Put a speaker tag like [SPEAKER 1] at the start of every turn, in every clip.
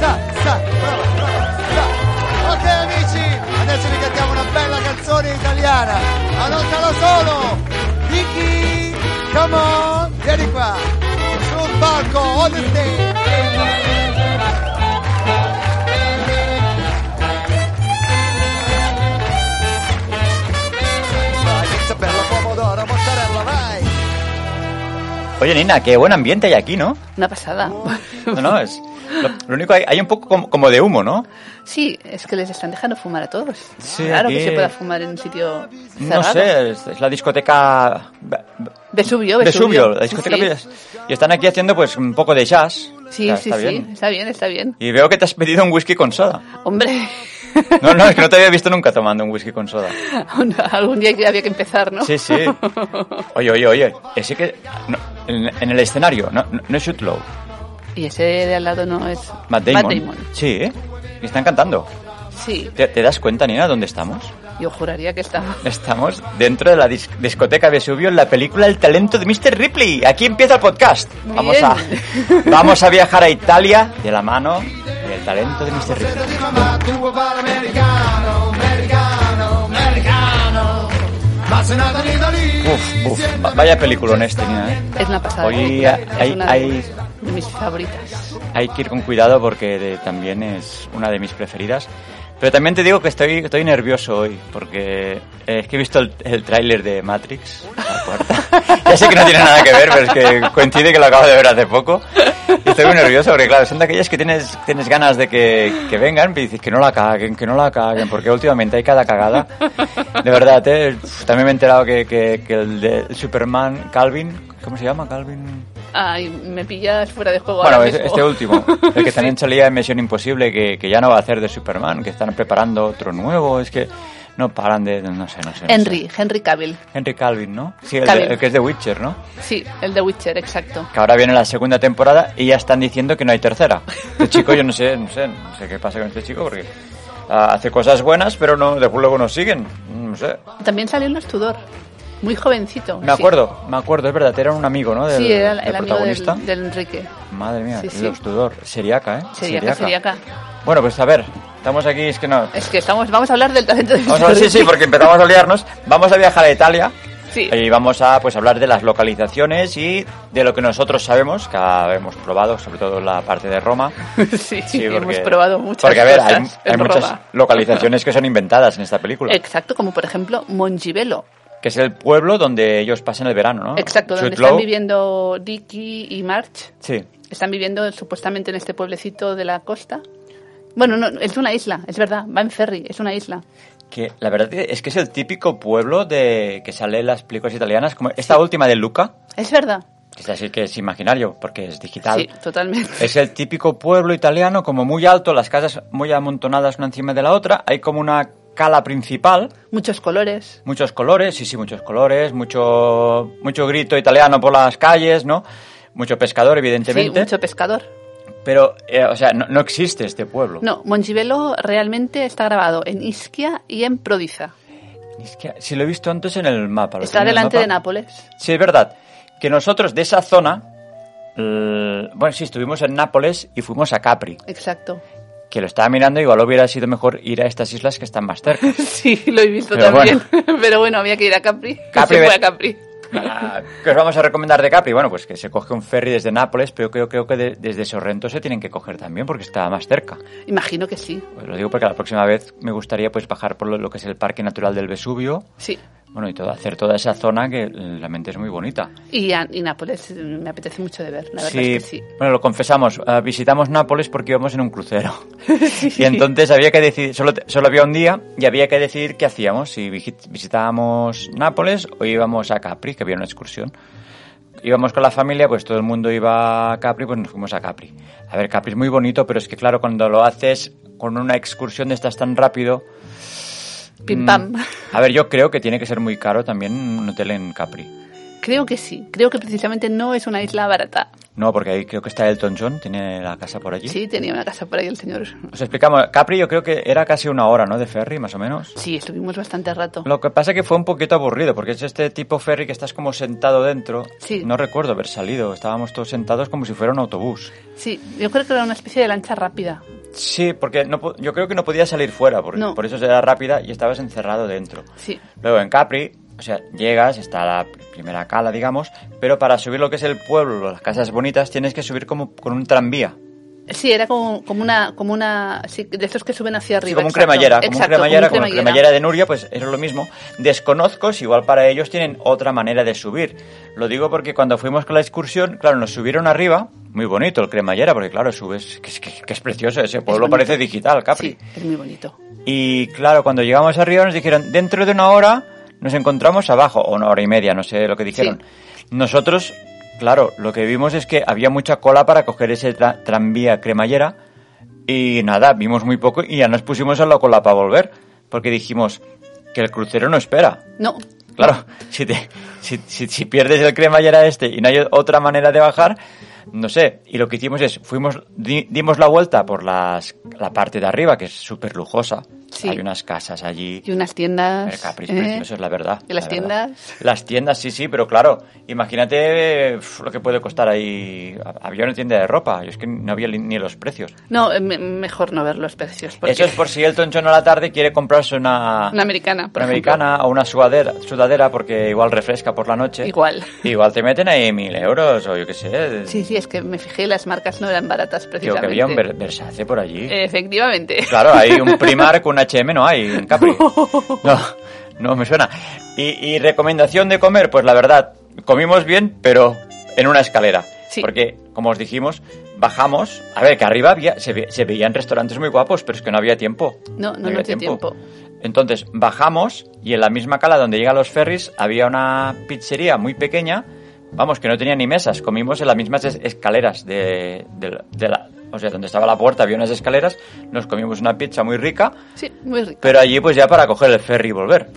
[SPEAKER 1] Sa, sa, brava, brava, sa. Ok amici, adesso vi cantiamo una bella canzone italiana. Allontana solo! Vicky, come on, vieni qua! Sul palco, on the stage! Vai, Isabella, pomodoro, mozzarella, vai!
[SPEAKER 2] Oye, Nina, qué buen ambiente hay aquí, ¿no?
[SPEAKER 3] Una pasada.
[SPEAKER 2] No, no, es. Lo, lo único hay, hay un poco como, como de humo, ¿no?
[SPEAKER 3] Sí, es que les están dejando fumar a todos.
[SPEAKER 2] Sí,
[SPEAKER 3] claro
[SPEAKER 2] aquí-
[SPEAKER 3] que se pueda fumar en un sitio cerrado.
[SPEAKER 2] No sé, es, es la discoteca. Be- Be-
[SPEAKER 3] Vesubio, Vesubio.
[SPEAKER 2] Vesubio, la discoteca.
[SPEAKER 3] Sí,
[SPEAKER 2] Vesubio. Y están aquí haciendo pues un poco de jazz.
[SPEAKER 3] Sí,
[SPEAKER 2] Está-
[SPEAKER 3] sí,
[SPEAKER 2] está
[SPEAKER 3] sí,
[SPEAKER 2] bien.
[SPEAKER 3] está bien, está bien.
[SPEAKER 2] Y veo que te has pedido un whisky con soda.
[SPEAKER 3] Hombre,
[SPEAKER 2] No, no, es que no te había visto nunca tomando un whisky con soda.
[SPEAKER 3] algún día que había que empezar, ¿no?
[SPEAKER 2] Sí, sí. Oye, oye, oye. Ese que. no, en, en el escenario, no, no, no es Shootlow.
[SPEAKER 3] Y ese de al lado no es...
[SPEAKER 2] Matt Damon.
[SPEAKER 3] Matt Damon.
[SPEAKER 2] Sí, ¿eh? Y están cantando.
[SPEAKER 3] Sí,
[SPEAKER 2] ¿Te, te das cuenta, Nina, dónde estamos?
[SPEAKER 3] yo juraría que está...
[SPEAKER 2] Estamos dentro de la dis- discoteca Vesubio en la película El talento de Mr. Ripley. Aquí empieza el podcast.
[SPEAKER 3] Muy
[SPEAKER 2] Vamos
[SPEAKER 3] bien.
[SPEAKER 2] a, vamos a viajar a Italia de la mano del talento de Mr. Ripley.
[SPEAKER 1] Sento di mamma tuo padre americano, americano, americano. Ma sei nato in Italia.
[SPEAKER 2] Uf, uf, va- vaya película honesta, Nina. ¿eh?
[SPEAKER 3] Es una pasada.
[SPEAKER 2] Hoy
[SPEAKER 3] ¿eh?
[SPEAKER 2] hay-
[SPEAKER 3] es
[SPEAKER 2] hay-
[SPEAKER 3] una
[SPEAKER 2] hay-
[SPEAKER 3] de mis favoritas.
[SPEAKER 2] Hay que ir con cuidado porque de- también es una de mis preferidas. Pero también te digo que estoy, estoy nervioso hoy porque eh, es que he visto el, el tráiler de Matrix. la cuarta. ya sé que no tiene nada que ver, pero es que coincide que lo acabo de ver hace poco. Y estoy muy nervioso porque, claro, son de aquellas que tienes, tienes ganas de que, que vengan y dices que no la caguen, que no la caguen, porque últimamente hay cada cagada. De verdad, eh, también me he enterado que, que- que el de Superman Calvin... ¿Cómo se llama? Calvin...
[SPEAKER 3] Ay, me pillas fuera de juego
[SPEAKER 2] Bueno,
[SPEAKER 3] ahora
[SPEAKER 2] es-
[SPEAKER 3] mismo.
[SPEAKER 2] este último, el que también salía en Misión Imposible, que, que ya no va a hacer de Superman, que están preparando otro nuevo, es que no paran de, no sé, no sé. no sé.
[SPEAKER 3] Henry, Henry Cavill.
[SPEAKER 2] Henry Calvin, ¿no? Sí, el, de-
[SPEAKER 3] Cavill.
[SPEAKER 2] el que es de Witcher, ¿no?
[SPEAKER 3] Sí, el de Witcher, exacto.
[SPEAKER 2] Que ahora viene la segunda temporada y ya están diciendo que no hay tercera. Este chico, yo no sé, no sé, no sé qué pasa con este chico, porque ah, hace cosas buenas, pero no, después luego no siguen, no sé.
[SPEAKER 3] También salió en Los Tudor. Muy jovencito.
[SPEAKER 2] Me
[SPEAKER 3] sí.
[SPEAKER 2] acuerdo, me acuerdo, es verdad, era un amigo, ¿no? Del,
[SPEAKER 3] sí, era el,
[SPEAKER 2] del
[SPEAKER 3] el amigo del,
[SPEAKER 2] protagonista.
[SPEAKER 3] del Enrique.
[SPEAKER 2] Madre mía,
[SPEAKER 3] Sí, sí.
[SPEAKER 2] los Tudor. Seriaca, ¿eh?
[SPEAKER 3] Seriaca, seriaca.
[SPEAKER 2] Bueno, pues a ver, estamos aquí, es que no.
[SPEAKER 3] Es que estamos, vamos a hablar del talento de
[SPEAKER 2] Vamos a ver, sí,
[SPEAKER 3] Mr.
[SPEAKER 2] sí, porque empezamos a liarnos. Vamos a viajar a Italia
[SPEAKER 3] Sí.
[SPEAKER 2] y vamos a pues hablar de las localizaciones y de lo que nosotros sabemos, que hemos probado, sobre todo la parte de Roma.
[SPEAKER 3] sí,
[SPEAKER 2] Sí,
[SPEAKER 3] hemos probado muchas
[SPEAKER 2] Porque, a ver, hay,
[SPEAKER 3] cosas en
[SPEAKER 2] hay muchas
[SPEAKER 3] Roma.
[SPEAKER 2] localizaciones que son inventadas en esta película.
[SPEAKER 3] Exacto, como por ejemplo Mongibelo.
[SPEAKER 2] que es el pueblo donde ellos pasan el verano, ¿no?
[SPEAKER 3] Exacto, donde
[SPEAKER 2] Chutlow.
[SPEAKER 3] están viviendo Dicky y March.
[SPEAKER 2] Sí.
[SPEAKER 3] Están viviendo supuestamente en este pueblecito de la costa. Bueno, no, es una isla, es verdad, va en ferry, es una isla.
[SPEAKER 2] Que la verdad es que es el típico pueblo de que sale en las películas italianas, como esta última de Luca,
[SPEAKER 3] Es verdad.
[SPEAKER 2] que es así que es imaginario porque es digital.
[SPEAKER 3] Sí, totalmente.
[SPEAKER 2] Es el típico pueblo italiano, como muy alto, las casas muy amontonadas una encima de la otra. Hay como una cala principal,
[SPEAKER 3] Muchos colores.
[SPEAKER 2] muchos colores, sí, sí, muchos colores, mucho, mucho grito italiano por las calles, ¿no? Mucho pescador,
[SPEAKER 3] Sí,
[SPEAKER 2] evidentemente.
[SPEAKER 3] mucho pescador.
[SPEAKER 2] Pero, eh, o sea, no, no existe este pueblo.
[SPEAKER 3] No, Mongibelo realmente está grabado en Ischia y en Prodiza.
[SPEAKER 2] Es que, si lo he visto antes en el mapa. lo
[SPEAKER 3] Está
[SPEAKER 2] tenía en el
[SPEAKER 3] delante de
[SPEAKER 2] mapa.
[SPEAKER 3] Nápoles.
[SPEAKER 2] Sí, es verdad. Que nosotros de esa zona. eh, Bueno, sí, estuvimos en Nápoles y fuimos a Capri.
[SPEAKER 3] Exacto.
[SPEAKER 2] Que lo estaba mirando, igual hubiera sido mejor ir a estas islas que están más cerca.
[SPEAKER 3] Sí, lo he visto
[SPEAKER 2] Pero
[SPEAKER 3] también. Pero bueno, había que ir a Capri.
[SPEAKER 2] Capri
[SPEAKER 3] Se fue
[SPEAKER 2] ve-
[SPEAKER 3] a Capri.
[SPEAKER 2] Ah, ¿Qué os vamos a recomendar de Capri? Bueno, pues que se coge un ferry desde Nápoles, pero creo, creo que de- desde Sorrento se tienen que coger también porque está más cerca.
[SPEAKER 3] Imagino que sí.
[SPEAKER 2] Pues lo digo porque la próxima vez me gustaría pues bajar por lo, lo que es el Parque Natural del Vesubio,
[SPEAKER 3] Sí.
[SPEAKER 2] bueno, y todo, hacer toda esa zona que eh, realmente es muy bonita.
[SPEAKER 3] Y, a- y Nápoles eh, me apetece mucho de ver, la verdad es que sí.
[SPEAKER 2] Bueno, lo confesamos, ah, visitamos Nápoles porque íbamos en un crucero. Y entonces había que decidir, solo, te- solo había un día y había que decidir qué hacíamos, si vigi- visitábamos Nápoles o íbamos a Capri, que había una excursión. Íbamos con la familia, pues todo el mundo iba a Capri, pues nos fuimos a Capri. A ver, Capri es muy bonito, pero es que claro, cuando lo haces con una excursión de estas tan rápido, Mm.
[SPEAKER 3] Pim pam.
[SPEAKER 2] a ver, yo creo que tiene que ser muy caro también un hotel en Capri.
[SPEAKER 3] Creo que sí. Creo que precisamente no es una isla barata.
[SPEAKER 2] No, porque ahí creo que está Elton John, tiene la casa por allí.
[SPEAKER 3] Sí, tenía una casa por ahí el señor.
[SPEAKER 2] Os explicamos, Capri yo creo que era casi una hora, ¿no? De ferry, más o menos.
[SPEAKER 3] Sí, estuvimos bastante rato.
[SPEAKER 2] Lo que pasa que fue un poquito aburrido, porque es este tipo ferry que estás como sentado dentro.
[SPEAKER 3] Sí.
[SPEAKER 2] No recuerdo haber salido, estábamos todos sentados como si fuera un autobús.
[SPEAKER 3] Sí, yo creo que era una especie de lancha rápida.
[SPEAKER 2] Sí, porque no, po- yo creo que no podía salir fuera, porque
[SPEAKER 3] No.
[SPEAKER 2] por eso era rápida y estabas encerrado dentro.
[SPEAKER 3] Sí.
[SPEAKER 2] Luego en Capri, o sea, llegas, está la pr- primera cala, digamos, pero para subir lo que es el pueblo, las casas bonitas, tienes que subir como con un tranvía.
[SPEAKER 3] Sí, era como, como una, como una, sí, de estos que suben
[SPEAKER 2] Sí,
[SPEAKER 3] hacia arriba.
[SPEAKER 2] como un
[SPEAKER 3] exacto.
[SPEAKER 2] cremallera, como un
[SPEAKER 3] Exacto,
[SPEAKER 2] cremallera, como la
[SPEAKER 3] cremallera.
[SPEAKER 2] cremallera de Nuria, pues es lo mismo. Desconozco si igual para ellos tienen otra manera de subir. Lo digo porque cuando fuimos con la excursión, claro, nos subieron arriba, muy bonito el cremallera, porque claro, subes, que, es- que- que es precioso, ese pueblo
[SPEAKER 3] bonito.
[SPEAKER 2] parece digital, Capri.
[SPEAKER 3] Sí, es muy bonito.
[SPEAKER 2] Y claro, cuando llegamos arriba nos dijeron, dentro de una hora nos encontramos abajo, o una hora y media, no sé lo que dijeron. Nosotros, claro, lo que vimos es que había mucha cola para coger ese tra- tranvía cremallera y nada, vimos muy poco y ya nos pusimos a la cola para volver, porque dijimos que el crucero no espera.
[SPEAKER 3] No,
[SPEAKER 2] Claro, si, te, si, si- si pierdes el cremallera este y no hay otra manera de bajar, no sé. Y lo que hicimos es, fuimos, di- dimos la vuelta por las, la parte de arriba, que es súper lujosa.
[SPEAKER 3] Sí.
[SPEAKER 2] Hay unas casas allí.
[SPEAKER 3] y unas tiendas.
[SPEAKER 2] El Capri es
[SPEAKER 3] ¿eh?
[SPEAKER 2] precioso, es la verdad.
[SPEAKER 3] ¿Y las
[SPEAKER 2] la verdad.
[SPEAKER 3] tiendas?
[SPEAKER 2] Las tiendas, sí, sí, pero claro, imagínate eh, lo que puede costar ahí. Había una tienda de ropa, y es que no había ni los precios.
[SPEAKER 3] No, eh, me- mejor no ver los precios. Porque
[SPEAKER 2] Eso es por si Elton John a la tarde quiere comprarse una,
[SPEAKER 3] Una americana, por
[SPEAKER 2] una
[SPEAKER 3] ejemplo.
[SPEAKER 2] americana o una sudadera, sudadera porque igual refresca por la noche.
[SPEAKER 3] Igual.
[SPEAKER 2] Igual te meten ahí mil euros o yo qué sé.
[SPEAKER 3] Sí, sí, es que me fijé, las marcas no eran baratas
[SPEAKER 2] Creo que
[SPEAKER 3] precisamente. Eh.
[SPEAKER 2] había un Ver- Versace por allí.
[SPEAKER 3] Efectivamente.
[SPEAKER 2] Claro, hay un Primark, un H&M, no hay en Capri. No, no me suena. Y, y recomendación de comer, pues la verdad, comimos bien, pero en una escalera.
[SPEAKER 3] Sí.
[SPEAKER 2] Porque, como os dijimos, bajamos. A ver, que arriba había, se, ve- se veían restaurantes muy guapos, pero es que no había tiempo.
[SPEAKER 3] No, no
[SPEAKER 2] había
[SPEAKER 3] nos dio tiempo.
[SPEAKER 2] Entonces, bajamos y en la misma cala donde llegan los ferries había una pizzería muy pequeña. Vamos, que no tenía ni mesas. Comimos en las mismas es- escaleras de, de- de la... O sea, donde estaba la puerta había unas escaleras. Nos comimos una pizza muy rica.
[SPEAKER 3] Sí, muy rico.
[SPEAKER 2] Pero allí pues ya para coger el ferry y volver.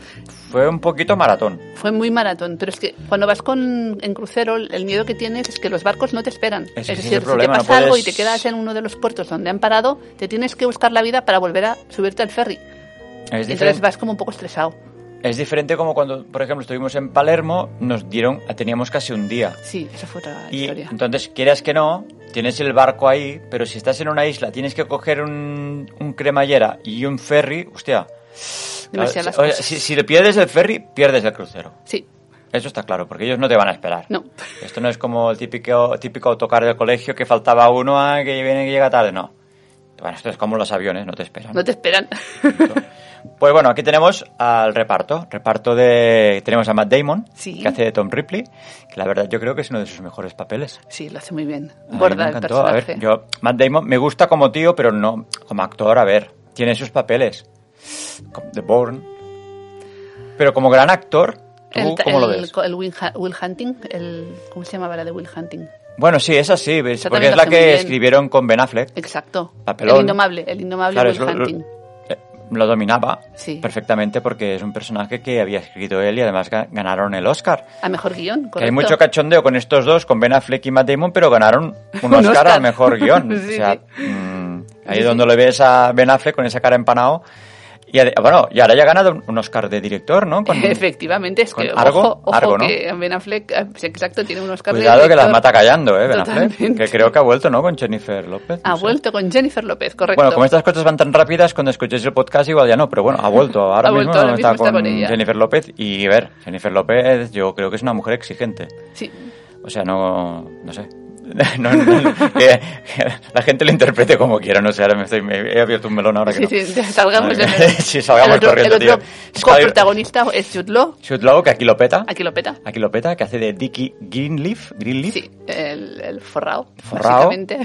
[SPEAKER 2] Fue un poquito maratón.
[SPEAKER 3] Fue muy maratón, pero es que cuando vas con, en crucero el el miedo que tienes es que los barcos no te esperan.
[SPEAKER 2] que ese es el
[SPEAKER 3] decir, si te
[SPEAKER 2] problema, no
[SPEAKER 3] pasa algo y
[SPEAKER 2] puedes-
[SPEAKER 3] te quedas en uno de los puertos donde han parado, te tienes que buscar la vida para volver a subirte al ferry.
[SPEAKER 2] Es
[SPEAKER 3] Entonces
[SPEAKER 2] diferente,
[SPEAKER 3] vas como un poco estresado.
[SPEAKER 2] es diferente como cuando, por ejemplo, estuvimos en Palermo, nos dieron, teníamos casi un día.
[SPEAKER 3] Sí, esa fue otra
[SPEAKER 2] Y
[SPEAKER 3] historia.
[SPEAKER 2] entonces, quieras que no, tienes el barco ahí, pero si estás en una isla, tienes que coger un, un cremallera y un ferry, hostia.
[SPEAKER 3] Demasiadas
[SPEAKER 2] O sea,
[SPEAKER 3] cosas.
[SPEAKER 2] si, si le pierdes el ferry, pierdes el crucero.
[SPEAKER 3] Sí,
[SPEAKER 2] Eso está claro, porque ellos no te van a esperar.
[SPEAKER 3] No.
[SPEAKER 2] Esto no es como el típico, típico autocar del colegio que faltaba uno ah, que viene que llega tarde, no. Bueno, esto es como los aviones, no te esperan.
[SPEAKER 3] no te esperan.
[SPEAKER 2] Pues bueno, aquí tenemos al reparto. Reparto de. Tenemos a Matt Damon,
[SPEAKER 3] Sí.
[SPEAKER 2] que hace de Tom Ripley, que la verdad yo creo que es uno de sus mejores papeles.
[SPEAKER 3] sí, lo hace muy bien.
[SPEAKER 2] A mí
[SPEAKER 3] Borda
[SPEAKER 2] me
[SPEAKER 3] el
[SPEAKER 2] encantó. A
[SPEAKER 3] personaje.
[SPEAKER 2] ver, yo, Matt Damon me gusta como tío, pero no como actor, a ver, tiene sus papeles. Como The Bourne. Pero como gran actor, ¿tú
[SPEAKER 3] el,
[SPEAKER 2] cómo lo
[SPEAKER 3] el-
[SPEAKER 2] ves?
[SPEAKER 3] el Will, Hu- Will Hunting, el, ¿cómo se llamaba la de Will Hunting?
[SPEAKER 2] Bueno, sí, es así, ¿ves?
[SPEAKER 3] Esa
[SPEAKER 2] porque
[SPEAKER 3] también
[SPEAKER 2] es
[SPEAKER 3] lo
[SPEAKER 2] la
[SPEAKER 3] hace muy
[SPEAKER 2] que
[SPEAKER 3] bien.
[SPEAKER 2] escribieron con Ben Affleck.
[SPEAKER 3] Exacto.
[SPEAKER 2] Papelón.
[SPEAKER 3] El indomable, el indomable
[SPEAKER 2] Claro,
[SPEAKER 3] Will
[SPEAKER 2] es lo- lo-
[SPEAKER 3] Hunting.
[SPEAKER 2] eh, lo dominaba
[SPEAKER 3] Sí.
[SPEAKER 2] perfectamente porque es un personaje que había escrito él y además ga- ganaron el Oscar.
[SPEAKER 3] A mejor guión, correcto.
[SPEAKER 2] Que hay mucho cachondeo con estos dos, con Ben Affleck y Matt Damon, pero ganaron un
[SPEAKER 3] Un
[SPEAKER 2] Oscar,
[SPEAKER 3] Oscar.
[SPEAKER 2] al mejor guión.
[SPEAKER 3] Sí,
[SPEAKER 2] o sea,
[SPEAKER 3] sí.
[SPEAKER 2] mm, ahí es donde le ves a Ben Affleck con esa cara empanado. Y ade- bueno, y ahora ya ha ganado un Oscar de director, ¿no? Con-
[SPEAKER 3] Efectivamente, es que
[SPEAKER 2] con Argo,
[SPEAKER 3] ojo, ojo
[SPEAKER 2] Argo, ¿no?
[SPEAKER 3] que Ben Affleck, eh, sí, exacto, tiene unos Oscar de
[SPEAKER 2] Cuidado que
[SPEAKER 3] director.
[SPEAKER 2] las mata callando, ¿eh? Ben Affleck,
[SPEAKER 3] Totalmente.
[SPEAKER 2] que creo que ha vuelto, ¿no? Con Jennifer López.
[SPEAKER 3] Ha
[SPEAKER 2] no sé.
[SPEAKER 3] vuelto con Jennifer López, correcto.
[SPEAKER 2] Bueno, como estas cosas van tan rápidas, cuando escuchéis el podcast igual ya no, pero bueno, ha vuelto. Ahora
[SPEAKER 3] Ha
[SPEAKER 2] mismo,
[SPEAKER 3] vuelto, ahora mismo
[SPEAKER 2] está
[SPEAKER 3] está
[SPEAKER 2] con
[SPEAKER 3] con ella.
[SPEAKER 2] Jennifer López y, a ver, Jennifer López yo creo que es una mujer exigente.
[SPEAKER 3] Sí.
[SPEAKER 2] O sea, no, no sé. No, no, no, que- que la gente lo interprete como quiera, no sé, ahora me estoy, me he abierto un melón ahora que
[SPEAKER 3] Sí,
[SPEAKER 2] no.
[SPEAKER 3] sí, ya salgamos de
[SPEAKER 2] Sí, salgamos
[SPEAKER 3] el otro,
[SPEAKER 2] corriendo,
[SPEAKER 3] el otro
[SPEAKER 2] tío.
[SPEAKER 3] coprotagonista es Jude Law,
[SPEAKER 2] Jude Law, que aquí lo peta,
[SPEAKER 3] aquí lo peta.
[SPEAKER 2] aquí lo peta, que hace de Dickie Greenleaf, Greenleaf.
[SPEAKER 3] Sí, el, el forrao,
[SPEAKER 2] Forrao.
[SPEAKER 3] básicamente.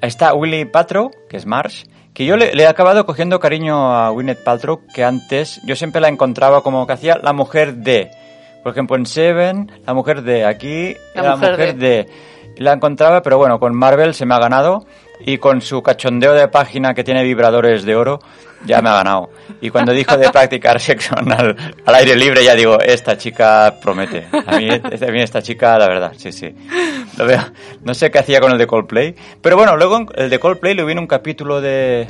[SPEAKER 2] Está Willy Patrow, que es Marsh, que yo le, le he acabado cogiendo cariño a Gwyneth Paltrow, que antes yo siempre la encontraba como que hacía la mujer de. Por ejemplo, en Seven, la mujer de aquí,
[SPEAKER 3] La
[SPEAKER 2] la,
[SPEAKER 3] mujer
[SPEAKER 2] mujer, de. Y La encontraba, pero bueno, con Marvel se me ha ganado y con su cachondeo de página que tiene vibradores de oro, ya me ha ganado. Y cuando dijo de practicar sexo anal al aire libre, ya digo, esta chica promete. A mí, a mí esta chica, la verdad, sí, sí. Lo veo. No sé qué hacía con el de Coldplay. Pero bueno, luego en el de Coldplay le viene un capítulo de...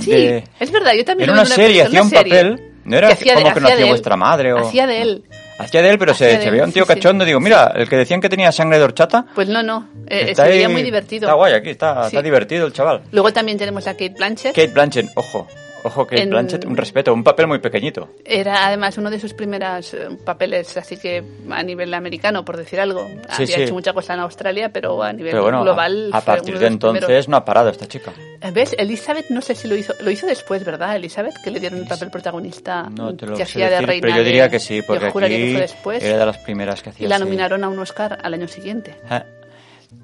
[SPEAKER 3] Sí,
[SPEAKER 2] de-
[SPEAKER 3] es verdad, yo también
[SPEAKER 2] Era una
[SPEAKER 3] lo vi en
[SPEAKER 2] serie,
[SPEAKER 3] película,
[SPEAKER 2] hacía un
[SPEAKER 3] una serie.
[SPEAKER 2] papel. No era
[SPEAKER 3] Que hacía de-
[SPEAKER 2] como que no
[SPEAKER 3] hacía
[SPEAKER 2] hacía
[SPEAKER 3] de él.
[SPEAKER 2] vuestra madre o... Mm.
[SPEAKER 3] Hacía de él.
[SPEAKER 2] Hacía de él, pero se,
[SPEAKER 3] Hacía de
[SPEAKER 2] se
[SPEAKER 3] él,
[SPEAKER 2] veía un tío
[SPEAKER 3] sí, sí.
[SPEAKER 2] cachondo. Digo, mira, el que decían que tenía sangre de horchata...
[SPEAKER 3] Pues no, no, eh,
[SPEAKER 2] está
[SPEAKER 3] sería
[SPEAKER 2] ahí-
[SPEAKER 3] muy divertido.
[SPEAKER 2] Está guay aquí, está,
[SPEAKER 3] Sí.
[SPEAKER 2] está divertido el chaval.
[SPEAKER 3] Luego también tenemos a Kate Blanchett.
[SPEAKER 2] Kate Blanchett, ojo. Ojo, Kate
[SPEAKER 3] En-
[SPEAKER 2] Blanchett, un respeto, un papel muy pequeñito.
[SPEAKER 3] Era además uno de sus primeros papeles, así que a nivel americano, por decir algo.
[SPEAKER 2] Sí,
[SPEAKER 3] Había
[SPEAKER 2] sí.
[SPEAKER 3] hecho mucha cosa en Australia, pero a nivel
[SPEAKER 2] Pero bueno, a-
[SPEAKER 3] global.
[SPEAKER 2] a,
[SPEAKER 3] fue
[SPEAKER 2] partir
[SPEAKER 3] uno
[SPEAKER 2] de
[SPEAKER 3] los primeros. Eh,
[SPEAKER 2] entonces no ha parado esta chica.
[SPEAKER 3] ¿Ves? Elizabeth, no sé si lo hizo. Lo hizo después, ¿verdad? Elizabeth, que le dieron el papel protagonista.
[SPEAKER 2] No te lo
[SPEAKER 3] que
[SPEAKER 2] sé
[SPEAKER 3] Ah, hacía de
[SPEAKER 2] decir,
[SPEAKER 3] reina.
[SPEAKER 2] pero yo
[SPEAKER 3] de-
[SPEAKER 2] diría que sí, porque
[SPEAKER 3] yo juraría
[SPEAKER 2] aquí
[SPEAKER 3] que fue después.
[SPEAKER 2] era de las primeras que hacía.
[SPEAKER 3] Y la
[SPEAKER 2] sí.
[SPEAKER 3] nominaron a un Oscar al año siguiente.
[SPEAKER 2] Ah,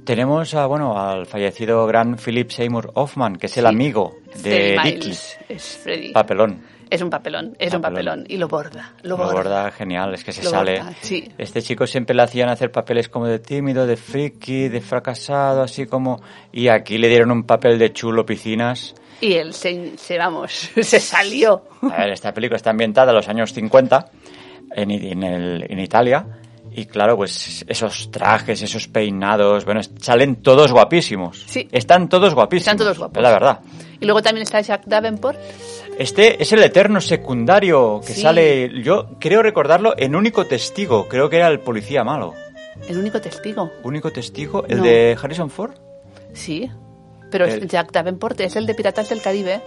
[SPEAKER 2] Tenemos a, bueno, al fallecido gran Philip Seymour Hoffman, que es el
[SPEAKER 3] Sí.
[SPEAKER 2] amigo de
[SPEAKER 3] Freddy
[SPEAKER 2] Dicky.
[SPEAKER 3] Miles. Es Freddy.
[SPEAKER 2] Papelón.
[SPEAKER 3] Es un papelón, es un
[SPEAKER 2] Papelón.
[SPEAKER 3] papelón. Y lo borda, lo
[SPEAKER 2] Lo
[SPEAKER 3] borda.
[SPEAKER 2] borda genial, es que se
[SPEAKER 3] Lo
[SPEAKER 2] sale.
[SPEAKER 3] borda, sí.
[SPEAKER 2] Este chico siempre le hacían hacer papeles como de tímido, de friki, de fracasado, así como... Y aquí le dieron un papel de chulo piscinas.
[SPEAKER 3] Y él se, se- vamos, se salió.
[SPEAKER 2] A ver, esta película está ambientada en los años 50 en, I- en el- en Italia. Y claro, pues esos trajes, esos peinados, bueno, es- salen todos guapísimos.
[SPEAKER 3] Sí.
[SPEAKER 2] Están todos guapísimos.
[SPEAKER 3] Están todos guapos.
[SPEAKER 2] Es la verdad.
[SPEAKER 3] Y luego también está Jack Davenport.
[SPEAKER 2] Este es el eterno secundario que
[SPEAKER 3] Sí.
[SPEAKER 2] sale, yo creo recordarlo, en Único Testigo. Creo que era el policía malo.
[SPEAKER 3] El único testigo,
[SPEAKER 2] Único Testigo, el
[SPEAKER 3] No.
[SPEAKER 2] de Harrison Ford.
[SPEAKER 3] sí. Pero es
[SPEAKER 2] El-
[SPEAKER 3] Jack Davenport es el de Piratas del Caribe.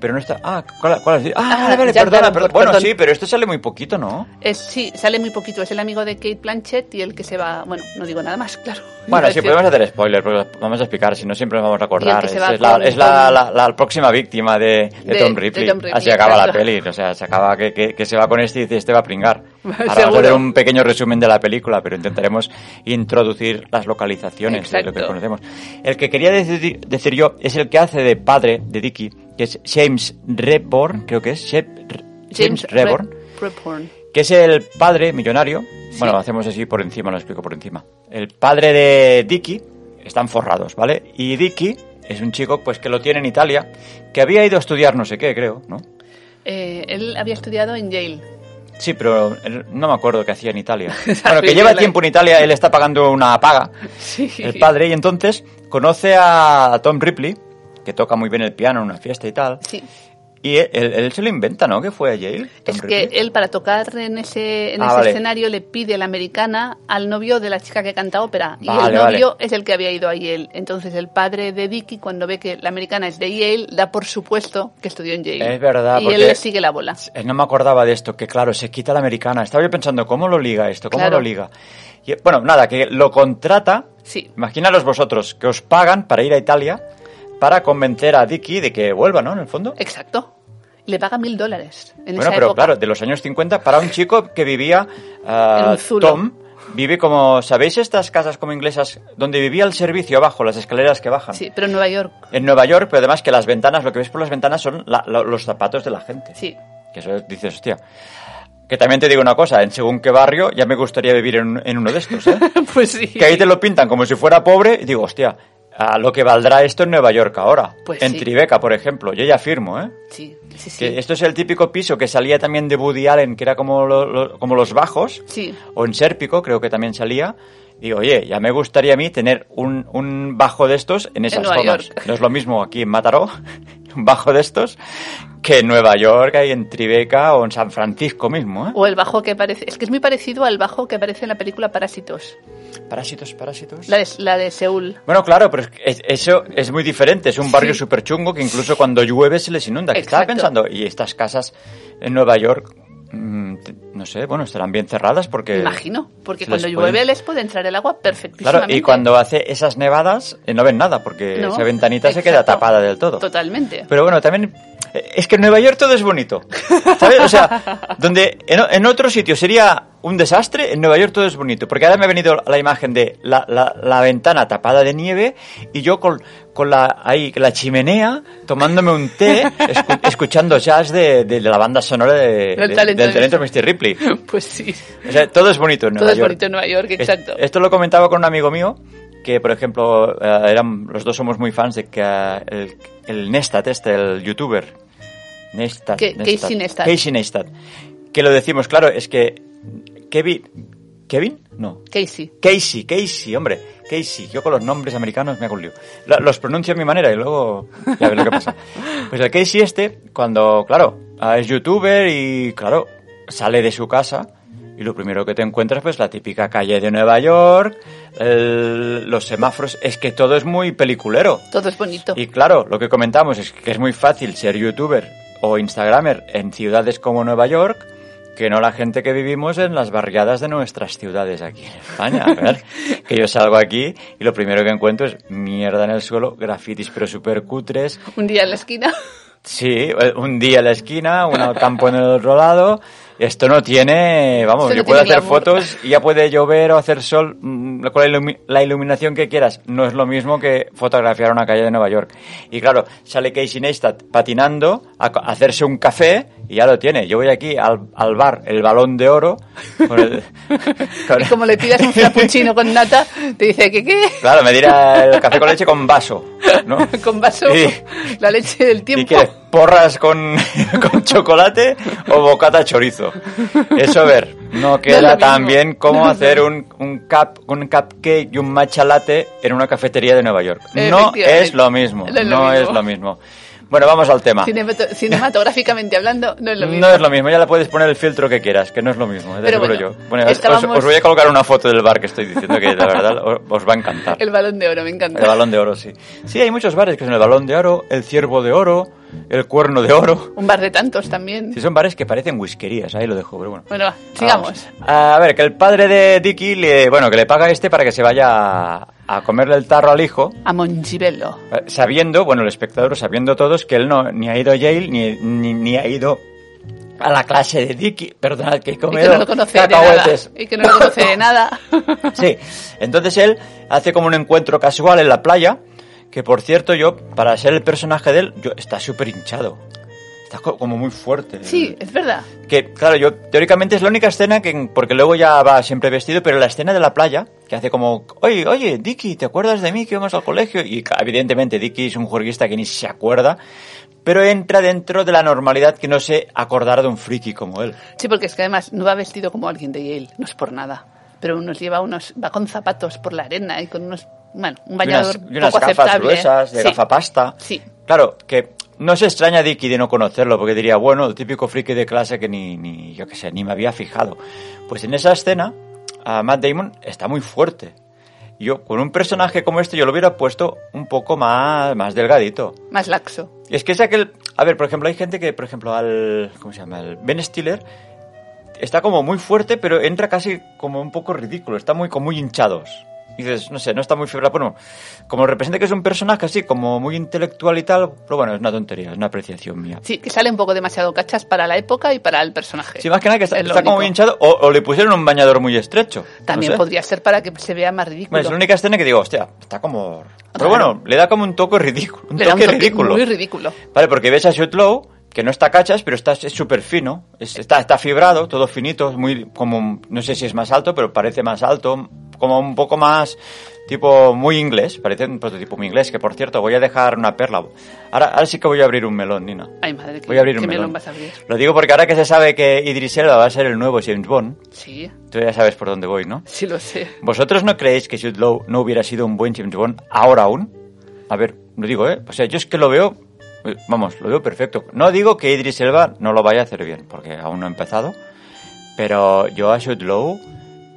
[SPEAKER 2] Pero no está... Ah, ¿cuál, cuál- Ah,
[SPEAKER 3] Ah,
[SPEAKER 2] vale, vale,
[SPEAKER 3] Jack
[SPEAKER 2] perdona,
[SPEAKER 3] Davenport,
[SPEAKER 2] perdona. Bueno,
[SPEAKER 3] perdón.
[SPEAKER 2] sí, pero este sale muy poquito, ¿no?
[SPEAKER 3] Es, sí, sale muy poquito. Es el amigo de Kate Blanchett y el que se va. Bueno, no digo nada más, claro.
[SPEAKER 2] Bueno,
[SPEAKER 3] Iba
[SPEAKER 2] sí,
[SPEAKER 3] a decir-
[SPEAKER 2] podemos hacer spoilers, porque vamos a explicar, si no siempre nos vamos a acordar.
[SPEAKER 3] Y el que
[SPEAKER 2] Es,
[SPEAKER 3] se va
[SPEAKER 2] es la,
[SPEAKER 3] con-
[SPEAKER 2] es la,
[SPEAKER 3] con-
[SPEAKER 2] la- la próxima víctima de, de
[SPEAKER 3] De-
[SPEAKER 2] Tom
[SPEAKER 3] de
[SPEAKER 2] Ripley.
[SPEAKER 3] Tom Ripley,
[SPEAKER 2] Así acaba la
[SPEAKER 3] exacto.
[SPEAKER 2] peli, o sea, se acaba que, que- que se va con este y dice, este va a pringar. Ahora vamos a
[SPEAKER 3] Seguro.
[SPEAKER 2] hacer un pequeño resumen de la película, pero intentaremos introducir las localizaciones de lo que
[SPEAKER 3] Exacto.
[SPEAKER 2] conocemos. El que quería decir, decir yo es el que hace de padre de Dickie, que es James Reborn, creo que es, Shep- James,
[SPEAKER 3] Re-
[SPEAKER 2] Reborn
[SPEAKER 3] Reborn.
[SPEAKER 2] que es el padre millonario. Bueno, hacemos así por encima, lo explico por encima. El padre de Dicky están forrados, ¿vale? Y Dicky es un chico pues que lo tiene en Italia, que había ido a estudiar no sé qué, creo, ¿no?
[SPEAKER 3] Eh, él había estudiado en Yale.
[SPEAKER 2] Sí, pero él- no me acuerdo qué hacía en Italia.
[SPEAKER 3] Esa
[SPEAKER 2] Bueno, que lleva
[SPEAKER 3] película.
[SPEAKER 2] tiempo en Italia, él está pagando una paga,
[SPEAKER 3] Sí.
[SPEAKER 2] el padre, y entonces conoce a Tom Ripley, que toca muy bien el piano en una fiesta y tal,
[SPEAKER 3] Sí.
[SPEAKER 2] y él, él- él se lo inventa, ¿no? Que fue a Yale. Tom
[SPEAKER 3] Es que
[SPEAKER 2] Ripley.
[SPEAKER 3] él para tocar en ese, en
[SPEAKER 2] Ah,
[SPEAKER 3] ese
[SPEAKER 2] vale.
[SPEAKER 3] escenario le pide la americana al novio de la chica que canta ópera. y el
[SPEAKER 2] Vale,
[SPEAKER 3] novio
[SPEAKER 2] vale.
[SPEAKER 3] es el que había ido a Yale. Entonces el padre de Dicky, cuando ve que la americana es de Yale, da por supuesto que estudió en Yale.
[SPEAKER 2] Es verdad,
[SPEAKER 3] Y
[SPEAKER 2] porque-
[SPEAKER 3] él le sigue la bola.
[SPEAKER 2] Eh, No me acordaba de esto, que claro, se quita la americana. Estaba yo pensando, ¿cómo lo liga esto? ¿Cómo
[SPEAKER 3] Claro.
[SPEAKER 2] lo liga? Y, bueno, nada, que lo contrata.
[SPEAKER 3] Sí.
[SPEAKER 2] Imaginaros vosotros que os pagan para ir a Italia para convencer a Dicky de que vuelva, ¿no? En el fondo.
[SPEAKER 3] Exacto. Le paga mil dólares en
[SPEAKER 2] bueno,
[SPEAKER 3] esa
[SPEAKER 2] pero
[SPEAKER 3] época.
[SPEAKER 2] claro, de los años 50 para un chico que vivía. ah,
[SPEAKER 3] En un zulo.
[SPEAKER 2] Tom vive como. ¿Sabéis estas casas como inglesas donde vivía el servicio abajo, las escaleras que bajan?
[SPEAKER 3] Sí, pero en Nueva York.
[SPEAKER 2] En Nueva York, pero además que las ventanas, lo que ves por las ventanas son la- lo- los zapatos de la gente.
[SPEAKER 3] Sí.
[SPEAKER 2] Que eso es- dices, hostia. Que también te digo una cosa, en según qué barrio ya me gustaría vivir en, en uno de estos, ¿eh?
[SPEAKER 3] pues sí.
[SPEAKER 2] que ahí te lo pintan como si fuera pobre y digo, hostia, a lo que valdrá esto en Nueva York ahora.
[SPEAKER 3] Pues
[SPEAKER 2] en
[SPEAKER 3] sí.
[SPEAKER 2] Tribeca, por ejemplo, yo ya firmo, ¿eh?
[SPEAKER 3] Sí, sí, sí.
[SPEAKER 2] Que esto es el típico piso que salía también de Woody Allen, que era como, lo- lo- como los bajos.
[SPEAKER 3] Sí.
[SPEAKER 2] O en Sérpico, creo que también salía. Digo, oye, ya me gustaría a mí tener un, un bajo de estos en esas
[SPEAKER 3] Nueva
[SPEAKER 2] zonas.
[SPEAKER 3] York.
[SPEAKER 2] No es lo mismo aquí en Mataró bajo de estos que en Nueva York, hay en Tribeca o en San Francisco mismo. ¿eh?
[SPEAKER 3] O el bajo que parece. Es que es muy parecido al bajo que aparece en la película Parásitos.
[SPEAKER 2] Parásitos, parásitos.
[SPEAKER 3] La de, la de Seúl.
[SPEAKER 2] Bueno, claro, pero es que es- eso es muy diferente. Es un barrio súper chungo que incluso cuando llueve se les inunda. Que Estaba
[SPEAKER 3] Exacto.
[SPEAKER 2] pensando, y estas casas en Nueva York, mm, te- no sé, bueno, estarán bien cerradas porque...
[SPEAKER 3] Imagino. Porque
[SPEAKER 2] se
[SPEAKER 3] cuando
[SPEAKER 2] les
[SPEAKER 3] llueve
[SPEAKER 2] pueden-
[SPEAKER 3] les puede entrar el agua perfectísimamente.
[SPEAKER 2] Claro, y cuando hace esas nevadas eh, no ven nada porque
[SPEAKER 3] No,
[SPEAKER 2] esa ventanita se queda
[SPEAKER 3] exacto.
[SPEAKER 2] tapada del todo.
[SPEAKER 3] Totalmente.
[SPEAKER 2] Pero bueno, también... eh, Es que en Nueva York todo es bonito. ¿Sabes? O sea, donde en, o- en otro sitio sería un desastre, en Nueva York todo es bonito. Porque ahora me ha venido la imagen de la, la- la ventana tapada de nieve y yo con, con la, ahí, la chimenea tomándome un té, escu- escuchando jazz de, de la banda sonora de,
[SPEAKER 3] Del
[SPEAKER 2] de-
[SPEAKER 3] talento
[SPEAKER 2] del
[SPEAKER 3] de
[SPEAKER 2] talento de Mr. Ripley.
[SPEAKER 3] Pues sí.
[SPEAKER 2] O sea, todo es bonito en Nueva
[SPEAKER 3] Todo es
[SPEAKER 2] York.
[SPEAKER 3] bonito en Nueva York,
[SPEAKER 2] Es-
[SPEAKER 3] exacto.
[SPEAKER 2] Esto lo comentaba con un amigo mío, que por ejemplo, eh, eran, los dos somos muy fans de que eh, el, el Nestat, este, el youtuber. Nestat,
[SPEAKER 3] Ke- Casey Neistat.
[SPEAKER 2] Casey Neistat. Que lo decimos, claro, es que Kevin... ¿Kevin? No.
[SPEAKER 3] Casey.
[SPEAKER 2] Casey, Casey, hombre. Casey, yo con los nombres americanos me hago un lío. Lo- Los pronuncio a mi manera y luego ya ves lo que pasa. Pues el Casey este, cuando, claro, ah, es youtuber y, claro, sale de su casa y lo primero que te encuentras pues la típica calle de Nueva York, el- los semáforos, es que todo es muy peliculero.
[SPEAKER 3] Todo es bonito.
[SPEAKER 2] Y claro, lo que comentamos es que es muy fácil ser youtuber o instagramer en ciudades como Nueva York que no la gente que vivimos en las barriadas de nuestras ciudades aquí en España. A ver, que yo salgo aquí y lo primero que encuentro es mierda en el suelo, grafitis pero súper cutres.
[SPEAKER 3] Un día en la esquina.
[SPEAKER 2] Sí, eh, un día en la esquina, un al campo en el otro lado. Esto no tiene, vamos,
[SPEAKER 3] Esto no
[SPEAKER 2] yo puedo
[SPEAKER 3] tiene
[SPEAKER 2] hacer
[SPEAKER 3] glamour.
[SPEAKER 2] fotos y ya puede llover o hacer sol mm, con la, ilumi- la iluminación que quieras. No es lo mismo que fotografiar una calle de Nueva York. Y claro, sale Casey Neistat patinando a, co- a hacerse un café y ya lo tiene. Yo voy aquí al, al bar, el balón de oro. con el- con-
[SPEAKER 3] Y como le pidas un frappuccino con nata, te dice que qué.
[SPEAKER 2] Claro, me dirá el café con leche con vaso, ¿no?
[SPEAKER 3] Con vaso,
[SPEAKER 2] Sí.
[SPEAKER 3] la leche del
[SPEAKER 2] ¿Y
[SPEAKER 3] tiempo.
[SPEAKER 2] quieres porras con, con chocolate o bocata chorizo? Eso a ver, no
[SPEAKER 3] No es
[SPEAKER 2] queda
[SPEAKER 3] lo
[SPEAKER 2] tan
[SPEAKER 3] mismo.
[SPEAKER 2] bien como
[SPEAKER 3] No,
[SPEAKER 2] hacer un, un, cup, un cupcake y un matcha latte en una cafetería de Nueva York. No
[SPEAKER 3] Efectivamente.
[SPEAKER 2] es lo mismo,
[SPEAKER 3] No es lo
[SPEAKER 2] no
[SPEAKER 3] mismo.
[SPEAKER 2] es lo mismo. Bueno, vamos al tema.
[SPEAKER 3] Cinemato- cinematográficamente hablando, no es lo mismo.
[SPEAKER 2] No es lo mismo, ya le puedes poner el filtro que quieras, que no es lo mismo, eh, de
[SPEAKER 3] Pero
[SPEAKER 2] seguro
[SPEAKER 3] bueno,
[SPEAKER 2] yo. Bueno, os-
[SPEAKER 3] estábamos-
[SPEAKER 2] os, voy a colocar una foto del bar que estoy diciendo que la verdad os, os va a encantar.
[SPEAKER 3] El balón de oro, me encanta.
[SPEAKER 2] El balón de oro, sí. Sí, hay muchos bares que son el balón de oro, el ciervo de oro, el cuerno de oro.
[SPEAKER 3] Un bar de tantos también.
[SPEAKER 2] Si son bares que parecen whiskerías, ahí lo dejo, pero bueno.
[SPEAKER 3] Bueno, va, Pues sigamos.
[SPEAKER 2] Vamos. A ver, que el padre de Dicky le, bueno, que le paga a este para que se vaya a, a comerle el tarro al hijo,
[SPEAKER 3] A Mongibello.
[SPEAKER 2] eh, sabiendo, bueno, el espectador, sabiendo todos que él no ni ha ido a Yale ni, ni, ni ha ido a la clase de Dicky, perdonad que he
[SPEAKER 3] Y que no
[SPEAKER 2] comido
[SPEAKER 3] lo conoce de nada.
[SPEAKER 2] cacahuetes.
[SPEAKER 3] Y que no lo conoce de nada.
[SPEAKER 2] Sí, entonces él hace como un encuentro casual en la playa, que por cierto yo, para ser el personaje de él, yo, está súper hinchado. Está co- como muy fuerte.
[SPEAKER 3] Sí, es verdad.
[SPEAKER 2] Que, claro, yo teóricamente es la única escena que. Porque luego ya va siempre vestido, pero la escena de la playa, que hace como. Oye, oye, Dicky, ¿te acuerdas de mí que íbamos al colegio? Y ca- evidentemente Dicky es un juerguista que ni se acuerda, pero entra dentro de la normalidad que no se acordar de un friki como él.
[SPEAKER 3] Sí, porque es que además no va vestido como alguien de Yale, no es por nada. Pero nos lleva unos, va con zapatos por la arena y con unos, bueno, un
[SPEAKER 2] Y unas,
[SPEAKER 3] bañador
[SPEAKER 2] y unas
[SPEAKER 3] poco
[SPEAKER 2] gafas
[SPEAKER 3] aceptable.
[SPEAKER 2] gruesas, de
[SPEAKER 3] Sí.
[SPEAKER 2] gafapasta.
[SPEAKER 3] Sí.
[SPEAKER 2] Claro, que no se extraña Dicky de no conocerlo, porque diría, bueno, el típico friki de clase que ni, ni yo qué sé, ni me había fijado. Pues en esa escena, a Matt Damon está muy fuerte. Yo, con un personaje como este, yo lo hubiera puesto un poco más, más delgadito.
[SPEAKER 3] Más laxo.
[SPEAKER 2] Y es que es aquel... A ver, por ejemplo, hay gente que, por ejemplo, al... ¿Cómo se llama? El Ben Stiller está como muy fuerte, pero entra casi como un poco ridículo. Está muy, como muy hinchados. Y dices, no sé, no está muy fibra. Bueno, como representa que es un personaje así, como muy intelectual y tal, pero bueno, es una tontería, es una apreciación mía.
[SPEAKER 3] Sí, que sale un poco demasiado cachas para la época y para el personaje.
[SPEAKER 2] Sí, más que nada que está,
[SPEAKER 3] Es lo
[SPEAKER 2] está como
[SPEAKER 3] único.
[SPEAKER 2] muy hinchado o, o le pusieron un bañador muy estrecho. no
[SPEAKER 3] También
[SPEAKER 2] sé.
[SPEAKER 3] podría ser para que se vea más ridículo.
[SPEAKER 2] Bueno, es la única escena que digo, hostia, está como... Pero
[SPEAKER 3] Raro.
[SPEAKER 2] bueno, le da como un toque ridículo. Un
[SPEAKER 3] Le da
[SPEAKER 2] toque
[SPEAKER 3] un toque
[SPEAKER 2] ridículo.
[SPEAKER 3] muy ridículo.
[SPEAKER 2] Vale, porque ves a Shotlow, que no está cachas, pero está es súper fino. Es- está, está fibrado, todo finito, es muy como no sé si es más alto, pero parece más alto, como un poco más tipo muy inglés, parece un prototipo muy inglés, que por cierto voy a dejar una perla. Ahora, ahora sí que voy a abrir un melón, Nina.
[SPEAKER 3] Ay, madre, ¿qué,
[SPEAKER 2] Voy a abrir un
[SPEAKER 3] qué melón
[SPEAKER 2] melón.
[SPEAKER 3] vas a abrir?
[SPEAKER 2] Lo digo porque ahora que se sabe que Idris Elba va a ser el nuevo James Bond,
[SPEAKER 3] Sí,
[SPEAKER 2] tú ya sabes por dónde voy, ¿no?
[SPEAKER 3] sí lo sé.
[SPEAKER 2] ¿Vosotros no creéis que Jude Law no hubiera sido un buen James Bond ahora aún? A ver, lo digo, ¿eh? O sea, yo es que lo veo Vamos, lo veo perfecto. No digo que Idris Elba no lo vaya a hacer bien, porque aún no ha empezado. Pero yo a Jude Law,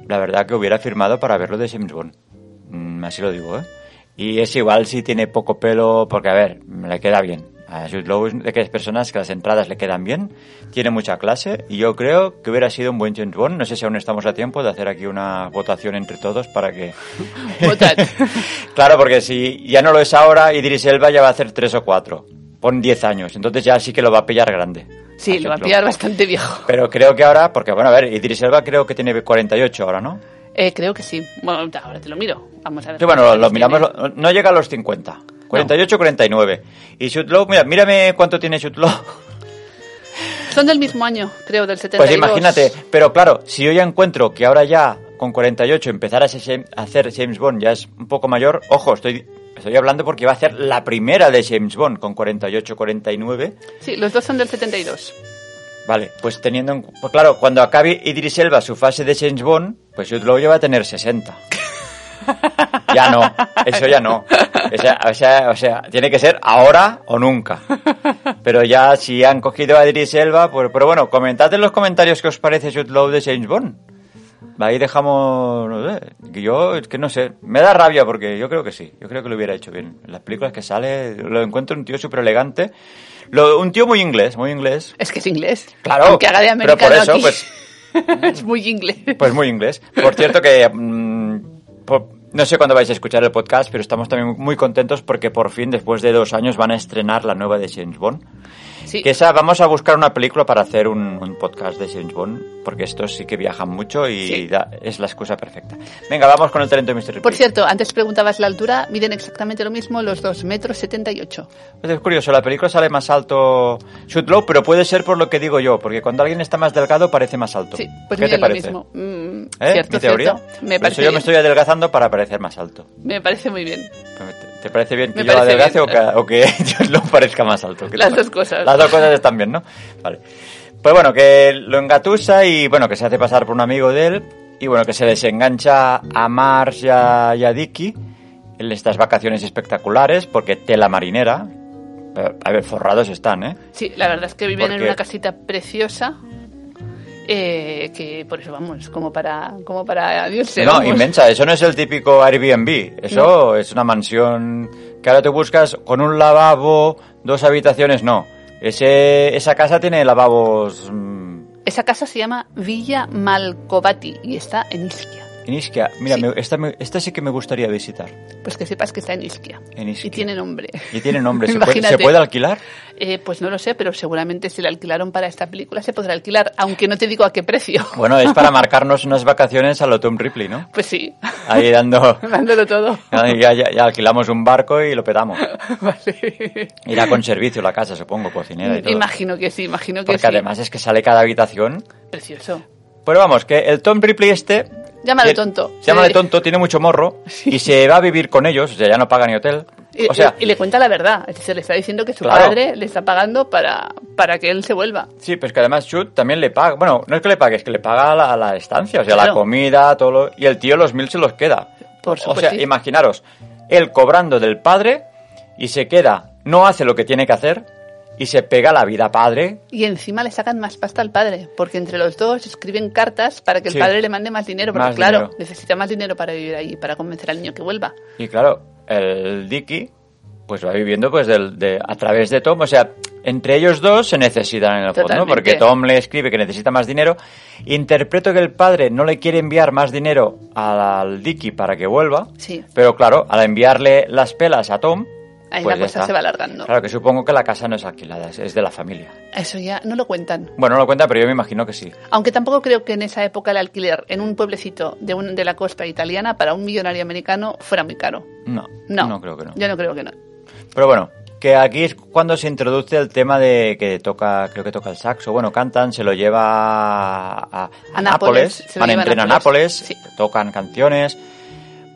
[SPEAKER 2] la verdad que hubiera firmado para verlo de James Bond. Mm, así lo digo, ¿eh? Y es igual si tiene poco pelo, porque a ver, le queda bien. A Jude Law es de aquellas personas que las entradas le quedan bien, tiene mucha clase, y yo creo que hubiera sido un buen James Bond. No sé si aún estamos a tiempo de hacer aquí una votación entre todos para que
[SPEAKER 3] Votad.
[SPEAKER 2] Claro, porque si ya no lo es ahora, Idris Elba ya va a hacer tres o cuatro. Pon 10 años, entonces ya sí que lo va a pillar grande.
[SPEAKER 3] Sí,
[SPEAKER 2] Así
[SPEAKER 3] lo va a
[SPEAKER 2] es
[SPEAKER 3] pillar bastante viejo.
[SPEAKER 2] Pero creo que ahora, porque bueno, a ver, Idris Elba creo que tiene 48 ahora, ¿no?
[SPEAKER 3] Eh, creo que sí. Bueno, ahora te lo miro. Vamos a ver.
[SPEAKER 2] Sí, bueno, lo,
[SPEAKER 3] cuántos
[SPEAKER 2] lo
[SPEAKER 3] años
[SPEAKER 2] miramos,
[SPEAKER 3] tiene.
[SPEAKER 2] lo- no llega a los 50. 48, 49. Y Shutlow, mira, mírame cuánto tiene Pues Shutlow.
[SPEAKER 3] Son del mismo año, creo, del 72.
[SPEAKER 2] Pues imagínate, pero claro, si yo ya encuentro que ahora ya con 48 empezar a, se- a hacer James Bond ya es un poco mayor, ojo, estoy, estoy hablando porque va a hacer la primera de James Bond con 48, 49.
[SPEAKER 3] Sí, los dos son del 72.
[SPEAKER 2] Vale, pues teniendo en cu- pues claro, cuando acabe Idris Elba su fase de James Bond, pues Jude Law ya va a tener 60. Ya no, eso ya no. O sea, o sea, o sea, tiene que ser ahora o nunca. Pero ya si han cogido a Idris Elba, pues, pero bueno, comentad en los comentarios qué os parece Jude Law de James Bond. Ahí dejamos, no sé, que yo es que no sé, me da rabia porque yo creo que sí, yo creo que lo hubiera hecho bien. En las películas que sale lo encuentro un tío súper elegante, Lo- un tío muy inglés, muy inglés,
[SPEAKER 3] Es que es inglés.
[SPEAKER 2] Claro,
[SPEAKER 3] Aunque haga de
[SPEAKER 2] pero
[SPEAKER 3] americano
[SPEAKER 2] por eso,
[SPEAKER 3] aquí.
[SPEAKER 2] pues-
[SPEAKER 3] es muy inglés.
[SPEAKER 2] Pues muy inglés. Por cierto que... mm, po- no sé cuándo vais a escuchar el podcast, pero estamos también muy contentos porque por fin, después de dos años, van a estrenar la nueva de James Bond.
[SPEAKER 3] Sí.
[SPEAKER 2] Que esa, vamos a buscar una película para hacer un, un podcast de James Bond, porque estos sí que viajan mucho y
[SPEAKER 3] Sí.
[SPEAKER 2] da- es la excusa perfecta. Venga, vamos con el talento de Mr.
[SPEAKER 3] Por
[SPEAKER 2] Ripley.
[SPEAKER 3] cierto, antes preguntabas la altura, miden exactamente lo mismo los 2 metros 78.
[SPEAKER 2] Pues es curioso, la película sale más alto Shoot Low, pero puede ser por lo que digo yo, porque cuando alguien está más delgado parece más alto.
[SPEAKER 3] Sí, pues
[SPEAKER 2] ¿Qué
[SPEAKER 3] miden
[SPEAKER 2] te
[SPEAKER 3] lo
[SPEAKER 2] parece?
[SPEAKER 3] mismo. Mm,
[SPEAKER 2] ¿Eh?
[SPEAKER 3] Cierto,
[SPEAKER 2] ¿Mi teoría?
[SPEAKER 3] cierto.
[SPEAKER 2] Por
[SPEAKER 3] Me
[SPEAKER 2] eso
[SPEAKER 3] parece,
[SPEAKER 2] yo
[SPEAKER 3] bien.
[SPEAKER 2] me estoy adelgazando para parecer más alto.
[SPEAKER 3] me parece muy bien.
[SPEAKER 2] ¿Te- ¿Te parece bien que
[SPEAKER 3] Me
[SPEAKER 2] yo
[SPEAKER 3] parece
[SPEAKER 2] adelgace
[SPEAKER 3] bien.
[SPEAKER 2] o que, o que yo lo parezca más alto? ¿Qué te
[SPEAKER 3] Las
[SPEAKER 2] parece?
[SPEAKER 3] dos cosas.
[SPEAKER 2] Las dos cosas están bien, ¿no? Vale. Pues bueno, que lo engatusa y bueno, que se hace pasar por un amigo de él y bueno, que se desengancha a Mars y a, y a Dicky en estas vacaciones espectaculares porque tela marinera. eh, A ver, forrados están, ¿eh?
[SPEAKER 3] Sí, la verdad es que viven en
[SPEAKER 2] Porque-
[SPEAKER 3] una casita preciosa. eh, que por eso vamos, como para, como para irse,
[SPEAKER 2] no,
[SPEAKER 3] vamos.
[SPEAKER 2] inmensa. Eso no es el típico Airbnb. Eso es una mansión que ahora te buscas con un lavabo, dos habitaciones, no. Ese, esa casa tiene lavabos mm,
[SPEAKER 3] Esa casa se llama Villa Malcovati y está en Isquia.
[SPEAKER 2] en Isquia. Mira,
[SPEAKER 3] Sí.
[SPEAKER 2] me- esta, me- esta sí que me gustaría visitar.
[SPEAKER 3] Pues que sepas que está en Isquia.
[SPEAKER 2] En Isquia.
[SPEAKER 3] Y tiene nombre.
[SPEAKER 2] Y tiene nombre. ¿Se, puede,
[SPEAKER 3] Imagínate.
[SPEAKER 2] ¿se puede alquilar?
[SPEAKER 3] Eh, pues no lo sé, pero seguramente si la alquilaron para esta película se podrá alquilar, aunque no te digo a qué precio.
[SPEAKER 2] Bueno, es para marcarnos unas vacaciones a lo Tom Ripley, ¿no?
[SPEAKER 3] Pues sí,
[SPEAKER 2] Ahí dando...
[SPEAKER 3] dándolo todo.
[SPEAKER 2] Ya, ya- ya alquilamos un barco y lo petamos.
[SPEAKER 3] Vale.
[SPEAKER 2] Irá con servicio la casa, supongo, cocinera y todo.
[SPEAKER 3] Imagino que sí, imagino que
[SPEAKER 2] Porque
[SPEAKER 3] sí.
[SPEAKER 2] además es que sale cada habitación
[SPEAKER 3] Precioso.
[SPEAKER 2] Pero vamos, que el Tom Ripley este...
[SPEAKER 3] Llámalo
[SPEAKER 2] tiene-
[SPEAKER 3] tonto.
[SPEAKER 2] Llámalo
[SPEAKER 3] Sí.
[SPEAKER 2] tonto, tiene mucho morro y se va a vivir con ellos, o sea, ya no paga ni hotel.
[SPEAKER 3] Y,
[SPEAKER 2] O sea,
[SPEAKER 3] y le cuenta la verdad. Se le está diciendo que su
[SPEAKER 2] Claro.
[SPEAKER 3] padre le está pagando para, para que él se vuelva.
[SPEAKER 2] sí, pues que además Chut también le paga... Bueno, no es que le pague, es que le paga la, la estancia, o sea, la
[SPEAKER 3] Claro.
[SPEAKER 2] comida, todo lo... Y el tío los mil se los queda.
[SPEAKER 3] Por
[SPEAKER 2] O sea,
[SPEAKER 3] supuesto.
[SPEAKER 2] imaginaros, él cobrando del padre y se queda, no hace lo que tiene que hacer y se pega la vida padre.
[SPEAKER 3] Y encima le sacan más pasta al padre, porque entre los dos escriben cartas para que el
[SPEAKER 2] Sí.
[SPEAKER 3] padre le mande más dinero, porque
[SPEAKER 2] Más
[SPEAKER 3] claro,
[SPEAKER 2] dinero.
[SPEAKER 3] necesita más dinero para vivir ahí, para convencer al niño que vuelva.
[SPEAKER 2] Y claro, el Dicky pues va viviendo pues del- de, a través de Tom. O sea, entre ellos dos se necesitan en el fondo,
[SPEAKER 3] Totalmente.
[SPEAKER 2] porque Tom le escribe que necesita más dinero. Interpreto que el padre no le quiere enviar más dinero al, al Dicky para que vuelva.
[SPEAKER 3] Sí.
[SPEAKER 2] Pero claro, al enviarle las pelas a Tom...
[SPEAKER 3] Ahí
[SPEAKER 2] pues
[SPEAKER 3] la
[SPEAKER 2] ya
[SPEAKER 3] cosa
[SPEAKER 2] está.
[SPEAKER 3] se va alargando.
[SPEAKER 2] Claro que supongo que la casa no es alquilada, es- es de la familia.
[SPEAKER 3] Eso ya no lo cuentan.
[SPEAKER 2] Bueno, no lo cuenta, pero yo me imagino que sí.
[SPEAKER 3] Aunque tampoco creo que en esa época el alquiler en un pueblecito de, un- de la costa italiana para un millonario americano fuera muy caro.
[SPEAKER 2] No,
[SPEAKER 3] No,
[SPEAKER 2] creo que no.
[SPEAKER 3] Yo no creo que no.
[SPEAKER 2] Pero bueno, que aquí es cuando se introduce el tema de que toca, creo que toca el saxo. Bueno, cantan, se lo lleva a, a Nápoles,
[SPEAKER 3] A Nápoles, se lo
[SPEAKER 2] van a
[SPEAKER 3] lleva a
[SPEAKER 2] entrenar a Nápoles,
[SPEAKER 3] Nápoles, sí.
[SPEAKER 2] tocan canciones.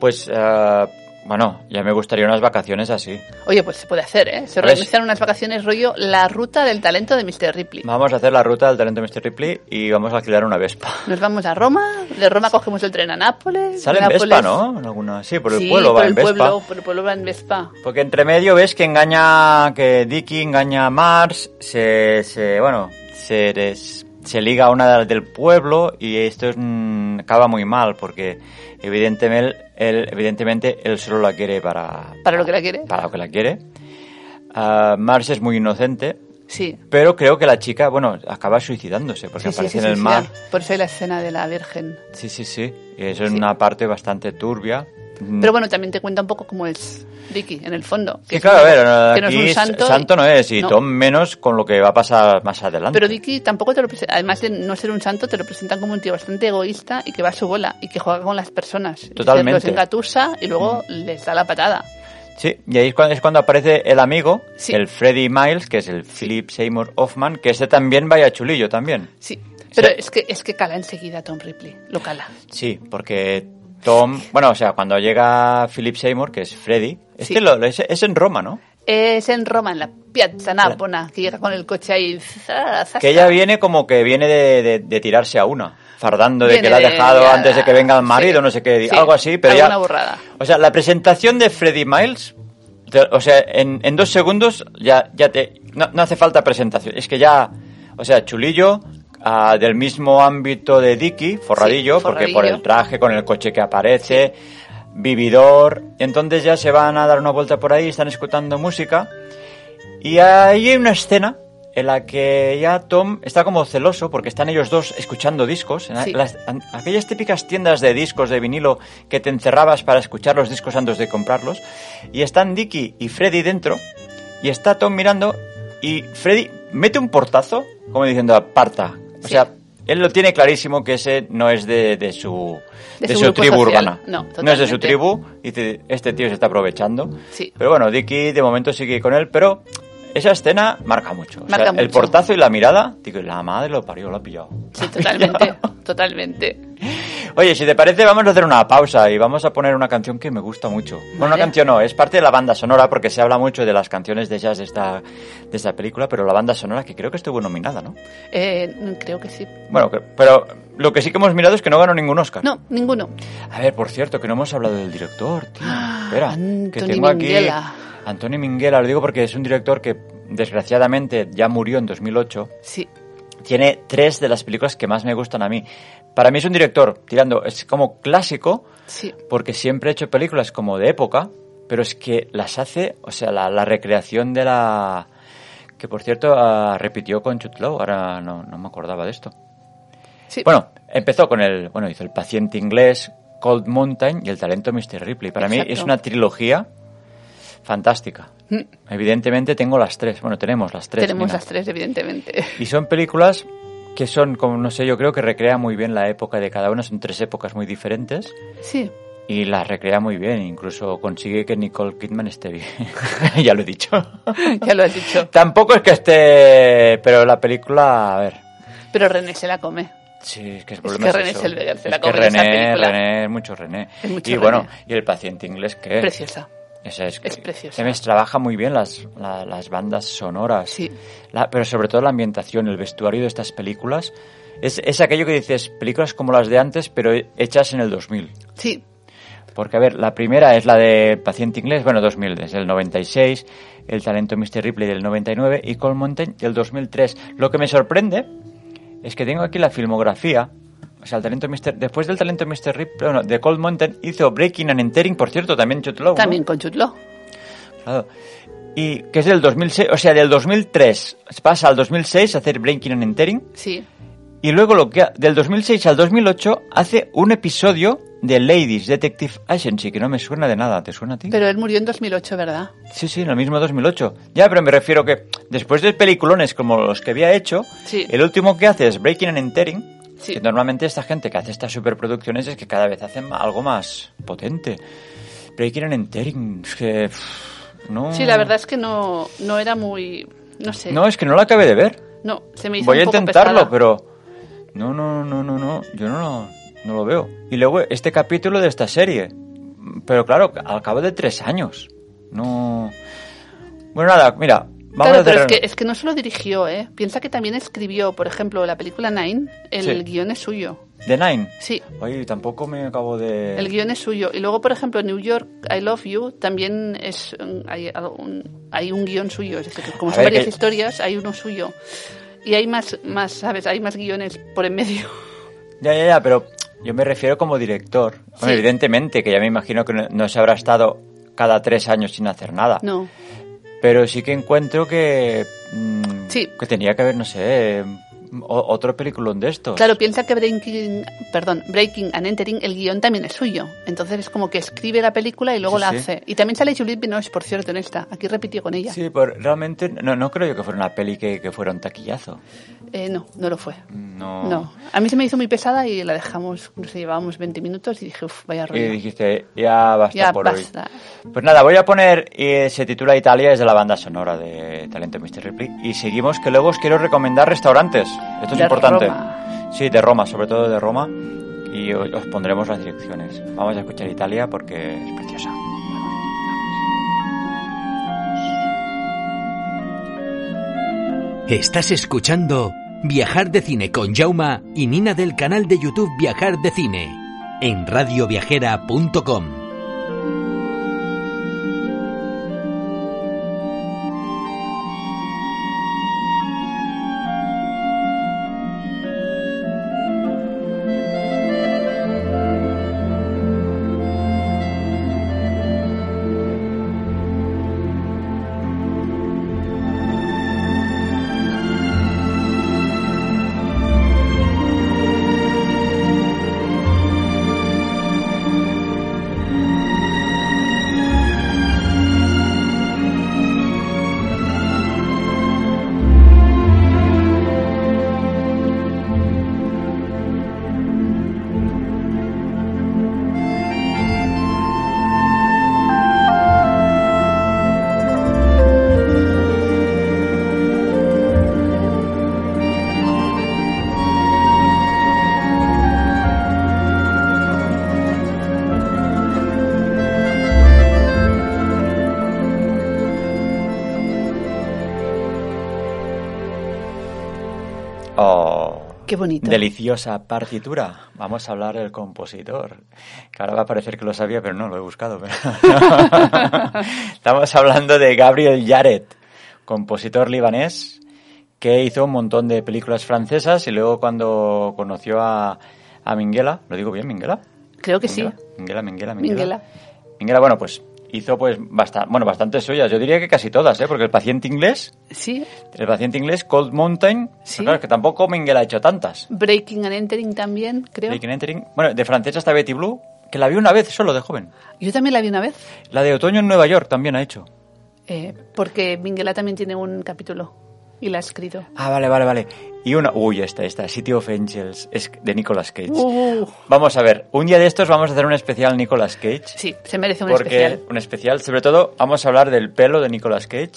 [SPEAKER 2] Pues eh, Bueno, ya me gustaría unas vacaciones así.
[SPEAKER 3] Oye, pues se puede hacer, ¿eh? Se
[SPEAKER 2] ¿Ves?
[SPEAKER 3] organizan unas vacaciones rollo la ruta del talento de Mr. Ripley.
[SPEAKER 2] Vamos a hacer la ruta del talento Mr. Ripley y vamos a alquilar una Vespa.
[SPEAKER 3] Nos vamos a Roma, de Roma cogemos el tren a Nápoles.
[SPEAKER 2] Sale
[SPEAKER 3] de
[SPEAKER 2] en Vespa,
[SPEAKER 3] Nápoles-
[SPEAKER 2] ¿no? En alguna- Sí, por el
[SPEAKER 3] sí,
[SPEAKER 2] pueblo
[SPEAKER 3] por
[SPEAKER 2] va
[SPEAKER 3] el
[SPEAKER 2] en Vespa.
[SPEAKER 3] Pueblo, por el pueblo va en Vespa.
[SPEAKER 2] Porque entre medio ves que engaña, que Dicky engaña a Mars, se, se bueno, se, des- se liga a una de las del pueblo y esto es, mm, acaba muy mal porque evidentemente él, evidentemente él solo la quiere para,
[SPEAKER 3] Para lo que la quiere.
[SPEAKER 2] para lo que la quiere. Ah, Mars es muy inocente,
[SPEAKER 3] Sí.
[SPEAKER 2] pero creo que la chica, bueno, acaba suicidándose porque
[SPEAKER 3] sí,
[SPEAKER 2] aparece
[SPEAKER 3] sí,
[SPEAKER 2] en el
[SPEAKER 3] sí,
[SPEAKER 2] mar.
[SPEAKER 3] sí, Por eso hay la escena de la Virgen.
[SPEAKER 2] Sí, sí, sí. Y eso es
[SPEAKER 3] Sí.
[SPEAKER 2] una parte bastante turbia. Mm.
[SPEAKER 3] Pero bueno, también te cuenta un poco cómo es Ricky, en el fondo.
[SPEAKER 2] Sí,
[SPEAKER 3] es
[SPEAKER 2] claro, a
[SPEAKER 3] un-
[SPEAKER 2] ver, eh,
[SPEAKER 3] que no es
[SPEAKER 2] aquí
[SPEAKER 3] un santo.
[SPEAKER 2] santo, no es, y
[SPEAKER 3] no.
[SPEAKER 2] Tom menos con lo que va a pasar más adelante.
[SPEAKER 3] Pero Dicky tampoco te lo presen- además de no ser un santo, te lo presentan como un tío bastante egoísta y que va a su bola y que juega con las personas. Entonces,
[SPEAKER 2] Totalmente. Mm.
[SPEAKER 3] Los engatusa y luego les da la patada.
[SPEAKER 2] Sí, y ahí es cuando, es cuando aparece el amigo,
[SPEAKER 3] Sí.
[SPEAKER 2] el Freddy Miles, que es el Philip Seymour Hoffman, que ese también vaya chulillo también.
[SPEAKER 3] Sí. Pero
[SPEAKER 2] Sí.
[SPEAKER 3] es que es que cala enseguida Tom Ripley, lo cala.
[SPEAKER 2] Sí, porque Tom, bueno, o sea, cuando llega Philip Seymour, que es Freddy, este
[SPEAKER 3] Sí.
[SPEAKER 2] lo- lo- es, es en Roma, ¿no?
[SPEAKER 3] Es en Roma, en la Piazza Napona, que llega con el coche ahí. zas, zas,
[SPEAKER 2] Que ella
[SPEAKER 3] zas.
[SPEAKER 2] viene como que viene de, de- de tirarse a una, fardando de
[SPEAKER 3] Viene
[SPEAKER 2] que la ha
[SPEAKER 3] de-
[SPEAKER 2] dejado
[SPEAKER 3] de-
[SPEAKER 2] antes de que venga el
[SPEAKER 3] sí.
[SPEAKER 2] marido, no sé qué,
[SPEAKER 3] Sí,
[SPEAKER 2] algo así, pero
[SPEAKER 3] alguna
[SPEAKER 2] ya...
[SPEAKER 3] burrada.
[SPEAKER 2] O sea, la presentación de Freddy Miles, te- o sea, en, en dos segundos ya, ya te... No, no hace falta presentación, es que ya... O sea, chulillo... ah, del mismo ámbito de Dicky, forradillo,
[SPEAKER 3] Sí,
[SPEAKER 2] porque por
[SPEAKER 3] forradillo.
[SPEAKER 2] el traje, con el coche que aparece, vividor. Entonces ya se van a dar una vuelta por ahí, están escuchando música. Y ahí hay una escena en la que ya Tom está como celoso porque están ellos dos escuchando discos. En a-
[SPEAKER 3] Sí.
[SPEAKER 2] las- an- aquellas típicas tiendas de discos de vinilo que te encerrabas para escuchar los discos antes de comprarlos. Y están Dicky y Freddy dentro. Y está Tom mirando. Y Freddy mete un portazo como diciendo aparta. O
[SPEAKER 3] Sí.
[SPEAKER 2] sea, él lo tiene clarísimo que ese no es de, de su,
[SPEAKER 3] De
[SPEAKER 2] de
[SPEAKER 3] su
[SPEAKER 2] su,
[SPEAKER 3] grupo
[SPEAKER 2] tribu
[SPEAKER 3] social.
[SPEAKER 2] urbana.
[SPEAKER 3] No,
[SPEAKER 2] es de su
[SPEAKER 3] totalmente.
[SPEAKER 2] tribu. Dice, este tío se está aprovechando.
[SPEAKER 3] Sí.
[SPEAKER 2] Pero bueno, Dicky de momento sigue con él, pero esa escena marca mucho. O sea,
[SPEAKER 3] Marca
[SPEAKER 2] El
[SPEAKER 3] mucho.
[SPEAKER 2] portazo y la mirada, digo, la madre lo parió, lo ha pillado.
[SPEAKER 3] Sí, totalmente, totalmente.
[SPEAKER 2] Oye, si te parece, vamos a hacer una pausa y vamos a poner una canción que me gusta mucho. Bueno, una
[SPEAKER 3] Vale.
[SPEAKER 2] canción no, es parte de la banda sonora porque se habla mucho de las canciones de jazz de esta, de esta película, pero la banda sonora que creo que estuvo nominada, ¿no?
[SPEAKER 3] Eh, creo que sí.
[SPEAKER 2] Bueno, que- pero lo que sí que hemos mirado es que no ganó ningún Oscar.
[SPEAKER 3] No, ninguno.
[SPEAKER 2] A ver, por cierto, que no hemos hablado del director, tío. Espera, que
[SPEAKER 3] Anthony
[SPEAKER 2] tengo aquí.
[SPEAKER 3] Minghella.
[SPEAKER 2] Antonio Minghella, lo digo porque es un director que desgraciadamente ya murió en 2008.
[SPEAKER 3] Sí.
[SPEAKER 2] Tiene tres de las películas que más me gustan a mí. Para mí es un director tirando, es como clásico,
[SPEAKER 3] Sí.
[SPEAKER 2] porque siempre he hecho películas como de época, pero es que las hace, o sea, la, la recreación de la. que por cierto ah, repitió con Chutlow, ahora no, no me acordaba de esto.
[SPEAKER 3] Sí.
[SPEAKER 2] Bueno, empezó con el, bueno, hizo El paciente inglés, Cold Mountain y El talento Mr. Ripley. Para mí
[SPEAKER 3] Exacto.
[SPEAKER 2] es una trilogía fantástica.
[SPEAKER 3] Mm.
[SPEAKER 2] Evidentemente tengo las tres, bueno, tenemos las tres.
[SPEAKER 3] Tenemos
[SPEAKER 2] Nina.
[SPEAKER 3] las tres, evidentemente.
[SPEAKER 2] Y son películas que son, como no sé, yo creo que recrea muy bien la época de cada una, son tres épocas muy diferentes
[SPEAKER 3] Sí.
[SPEAKER 2] y las recrea muy bien, incluso consigue que Nicole Kidman esté bien, ya lo he dicho.
[SPEAKER 3] Ya lo has dicho.
[SPEAKER 2] Tampoco es que esté, pero la película, a ver,
[SPEAKER 3] Pero René se la come.
[SPEAKER 2] Sí, es que el
[SPEAKER 3] que
[SPEAKER 2] problema es,
[SPEAKER 3] René
[SPEAKER 2] eso.
[SPEAKER 3] Zellweger se
[SPEAKER 2] Es
[SPEAKER 3] la
[SPEAKER 2] que
[SPEAKER 3] come en esa
[SPEAKER 2] René,
[SPEAKER 3] película.
[SPEAKER 2] René, es mucho René.
[SPEAKER 3] Es mucho
[SPEAKER 2] y
[SPEAKER 3] René.
[SPEAKER 2] bueno, y el paciente inglés que
[SPEAKER 3] Preciosa.
[SPEAKER 2] Esa es,
[SPEAKER 3] Es
[SPEAKER 2] que-
[SPEAKER 3] preciosa.
[SPEAKER 2] Además, trabaja muy bien las, la- las bandas sonoras.
[SPEAKER 3] Sí.
[SPEAKER 2] La- pero sobre todo la ambientación, el vestuario de estas películas. Es, es aquello que dices, películas como las de antes, pero hechas en el 2000.
[SPEAKER 3] Sí.
[SPEAKER 2] Porque, a ver, la primera es la de Paciente Inglés, bueno, 2000, desde el 96, El Talento Mr. Ripley del 99 y Cold Mountain del 2003. Lo que me sorprende es que tengo aquí la filmografía. O sea, el talento Mr. Después del talento Mr. Ripley, bueno, de Cold Mountain hizo Breaking and Entering, por cierto, también Chutlow. ¿no?
[SPEAKER 3] También con Chutlo.
[SPEAKER 2] Claro. Y que es del 2006, o sea, del 2003 pasa al 2006 a hacer Breaking and Entering.
[SPEAKER 3] Sí.
[SPEAKER 2] Y luego lo que ha- del 2006 al 2008 hace un episodio de Ladies Detective Agency, que no me suena de nada, ¿te suena a ti?
[SPEAKER 3] Pero él murió en 2008, ¿verdad?
[SPEAKER 2] Sí, sí, en el mismo 2008. Ya, pero me refiero que después de peliculones como los que había hecho,
[SPEAKER 3] Sí.
[SPEAKER 2] el último que hace es Breaking and Entering.
[SPEAKER 3] Sí.
[SPEAKER 2] Que normalmente esta gente que hace estas superproducciones es que cada vez hacen algo más potente. Breaking and Entering, es que... pff, no...
[SPEAKER 3] Sí, la verdad es que no, no era muy. No sé.
[SPEAKER 2] Ah. No, es que no lo acabé de ver.
[SPEAKER 3] No, se me hizo
[SPEAKER 2] Voy a
[SPEAKER 3] un poco
[SPEAKER 2] intentarlo,
[SPEAKER 3] pesada.
[SPEAKER 2] pero... No, no, no, no, no, yo no lo, no lo veo. Y luego este capítulo de esta serie, Pero claro, al cabo de tres años. No. Bueno, nada, mira. Vamos
[SPEAKER 3] claro,
[SPEAKER 2] a
[SPEAKER 3] pero es
[SPEAKER 2] cerrar-
[SPEAKER 3] que, es que no solo dirigió, ¿eh? Piensa que también escribió, por ejemplo, la película Nine, el
[SPEAKER 2] Sí.
[SPEAKER 3] guión es suyo.
[SPEAKER 2] The Nine.
[SPEAKER 3] Sí,
[SPEAKER 2] Oye, tampoco me acabo de.
[SPEAKER 3] el guión es suyo. Y luego, por ejemplo, New York, I Love You, también es mm, hay, algún- hay un guión suyo. Es decir, que como
[SPEAKER 2] A
[SPEAKER 3] son
[SPEAKER 2] ver, eh,
[SPEAKER 3] varias
[SPEAKER 2] que-
[SPEAKER 3] historias, hay uno suyo. Y hay más, más, ¿sabes? Hay más guiones por en medio.
[SPEAKER 2] Ya, ya, ya, pero yo me refiero como director. Bueno,
[SPEAKER 3] Sí.
[SPEAKER 2] evidentemente, que ya me imagino que no, no se habrá estado cada tres años sin hacer nada.
[SPEAKER 3] No.
[SPEAKER 2] Pero sí que encuentro que. mm,
[SPEAKER 3] Sí.
[SPEAKER 2] Que tenía que haber, no sé, o- otro peliculón de estos.
[SPEAKER 3] Claro, piensa que Breaking, perdón, Breaking and Entering, el guión también es suyo. Entonces es como que escribe la película y luego
[SPEAKER 2] Sí,
[SPEAKER 3] la
[SPEAKER 2] sí.
[SPEAKER 3] hace. Y también sale Juliette Binoche, por cierto, en esta. Aquí repitió con ella.
[SPEAKER 2] Sí, pero realmente no, no creo yo que fuera una peli que, que fuera un taquillazo.
[SPEAKER 3] Eh, no, no lo fue.
[SPEAKER 2] No.
[SPEAKER 3] No. A mí se me hizo muy pesada y la dejamos, no sé, llevábamos 20 minutos y dije, uff, vaya
[SPEAKER 2] Y
[SPEAKER 3] rollo.
[SPEAKER 2] dijiste, ya basta
[SPEAKER 3] Ya
[SPEAKER 2] por
[SPEAKER 3] basta.
[SPEAKER 2] hoy. Pues nada, voy a poner, eh, se titula Italia, es de la banda sonora de Talento Mr. Ripley. Y seguimos, que luego os quiero recomendar restaurantes. Esto es
[SPEAKER 3] De
[SPEAKER 2] importante.
[SPEAKER 3] Roma.
[SPEAKER 2] Sí, de Roma, sobre todo de Roma. Y o- os pondremos las direcciones. Vamos a escuchar Italia porque es preciosa.
[SPEAKER 4] Estás escuchando Viajar de Cine con Jauma y Nina del canal de YouTube Viajar de Cine en radioviajera.com.
[SPEAKER 2] Oh.
[SPEAKER 3] Qué bonito.
[SPEAKER 2] Deliciosa partitura. Vamos a hablar del compositor. Que ahora va a parecer que lo sabía, pero no, lo he buscado. pero- Estamos hablando de Gabriel Yaret, compositor libanés, que hizo un montón de películas francesas y luego cuando conoció a, a Minguela, ¿lo digo bien, Minguela?
[SPEAKER 3] Creo que sí.
[SPEAKER 2] Minguela, Minguela, Minguela.
[SPEAKER 3] Minghella.
[SPEAKER 2] Minguela, Minghella, bueno, pues hizo pues bastante, bueno, bastantes suyas. Yo diría que casi todas, ¿eh? Porque el paciente inglés,
[SPEAKER 3] Sí.
[SPEAKER 2] el paciente inglés, Cold Mountain,
[SPEAKER 3] Sí.
[SPEAKER 2] claro, es que tampoco Minguela ha hecho tantas.
[SPEAKER 3] Breaking and Entering también, creo.
[SPEAKER 2] Breaking Entering. Bueno, de francesa hasta Betty Blue, que la vi una vez solo de joven.
[SPEAKER 3] Yo también la vi una vez,
[SPEAKER 2] La de Otoño en Nueva York también ha hecho.
[SPEAKER 3] eh, porque Minguela también tiene un capítulo y la ha escrito.
[SPEAKER 2] Ah, vale, vale, vale. Y una... Uy, esta, esta, City of Angels, es de Nicolas Cage.
[SPEAKER 3] Uh.
[SPEAKER 2] Vamos a ver, un día de estos vamos a hacer un especial Nicolas Cage.
[SPEAKER 3] Sí, se merece un
[SPEAKER 2] porque
[SPEAKER 3] especial.
[SPEAKER 2] un especial, sobre todo vamos a hablar del pelo de Nicolas Cage.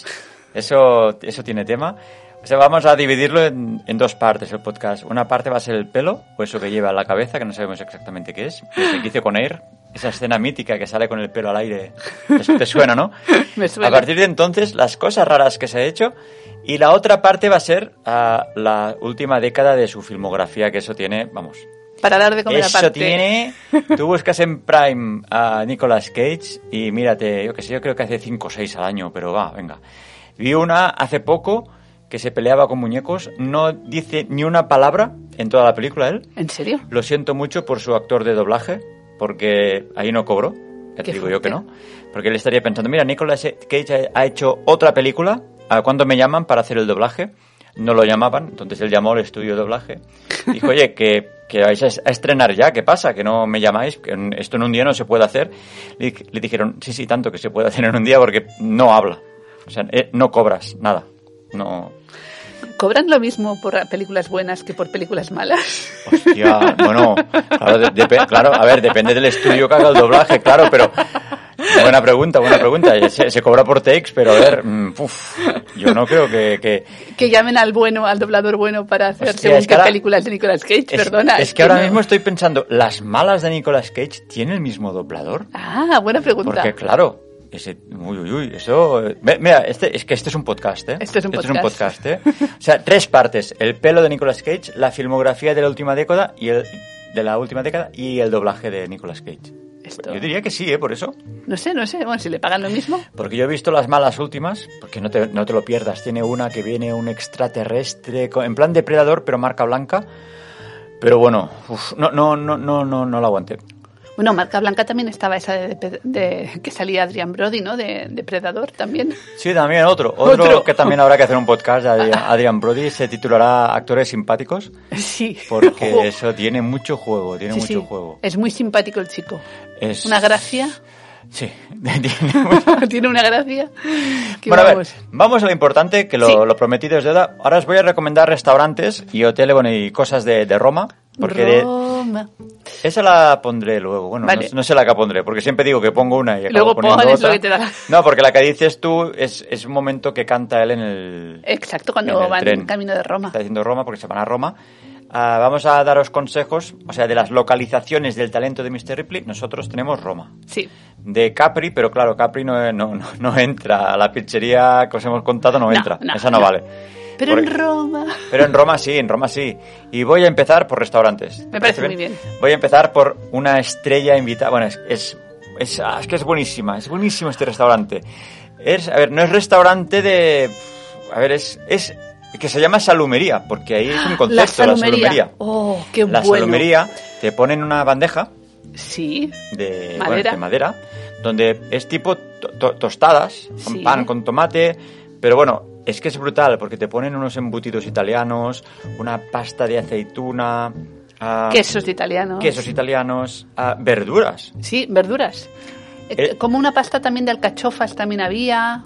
[SPEAKER 2] Eso, eso tiene tema. O sea, vamos a dividirlo en, en dos partes el podcast. Una parte va a ser el pelo, o eso que lleva en la cabeza, que no sabemos exactamente qué es. El que hizo con Air, esa escena mítica que sale con el pelo al aire. Eso te suena, ¿no?
[SPEAKER 3] Me suena.
[SPEAKER 2] A partir de entonces, las cosas raras que se ha hecho. Y la otra parte va a ser ah, la última década de su filmografía, que eso tiene, vamos,
[SPEAKER 3] Para dar de comer
[SPEAKER 2] eso
[SPEAKER 3] aparte.
[SPEAKER 2] tiene. Tú buscas en Prime a Nicolas Cage y mírate, yo qué sé, yo creo que hace 5 o 6 al año, pero va, venga. Vi una hace poco que se peleaba con muñecos, no dice ni una palabra en toda la película él.
[SPEAKER 3] ¿En serio?
[SPEAKER 2] Lo siento mucho por su actor de doblaje, porque ahí no cobró. Ya te
[SPEAKER 3] Qué
[SPEAKER 2] digo yo que no.
[SPEAKER 3] fuerte.
[SPEAKER 2] Porque él estaría pensando, mira, Nicolas E. Cage ha ha hecho otra película, ¿a cuándo me llaman para hacer el doblaje? No lo llamaban, entonces él llamó al estudio de doblaje. Dijo, oye, que, que vais a es- a estrenar ya, ¿qué pasa? Que no me llamáis, que en- esto en un día no se puede hacer. Le, di- le dijeron, sí, sí, tanto que se puede hacer en un día porque no habla. O sea, eh, no cobras nada. No,
[SPEAKER 3] ¿Cobran lo mismo por películas buenas que por películas malas?
[SPEAKER 2] Hostia, bueno, claro, de- depe- claro, a ver, depende del estudio que haga el doblaje, claro, pero buena pregunta, buena pregunta. Se, se cobra por takes, pero a ver, mm, uf, yo no creo que... que-
[SPEAKER 3] Que llamen al bueno, al doblador bueno para hacer
[SPEAKER 2] Hostia,
[SPEAKER 3] según
[SPEAKER 2] es que
[SPEAKER 3] qué
[SPEAKER 2] ahora-
[SPEAKER 3] películas de Nicolas Cage,
[SPEAKER 2] es,
[SPEAKER 3] perdona.
[SPEAKER 2] es que ahora
[SPEAKER 3] no.
[SPEAKER 2] mismo estoy pensando, ¿las malas de Nicolas Cage tienen el mismo doblador?
[SPEAKER 3] Ah, buena pregunta.
[SPEAKER 2] Porque claro, ese, uy, uy, uy, eso... eh, ve- Mira, este, es que este es un podcast, ¿eh?
[SPEAKER 3] Este es un podcast.
[SPEAKER 2] podcast, ¿eh? O sea, tres partes. El pelo de Nicolas Cage, la filmografía de la última década y el, de la última década y el doblaje de Nicolas Cage.
[SPEAKER 3] Esto-
[SPEAKER 2] Yo diría que sí, ¿eh? Por eso.
[SPEAKER 3] No sé, no sé. Bueno, si le pagan lo mismo.
[SPEAKER 2] Porque yo he visto las malas últimas, porque no te, no te lo pierdas. Tiene una que viene un extraterrestre, co- en plan depredador, pero marca blanca. Pero bueno, uf, no, no, no, no, no, no la aguanté.
[SPEAKER 3] Bueno, Marca Blanca también estaba esa de, de- de- que salía Adrian Brody, ¿no? De Depredador también.
[SPEAKER 2] Sí, también otro, otro,
[SPEAKER 3] Otro.
[SPEAKER 2] que también habrá que hacer un podcast de Adri- Adrian Brody, se titulará Actores simpáticos,
[SPEAKER 3] Sí.
[SPEAKER 2] porque
[SPEAKER 3] Jo.
[SPEAKER 2] eso tiene mucho juego, tiene
[SPEAKER 3] Sí,
[SPEAKER 2] mucho
[SPEAKER 3] sí.
[SPEAKER 2] juego.
[SPEAKER 3] Es muy simpático el chico.
[SPEAKER 2] Es-
[SPEAKER 3] Una gracia.
[SPEAKER 2] Sí, tiene mucho
[SPEAKER 3] Tiene una gracia. que
[SPEAKER 2] Bueno,
[SPEAKER 3] vamos.
[SPEAKER 2] a ver, vamos a lo importante, que lo,
[SPEAKER 3] Sí.
[SPEAKER 2] lo prometido es deuda. Ahora os voy a recomendar restaurantes y hoteles, bueno, y cosas de, de Roma, porque de-
[SPEAKER 3] Roma.
[SPEAKER 2] esa la pondré luego. Bueno,
[SPEAKER 3] Vale.
[SPEAKER 2] no, no sé la que pondré, porque siempre digo que pongo una y acabo
[SPEAKER 3] Luego
[SPEAKER 2] poniendo
[SPEAKER 3] pones lo
[SPEAKER 2] otra.
[SPEAKER 3] que te da la-
[SPEAKER 2] No, porque la que dices tú es, es un momento que canta él en el...
[SPEAKER 3] Exacto,
[SPEAKER 2] en
[SPEAKER 3] cuando
[SPEAKER 2] el
[SPEAKER 3] van
[SPEAKER 2] tren.
[SPEAKER 3] camino de Roma.
[SPEAKER 2] Está diciendo Roma porque se van a Roma. Ah, vamos a daros consejos, o sea, de las localizaciones del talento de Mr. Ripley, nosotros tenemos Roma
[SPEAKER 3] Sí.
[SPEAKER 2] de Capri, pero claro, Capri no, no, no, no entra. A la pizzería que os hemos contado no,
[SPEAKER 3] No,
[SPEAKER 2] entra.
[SPEAKER 3] no,
[SPEAKER 2] Esa no,
[SPEAKER 3] no.
[SPEAKER 2] vale.
[SPEAKER 3] Pero
[SPEAKER 2] Por-
[SPEAKER 3] en Roma.
[SPEAKER 2] Pero en Roma sí, en Roma sí. Y voy a empezar por restaurantes. ¿Te
[SPEAKER 3] Me parece muy bien.
[SPEAKER 2] Voy a empezar por una estrella invitada. Bueno, es, es, es- ah, es que es buenísima, es buenísimo este restaurante. Es, a ver, no es restaurante de... A ver, es... es que se llama salumería, porque ahí es un contexto, la
[SPEAKER 3] Ah, salumería.
[SPEAKER 2] salumería.
[SPEAKER 3] Oh, qué
[SPEAKER 2] la
[SPEAKER 3] bueno.
[SPEAKER 2] salumería, te ponen una bandeja,
[SPEAKER 3] Sí.
[SPEAKER 2] de
[SPEAKER 3] Madera.
[SPEAKER 2] bueno, de madera, donde es tipo to- to- tostadas, con
[SPEAKER 3] Sí.
[SPEAKER 2] pan con tomate, pero bueno, es que es brutal porque te ponen unos embutidos italianos, una pasta de aceituna, ah,
[SPEAKER 3] Quesos italianos.
[SPEAKER 2] quesos italianos, ah, verduras.
[SPEAKER 3] Sí, verduras. Eh,
[SPEAKER 2] Eh,
[SPEAKER 3] Como una pasta también de alcachofas también había.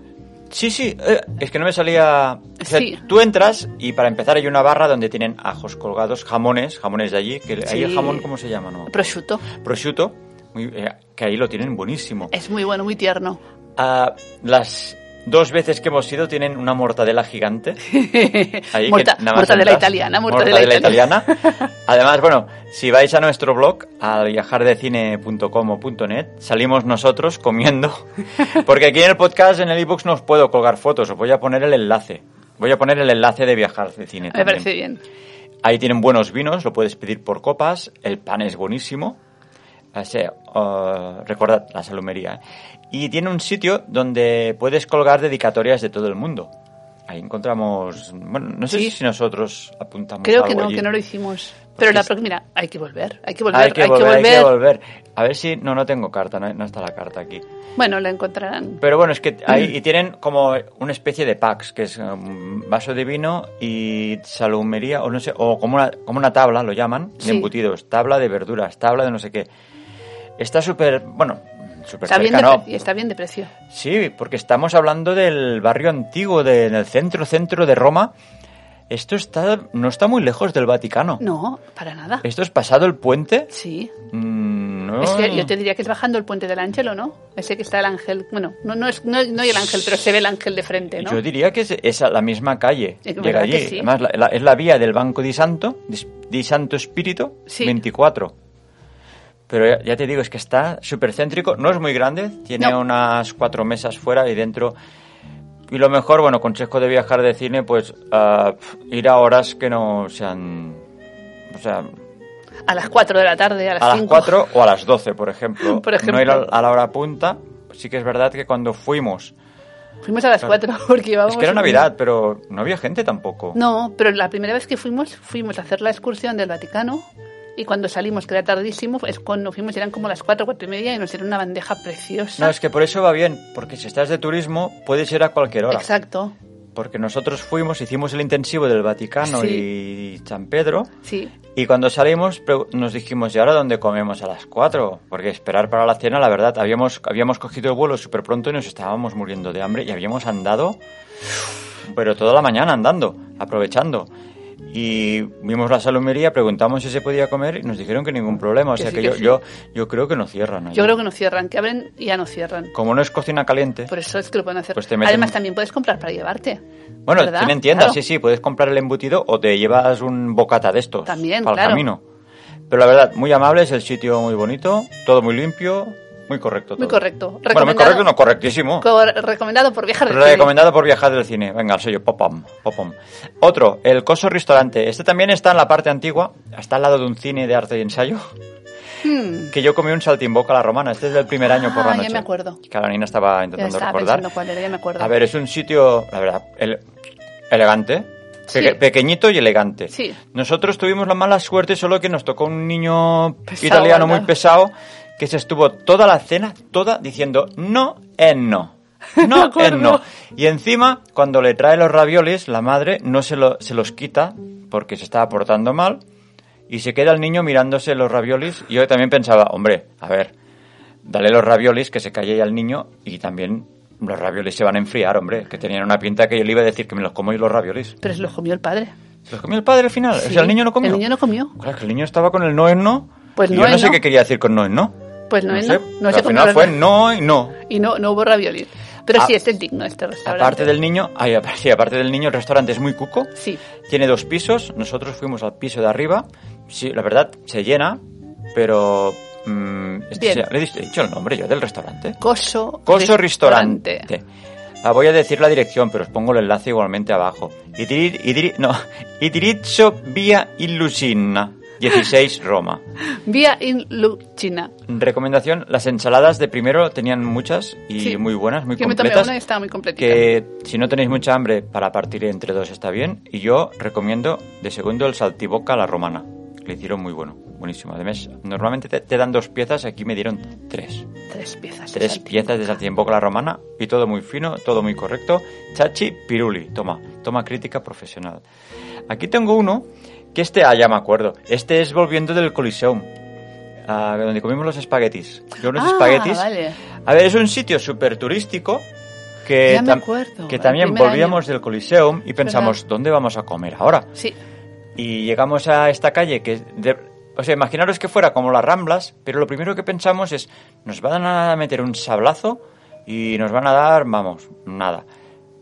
[SPEAKER 2] Sí, sí, eh, es que no me salía... o sea,
[SPEAKER 3] Sí.
[SPEAKER 2] Tú entras y para empezar hay una barra donde tienen ajos colgados, jamones, jamones de allí, que ahí el
[SPEAKER 3] Sí.
[SPEAKER 2] jamón, ¿cómo se llama? No?
[SPEAKER 3] Prosciutto.
[SPEAKER 2] Prosciutto, muy- eh, que ahí lo tienen buenísimo.
[SPEAKER 3] Es muy bueno, muy tierno.
[SPEAKER 2] Ah, las dos veces que hemos ido tienen una mortadela gigante. Ahí que
[SPEAKER 3] Morta-
[SPEAKER 2] nada más
[SPEAKER 3] mortadela
[SPEAKER 2] entras.
[SPEAKER 3] italiana, mortadela italiana.
[SPEAKER 2] Además, bueno, si vais a nuestro blog, a viajardecine.com o punto .net, salimos nosotros comiendo. Porque aquí en el podcast, en el ebooks, no os puedo colgar fotos, os voy a poner el enlace. Voy a poner el enlace de Viajar de Cine.
[SPEAKER 3] Me
[SPEAKER 2] también.
[SPEAKER 3] parece bien.
[SPEAKER 2] Ahí tienen buenos vinos, lo puedes pedir por copas, el pan es buenísimo. O sea, eh, recordad la salumería. ¿eh? Y tiene un sitio donde puedes colgar dedicatorias de todo el mundo. Ahí encontramos, bueno, no sé
[SPEAKER 3] Sí.
[SPEAKER 2] si nosotros apuntamos
[SPEAKER 3] Creo que
[SPEAKER 2] algo
[SPEAKER 3] no,
[SPEAKER 2] allí.
[SPEAKER 3] que no lo hicimos. Pero la
[SPEAKER 2] es-
[SPEAKER 3] próxima, hay que volver, hay que volver,
[SPEAKER 2] Pues Hay que volver, hay que volver. A ver si, no, no tengo carta, no, no está la carta aquí.
[SPEAKER 3] Bueno, la encontrarán.
[SPEAKER 2] Pero bueno, es que ahí y tienen como una especie de packs, que es un vaso de vino y salumería, o no sé, o como una, como una tabla, lo llaman,
[SPEAKER 3] Sí.
[SPEAKER 2] de embutidos, tabla de verduras, tabla de no sé qué. Está súper, bueno, súper
[SPEAKER 3] Está bien, de
[SPEAKER 2] cercano.
[SPEAKER 3] precio, está bien de precio.
[SPEAKER 2] Sí, porque estamos hablando del barrio antiguo, de- en el centro, centro de Roma. Esto está, no está muy lejos del Vaticano.
[SPEAKER 3] No, para nada.
[SPEAKER 2] Esto es pasado el puente.
[SPEAKER 3] Sí.
[SPEAKER 2] Mm, no.
[SPEAKER 3] Es que yo te diría que es bajando el puente del Ángelo, ¿no? Ese que está el ángel. Bueno, no, no, es, no, no hay el ángel, pero se ve el ángel de frente, ¿no?
[SPEAKER 2] Yo diría que es, es a la misma calle.
[SPEAKER 3] Es que
[SPEAKER 2] Llega
[SPEAKER 3] verdad que
[SPEAKER 2] allí.
[SPEAKER 3] sí.
[SPEAKER 2] Además, la- la- es la vía del Banco di Santo, di, di Santo Espíritu,
[SPEAKER 3] Sí.
[SPEAKER 2] 24. Pero ya, ya te digo, es que está súper céntrico, no es muy grande, tiene
[SPEAKER 3] No.
[SPEAKER 2] unas cuatro mesas fuera y dentro. Y lo mejor, bueno, consejo de viajar de cine, pues ah, pf, ir a horas que no sean. O sea,
[SPEAKER 3] A las 4 de la tarde, a las
[SPEAKER 2] a las
[SPEAKER 3] 5.
[SPEAKER 2] 4 o a las 12, por ejemplo.
[SPEAKER 3] Por ejemplo.
[SPEAKER 2] No ir a, a la hora punta. Sí que es verdad que cuando fuimos.
[SPEAKER 3] Fuimos a las 4 porque íbamos...
[SPEAKER 2] es que era Navidad, pero no había gente tampoco.
[SPEAKER 3] No, pero la primera vez que fuimos, fuimos a hacer la excursión del Vaticano y cuando salimos, que era tardísimo, es cuando fuimos eran como las 4, 4 y media y nos dieron una bandeja preciosa.
[SPEAKER 2] No, es que por eso va bien, porque si estás de turismo puedes ir a cualquier hora.
[SPEAKER 3] Exacto,
[SPEAKER 2] Porque nosotros fuimos, hicimos el intensivo del Vaticano y San Pedro,
[SPEAKER 3] sí.
[SPEAKER 2] y cuando salimos pre- nos dijimos, ¿y ahora dónde comemos? A las 4, porque esperar para la cena, la verdad, habíamos, habíamos cogido el vuelo súper pronto y nos estábamos muriendo de hambre y habíamos andado, pero toda la mañana andando, aprovechando. y vimos la salumería, preguntamos si se podía comer y nos dijeron que ningún problema. O
[SPEAKER 3] Que
[SPEAKER 2] sea
[SPEAKER 3] sí,
[SPEAKER 2] que,
[SPEAKER 3] que
[SPEAKER 2] yo,
[SPEAKER 3] sí.
[SPEAKER 2] yo, yo creo que no cierran. allí.
[SPEAKER 3] Yo creo que no cierran, que abren y ya no cierran.
[SPEAKER 2] Como no es cocina caliente.
[SPEAKER 3] Por eso es que lo pueden hacer.
[SPEAKER 2] Pues te meten-
[SPEAKER 3] Además, también puedes comprar para llevarte.
[SPEAKER 2] Bueno,
[SPEAKER 3] ¿verdad?
[SPEAKER 2] tienen tiendas,
[SPEAKER 3] Claro.
[SPEAKER 2] sí, sí, puedes comprar el embutido o te llevas un bocata de estos
[SPEAKER 3] También,
[SPEAKER 2] para
[SPEAKER 3] claro.
[SPEAKER 2] el camino. Pero la verdad, muy amable, es el sitio muy bonito, todo muy limpio, muy correcto.
[SPEAKER 3] Muy
[SPEAKER 2] todo.
[SPEAKER 3] correcto.
[SPEAKER 2] Bueno, muy
[SPEAKER 3] Recomendado.
[SPEAKER 2] correcto, no, correctísimo.
[SPEAKER 3] Cor- recomendado por viajar de cine.
[SPEAKER 2] Recomendado por viajar del cine. Venga, el sello, popom, popom. Otro, el Coso Restaurante. Este también está en la parte antigua, está al lado de un cine de arte y ensayo.
[SPEAKER 3] Hmm.
[SPEAKER 2] Que yo comí un saltimboca a la romana, este es del primer año por la
[SPEAKER 3] Ah, ya
[SPEAKER 2] noche.
[SPEAKER 3] me acuerdo.
[SPEAKER 2] Que la niña estaba
[SPEAKER 3] Ya
[SPEAKER 2] intentando
[SPEAKER 3] estaba
[SPEAKER 2] recordar.
[SPEAKER 3] pensando cuál era, ya me acuerdo.
[SPEAKER 2] A ver, es un sitio, la verdad, ele- elegante.
[SPEAKER 3] Sí.
[SPEAKER 2] Peque- pequeñito y elegante.
[SPEAKER 3] Sí.
[SPEAKER 2] Nosotros tuvimos la mala suerte, solo que nos tocó un niño
[SPEAKER 3] Pesado,
[SPEAKER 2] italiano
[SPEAKER 3] ¿verdad?
[SPEAKER 2] muy pesado que se estuvo toda la cena, toda diciendo no es no.
[SPEAKER 3] Me
[SPEAKER 2] No es
[SPEAKER 3] acuerdo.
[SPEAKER 2] no. Y encima, cuando le trae los ravioles, la madre no se, lo- se los quita porque se estaba portando mal y se queda el niño mirándose los raviolis. Y yo también pensaba, hombre, a ver, dale los raviolis que se calle ya el niño y también los raviolis se van a enfriar, hombre, que tenían una pinta que yo le iba a decir que me los como y los raviolis.
[SPEAKER 3] Pero se los comió el padre.
[SPEAKER 2] ¿Se los comió el padre al final? O
[SPEAKER 3] Sí,
[SPEAKER 2] sea, el niño no comió.
[SPEAKER 3] El niño no comió.
[SPEAKER 2] Claro, es que el niño estaba con el no es no.
[SPEAKER 3] Pues
[SPEAKER 2] y
[SPEAKER 3] no
[SPEAKER 2] yo
[SPEAKER 3] es
[SPEAKER 2] no sé
[SPEAKER 3] no.
[SPEAKER 2] qué quería decir con no es no.
[SPEAKER 3] Pues no, eh, no,
[SPEAKER 2] sé.
[SPEAKER 3] no
[SPEAKER 2] Al
[SPEAKER 3] se comió
[SPEAKER 2] final
[SPEAKER 3] los
[SPEAKER 2] fue
[SPEAKER 3] ra-
[SPEAKER 2] no y no.
[SPEAKER 3] Y no, no hubo ravioli. Pero
[SPEAKER 2] A-
[SPEAKER 3] sí, este es digno, este restaurante.
[SPEAKER 2] Ah, Aparte del niño, ay, aparte- sí, aparte del niño, el restaurante es muy cuco.
[SPEAKER 3] Sí.
[SPEAKER 2] Tiene dos pisos. Nosotros fuimos al piso de arriba. Sí, la verdad, se llena, pero. mm, este
[SPEAKER 3] Bien.
[SPEAKER 2] sea- ¿Le he dicho el nombre yo del restaurante?
[SPEAKER 3] Coso.
[SPEAKER 2] Coso Restaurante. Ah, voy a decir la dirección, pero os pongo el enlace igualmente abajo. Idri- Idri- no, Idrizzo Via Illusina, 16 Roma.
[SPEAKER 3] Vía in Lucina.
[SPEAKER 2] Recomendación, las ensaladas de primero tenían muchas y
[SPEAKER 3] Sí.
[SPEAKER 2] muy buenas, muy
[SPEAKER 3] Yo me tomé
[SPEAKER 2] completas.
[SPEAKER 3] una y estaba muy completita.
[SPEAKER 2] que si no tenéis mucha hambre para partir entre dos está bien. Y yo recomiendo de segundo el saltiboca a la romana. que Le hicieron muy bueno, buenísimo. Además, normalmente te, te dan dos piezas, aquí me dieron tres.
[SPEAKER 3] Tres piezas. de
[SPEAKER 2] Tres
[SPEAKER 3] saltimbanqui.
[SPEAKER 2] piezas de saltiboca a la romana y todo muy fino, todo muy correcto. Chachi Piruli, toma, toma crítica profesional. Aquí tengo uno que este, ah, ya me acuerdo. Este es volviendo del Coliseum. ah, donde comimos los espaguetis. Yo unos
[SPEAKER 3] Ah,
[SPEAKER 2] espaguetis.
[SPEAKER 3] vale.
[SPEAKER 2] A ver, es un sitio súper turístico que,
[SPEAKER 3] Ya me
[SPEAKER 2] tam-
[SPEAKER 3] acuerdo,
[SPEAKER 2] que
[SPEAKER 3] el
[SPEAKER 2] también
[SPEAKER 3] primer
[SPEAKER 2] volvíamos del Coliseum y pensamos,
[SPEAKER 3] ¿Verdad?
[SPEAKER 2] ¿dónde vamos a comer ahora?
[SPEAKER 3] Sí.
[SPEAKER 2] Y llegamos a esta calle que... es de- o sea, imaginaros que fuera como las Ramblas, pero lo primero que pensamos es, nos van a meter un sablazo y nos van a dar, vamos, nada.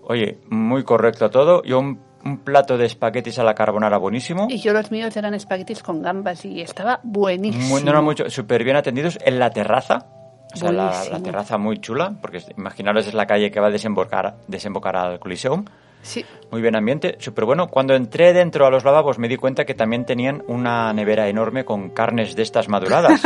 [SPEAKER 2] Oye, muy correcto todo. Yo un, un plato de espaguetis a la carbonara buenísimo.
[SPEAKER 3] Y yo los míos eran espaguetis con gambas y estaba buenísimo.
[SPEAKER 2] Muy, no, no, mucho, súper bien atendidos en la terraza. O sea, la,
[SPEAKER 3] Buenísimo.
[SPEAKER 2] la terraza muy chula, porque es- imaginaros es la calle que va a desembocar, desembocar al Coliseum.
[SPEAKER 3] Sí.
[SPEAKER 2] Muy bien ambiente, súper bueno. Cuando entré dentro a los lavabos me di cuenta que también tenían una nevera enorme con carnes de estas maduradas.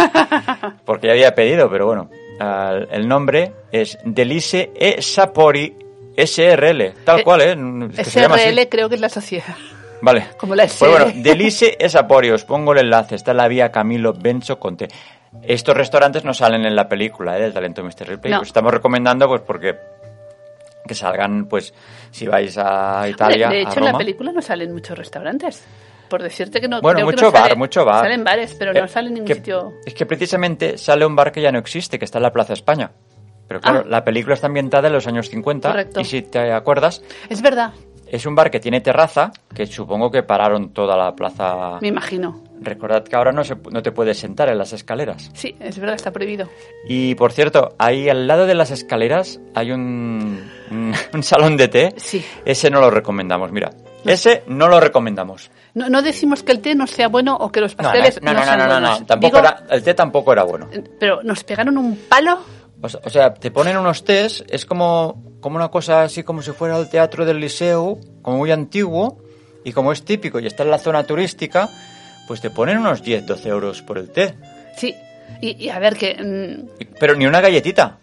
[SPEAKER 2] porque ya había pedido, pero bueno. Ah, el nombre es Delice e Sapori SRL. Tal
[SPEAKER 3] Eh,
[SPEAKER 2] cual, ¿eh? Es que se llama así.
[SPEAKER 3] SRL creo que es la sociedad.
[SPEAKER 2] Vale.
[SPEAKER 3] Como la
[SPEAKER 2] Pues bueno,
[SPEAKER 3] SL.
[SPEAKER 2] Delice es Apori, os pongo el enlace. Está en la vía Camilo Benzo Conte. Estos restaurantes no salen en la película ¿eh? del talento de Mr. Ripley.
[SPEAKER 3] No.
[SPEAKER 2] Os estamos recomendando pues porque que salgan, pues, si vais a Italia,
[SPEAKER 3] de
[SPEAKER 2] a
[SPEAKER 3] hecho, en
[SPEAKER 2] Roma.
[SPEAKER 3] la película no salen muchos restaurantes. Por decirte que no.
[SPEAKER 2] Bueno,
[SPEAKER 3] creo que
[SPEAKER 2] mucho
[SPEAKER 3] no
[SPEAKER 2] bar,
[SPEAKER 3] sale-
[SPEAKER 2] mucho bar.
[SPEAKER 3] Salen bares, pero
[SPEAKER 2] Eh,
[SPEAKER 3] no salen en ningún
[SPEAKER 2] que-
[SPEAKER 3] sitio.
[SPEAKER 2] Es que precisamente sale un bar que ya no existe, que está en la Plaza España. Pero claro,
[SPEAKER 3] Ah.
[SPEAKER 2] la película está ambientada en los años 50.
[SPEAKER 3] Correcto.
[SPEAKER 2] Y si te acuerdas,
[SPEAKER 3] Es verdad,
[SPEAKER 2] es un bar que tiene terraza, que supongo que pararon toda la plaza.
[SPEAKER 3] me imagino.
[SPEAKER 2] Recordad que ahora no, se, no te puedes sentar en las escaleras.
[SPEAKER 3] Sí, es verdad, está prohibido.
[SPEAKER 2] Y por cierto, ahí al lado de las escaleras hay un, un, un salón de té.
[SPEAKER 3] Sí.
[SPEAKER 2] Ese no lo recomendamos, mira. Ese no lo recomendamos.
[SPEAKER 3] No, no decimos que el té no sea bueno o que los
[SPEAKER 2] No, no,
[SPEAKER 3] pasteles
[SPEAKER 2] no, no, no,
[SPEAKER 3] sean
[SPEAKER 2] no, no,
[SPEAKER 3] buenos.
[SPEAKER 2] no. Tampoco
[SPEAKER 3] Digo,
[SPEAKER 2] era, el té tampoco era bueno.
[SPEAKER 3] eh, Pero nos pegaron un palo.
[SPEAKER 2] O sea, Pues, o sea, te ponen unos tés, es como, como una cosa así como si fuera el teatro del liceo, como muy antiguo, y como es típico y está en la zona turística, pues te ponen unos 10, 12 euros por el té.
[SPEAKER 3] Sí. Y, y a ver, que mm,
[SPEAKER 2] Y- Pero ni una galletita.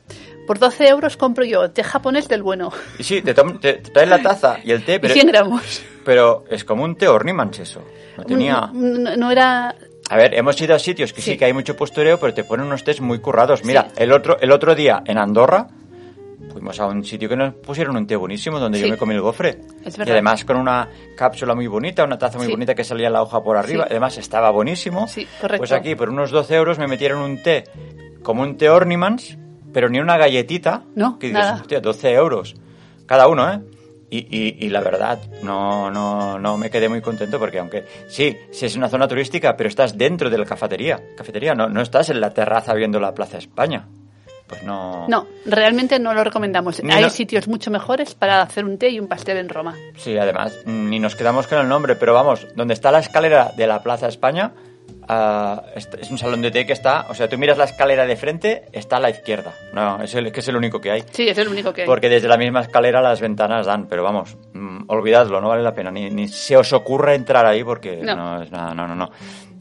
[SPEAKER 3] por 12 euros compro yo té japonés del bueno.
[SPEAKER 2] Y sí, te, tom- te- te traen la taza y el té,
[SPEAKER 3] Y
[SPEAKER 2] pero
[SPEAKER 3] 100 gramos.
[SPEAKER 2] Pero es como un teorni mancheso. No tenía.
[SPEAKER 3] Mm, No, no era...
[SPEAKER 2] A ver, hemos ido a sitios que sí,
[SPEAKER 3] Sí.
[SPEAKER 2] que hay mucho postureo, pero te ponen unos test muy currados. Mira, el otro el otro día en Andorra fuimos a un sitio que nos pusieron un té buenísimo donde yo
[SPEAKER 3] Sí.
[SPEAKER 2] me comí el gofre.
[SPEAKER 3] Es
[SPEAKER 2] Y
[SPEAKER 3] verdad.
[SPEAKER 2] además con una cápsula muy bonita, una taza muy
[SPEAKER 3] Sí.
[SPEAKER 2] bonita que salía la hoja por arriba.
[SPEAKER 3] Sí.
[SPEAKER 2] Además estaba buenísimo.
[SPEAKER 3] Sí, correcto.
[SPEAKER 2] Pues aquí por unos 12 euros me metieron un té como un té Ornimans, pero ni una galletita.
[SPEAKER 3] No,
[SPEAKER 2] que dices,
[SPEAKER 3] nada.
[SPEAKER 2] hostia, 12 euros. Cada uno, ¿eh? Y, y- y la verdad, no, no, no me quedé muy contento porque aunque sí, sí es una zona turística, pero estás dentro de la cafetería. cafetería no, no estás en la terraza viendo la Plaza España. Pues no...
[SPEAKER 3] No, realmente no lo recomendamos.
[SPEAKER 2] Ni
[SPEAKER 3] Hay
[SPEAKER 2] no-
[SPEAKER 3] sitios mucho mejores para hacer un té y un pastel en Roma.
[SPEAKER 2] Sí, además, ni nos quedamos con el nombre, pero vamos, donde está la escalera de la Plaza España, ah, est- es un salón de té que está, o sea, tú miras la escalera de frente, está a la izquierda. No, es el, que es el único que hay.
[SPEAKER 3] Sí, es el único que hay.
[SPEAKER 2] Porque desde la misma escalera las ventanas dan, pero vamos, mm, olvidadlo, no vale la pena, ni, ni se os ocurra entrar ahí porque
[SPEAKER 3] No.
[SPEAKER 2] no, es nada, no, no, no.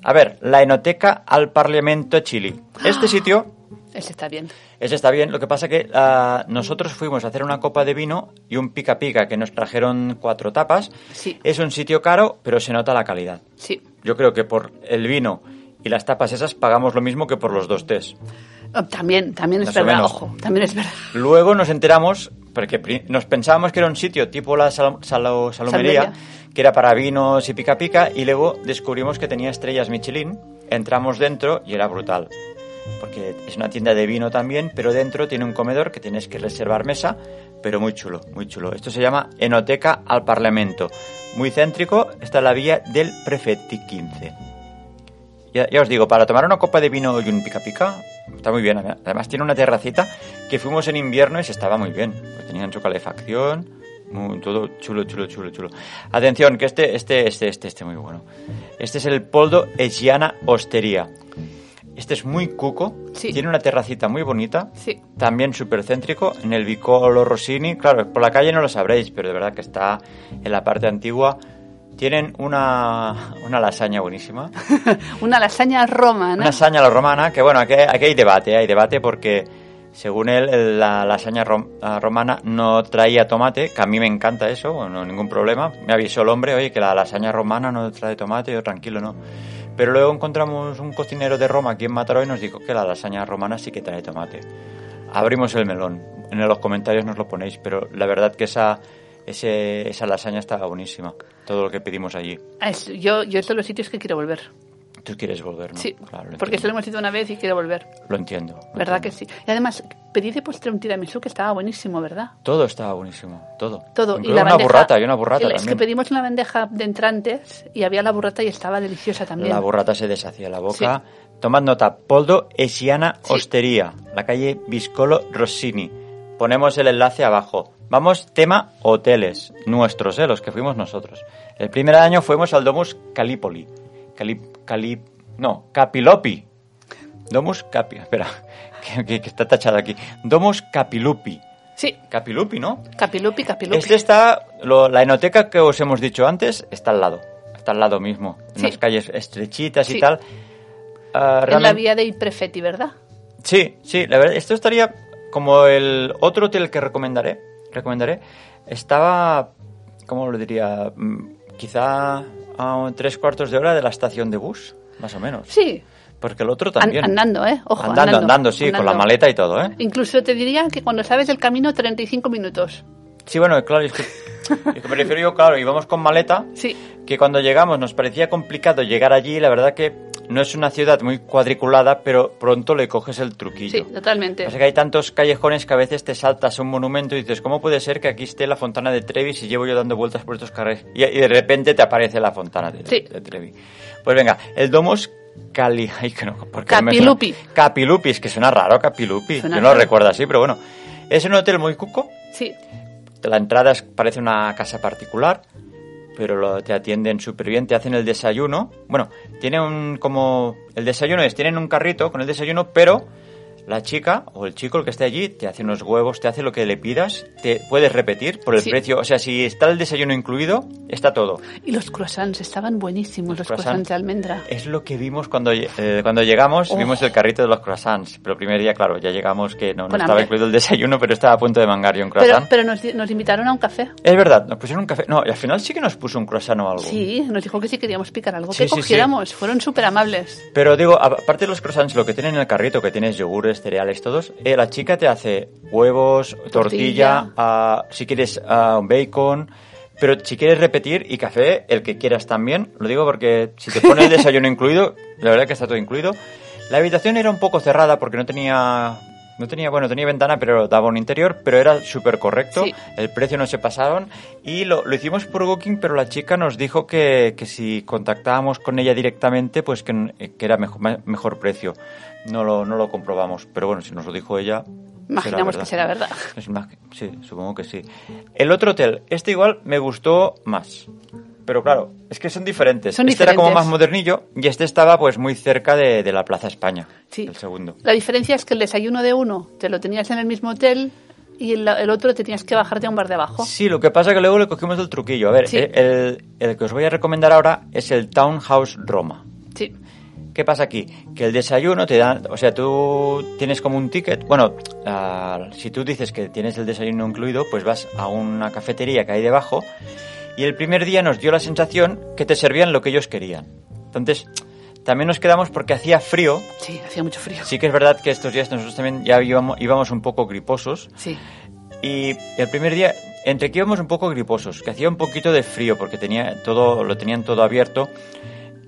[SPEAKER 2] A ver, la Enoteca al Parlamento Chile. Este sitio
[SPEAKER 3] Ese está bien.
[SPEAKER 2] ese está bien. Lo que pasa que ah, nosotros fuimos a hacer una copa de vino y un pica pica que nos trajeron cuatro tapas.
[SPEAKER 3] Sí.
[SPEAKER 2] Es un sitio caro, pero se nota la calidad.
[SPEAKER 3] Sí.
[SPEAKER 2] Yo creo que por el vino y las tapas esas pagamos lo mismo que por los dos tés.
[SPEAKER 3] Oh, También, también es
[SPEAKER 2] Más o
[SPEAKER 3] verdad,
[SPEAKER 2] menos.
[SPEAKER 3] ojo, también es verdad.
[SPEAKER 2] Luego nos enteramos, porque pri- nos pensábamos que era un sitio tipo la sal- salo- salomería,
[SPEAKER 3] Salmería.
[SPEAKER 2] que era para vinos y pica pica, y luego descubrimos que tenía estrellas Michelin. Entramos dentro y era brutal. Porque es una tienda de vino también, pero dentro tiene un comedor que tienes que reservar mesa, pero muy chulo, muy chulo. Esto se llama Enoteca al Parlamento. Muy céntrico, está la vía del Prefetti 15. Ya, ya os digo, para tomar una copa de vino y un pica pica, está muy bien. Además tiene una terracita que fuimos en invierno y se estaba muy bien. Pues tenían su calefacción, muy- todo chulo, chulo, chulo, chulo. Atención, que este, este, este, este, este muy bueno. Este es el Poldo Egiana Ostería. Este es muy cuco,
[SPEAKER 3] Sí.
[SPEAKER 2] tiene una terracita muy bonita,
[SPEAKER 3] Sí.
[SPEAKER 2] también súper céntrico, en el Vicolo Rossini. Claro, por la calle no lo sabréis, pero de verdad que está en la parte antigua. Tienen una, una lasaña buenísima.
[SPEAKER 3] Una lasaña romana.
[SPEAKER 2] Una lasaña a la romana, que bueno, aquí, aquí hay debate, hay debate porque según él el- la lasaña rom- ah, romana no traía tomate, que a mí me encanta eso, bueno, ningún problema. Me avisó el hombre, oye, que la lasaña romana no trae tomate, yo tranquilo, no. Pero luego encontramos un cocinero de Roma aquí en Mataró y nos dijo que la lasaña romana sí que trae tomate. Abrimos el melón, en los comentarios nos lo ponéis, pero la verdad que esa, ese- esa lasaña estaba buenísima, todo lo que pedimos allí.
[SPEAKER 3] Ah, es- yo, yo es de los sitios que quiero volver.
[SPEAKER 2] Tú quieres volver, ¿no?
[SPEAKER 3] Sí,
[SPEAKER 2] Claro, lo
[SPEAKER 3] porque
[SPEAKER 2] entiendo.
[SPEAKER 3] solo hemos ido una vez y quiero volver.
[SPEAKER 2] Lo entiendo. lo
[SPEAKER 3] ¿Verdad
[SPEAKER 2] entiendo.
[SPEAKER 3] que sí? Y además, pedí de postre un tiramisú que estaba buenísimo, ¿verdad?
[SPEAKER 2] Todo estaba buenísimo, todo.
[SPEAKER 3] Todo.
[SPEAKER 2] Incluso una burrata, y una burrata
[SPEAKER 3] Es
[SPEAKER 2] también.
[SPEAKER 3] que pedimos una bandeja de entrantes y había la burrata y estaba deliciosa también.
[SPEAKER 2] La burrata se deshacía la boca. Tomad nota, Poldo Esiana
[SPEAKER 3] Sí.
[SPEAKER 2] Ostería, la calle Viscolo Rossini. Ponemos el enlace abajo. Vamos, tema hoteles, nuestros, eh, los que fuimos nosotros. El primer año fuimos al Domus Calipoli. Cali, Cali, no, Capilopi. Domus Capi, espera, que, que- que está tachado aquí. Domus Capilupi.
[SPEAKER 3] Sí,
[SPEAKER 2] Capilupi, ¿no?
[SPEAKER 3] capilupi, capilupi.
[SPEAKER 2] Este está, lo- la enoteca que os hemos dicho antes, está al lado. Está al lado mismo. En
[SPEAKER 3] Sí.
[SPEAKER 2] Unas calles estrechitas
[SPEAKER 3] Sí.
[SPEAKER 2] y tal. Ah,
[SPEAKER 3] en la
[SPEAKER 2] realmente-
[SPEAKER 3] vía de Iprefetti, ¿verdad?
[SPEAKER 2] Sí, sí, la verdad, esto estaría como el otro hotel que recomendaré. Recomendaré. Estaba, ¿cómo lo diría? Mm, Quizá a tres cuartos de hora de la estación de bus, más o menos.
[SPEAKER 3] Sí,
[SPEAKER 2] Porque el otro también.
[SPEAKER 3] An- andando, ¿eh? Ojo,
[SPEAKER 2] andando, andando,
[SPEAKER 3] andando,
[SPEAKER 2] sí, con
[SPEAKER 3] andando.
[SPEAKER 2] la maleta y todo, ¿eh?
[SPEAKER 3] Incluso te diría que cuando sabes el camino, 35 minutos.
[SPEAKER 2] Sí, bueno, claro, es que, es que me refiero yo, claro, íbamos con maleta.
[SPEAKER 3] Sí.
[SPEAKER 2] que cuando llegamos nos parecía complicado llegar allí, la verdad que no es una ciudad muy cuadriculada, pero pronto le coges el
[SPEAKER 3] Sí,
[SPEAKER 2] truquillo.
[SPEAKER 3] totalmente.
[SPEAKER 2] Pasa que hay tantos callejones que a veces te saltas un monumento y dices, ¿cómo puede ser que aquí esté la fontana de Trevi si llevo yo dando vueltas por estos carreras? Y, y de repente te aparece la fontana de,
[SPEAKER 3] Sí.
[SPEAKER 2] de Trevi. Pues venga, el Domus Cali... Ay, que no, ¿por qué no me
[SPEAKER 3] Capilupi.
[SPEAKER 2] suena? Capilupi, es que suena raro Capilupi.
[SPEAKER 3] Suena
[SPEAKER 2] yo no
[SPEAKER 3] raro.
[SPEAKER 2] lo recuerdo así, pero bueno. Es un hotel muy cuco,
[SPEAKER 3] Sí,
[SPEAKER 2] la entrada es- parece una casa particular, pero lo, te atienden súper bien, te hacen el desayuno. Bueno, tiene un como... El desayuno es, tienen un carrito con el desayuno, pero la chica o el chico el que esté allí te hace unos huevos, te hace lo que le pidas, te puedes repetir por el
[SPEAKER 3] Sí.
[SPEAKER 2] precio. O sea, si está el desayuno incluido, está todo.
[SPEAKER 3] y los croissants estaban buenísimos, los,
[SPEAKER 2] Los croissants.
[SPEAKER 3] croissants de almendra.
[SPEAKER 2] Es lo que vimos cuando, lle- eh, cuando llegamos,
[SPEAKER 3] Oh.
[SPEAKER 2] vimos el carrito de los croissants. Pero el primer día, claro, ya llegamos que no, no
[SPEAKER 3] Con
[SPEAKER 2] estaba
[SPEAKER 3] hambre.
[SPEAKER 2] incluido el desayuno, pero estaba a punto de mangar yo un croissant.
[SPEAKER 3] Pero, pero nos, di- nos invitaron a un café.
[SPEAKER 2] Es verdad, nos pusieron un café. No, y al final sí que nos puso un croissant o algo.
[SPEAKER 3] Sí, nos dijo que si queríamos picar algo,
[SPEAKER 2] Sí,
[SPEAKER 3] que
[SPEAKER 2] sí, sí.
[SPEAKER 3] cogiéramos. Fueron súper amables.
[SPEAKER 2] Pero digo, a- aparte de los croissants, lo que tienen en el carrito, que tienes yogures, cereales, todos, eh, la chica te hace huevos, tortilla,
[SPEAKER 3] Tortilla.
[SPEAKER 2] ah, si quieres ah, un bacon, pero si quieres repetir y café, el que quieras también, lo digo porque si te pone el desayuno incluido, la verdad que está todo incluido. La habitación era un poco cerrada porque no tenía No tenía, bueno, tenía ventana, pero daba un interior, pero era súper correcto.
[SPEAKER 3] Sí.
[SPEAKER 2] El precio no se pasaron. Y lo, lo hicimos por Booking, pero la chica nos dijo que, que si contactábamos con ella directamente, pues que, n- que era mejor, me- mejor precio. No lo, no lo comprobamos, pero bueno, si nos lo dijo ella.
[SPEAKER 3] Imaginamos que será verdad.
[SPEAKER 2] Es más que- sí, supongo que sí. El otro hotel, este igual me gustó más. Pero claro, es que son diferentes.
[SPEAKER 3] Son
[SPEAKER 2] este era como más
[SPEAKER 3] diferentes.
[SPEAKER 2] modernillo y este estaba pues muy cerca de, de la Plaza España.
[SPEAKER 3] Sí.
[SPEAKER 2] El segundo.
[SPEAKER 3] La diferencia es que el desayuno de uno te lo tenías en el mismo hotel y el, el otro te tenías que bajarte a un bar de abajo.
[SPEAKER 2] Sí, lo que pasa es que luego le cogimos el truquillo. A ver, eh,
[SPEAKER 3] Sí.
[SPEAKER 2] el, el que os voy a recomendar ahora es el Townhouse Roma.
[SPEAKER 3] Sí.
[SPEAKER 2] ¿Qué pasa aquí? Que el desayuno te dan, o sea, tú tienes como un ticket. Bueno, ah, si tú dices que tienes el desayuno incluido, pues vas a una cafetería que hay debajo. Y el primer día nos dio la sensación que te servían lo que ellos querían. Entonces, también nos quedamos porque hacía frío.
[SPEAKER 3] Sí, hacía mucho frío.
[SPEAKER 2] Sí que es verdad que estos días nosotros también ya íbamos, íbamos un poco griposos.
[SPEAKER 3] Sí.
[SPEAKER 2] Y el primer día, entre que íbamos un poco griposos, que hacía un poquito de frío porque tenía todo, lo tenían todo abierto.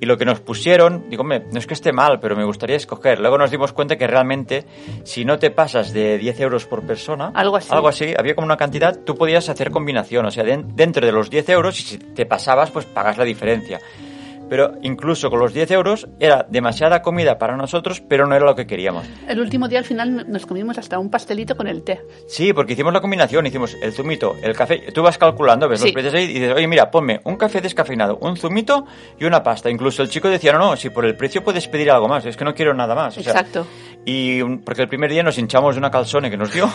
[SPEAKER 2] Y lo que nos pusieron, digo, "Hombre, no es que esté mal, pero me gustaría escoger. Luego nos dimos cuenta que realmente, si no te pasas de 10 euros por persona,
[SPEAKER 3] Algo así.
[SPEAKER 2] había como una cantidad, tú podías hacer combinación, o sea, den- dentro de los 10 euros, y si te pasabas, pues pagas la diferencia. Pero incluso con los 10 euros era demasiada comida para nosotros, pero no era lo que queríamos.
[SPEAKER 3] El último día al final nos comimos hasta un pastelito con el té.
[SPEAKER 2] Sí, porque hicimos la combinación, hicimos el zumito, el café. Tú vas calculando, ves los
[SPEAKER 3] Sí.
[SPEAKER 2] precios ahí y dices, oye, mira, ponme un café descafeinado, un zumito y una pasta. Incluso el chico decía, no, no, si por el precio puedes pedir algo más, es que no quiero nada más. O sea,
[SPEAKER 3] Exacto.
[SPEAKER 2] Y un- porque el primer día nos hinchamos de una calzone que nos dio.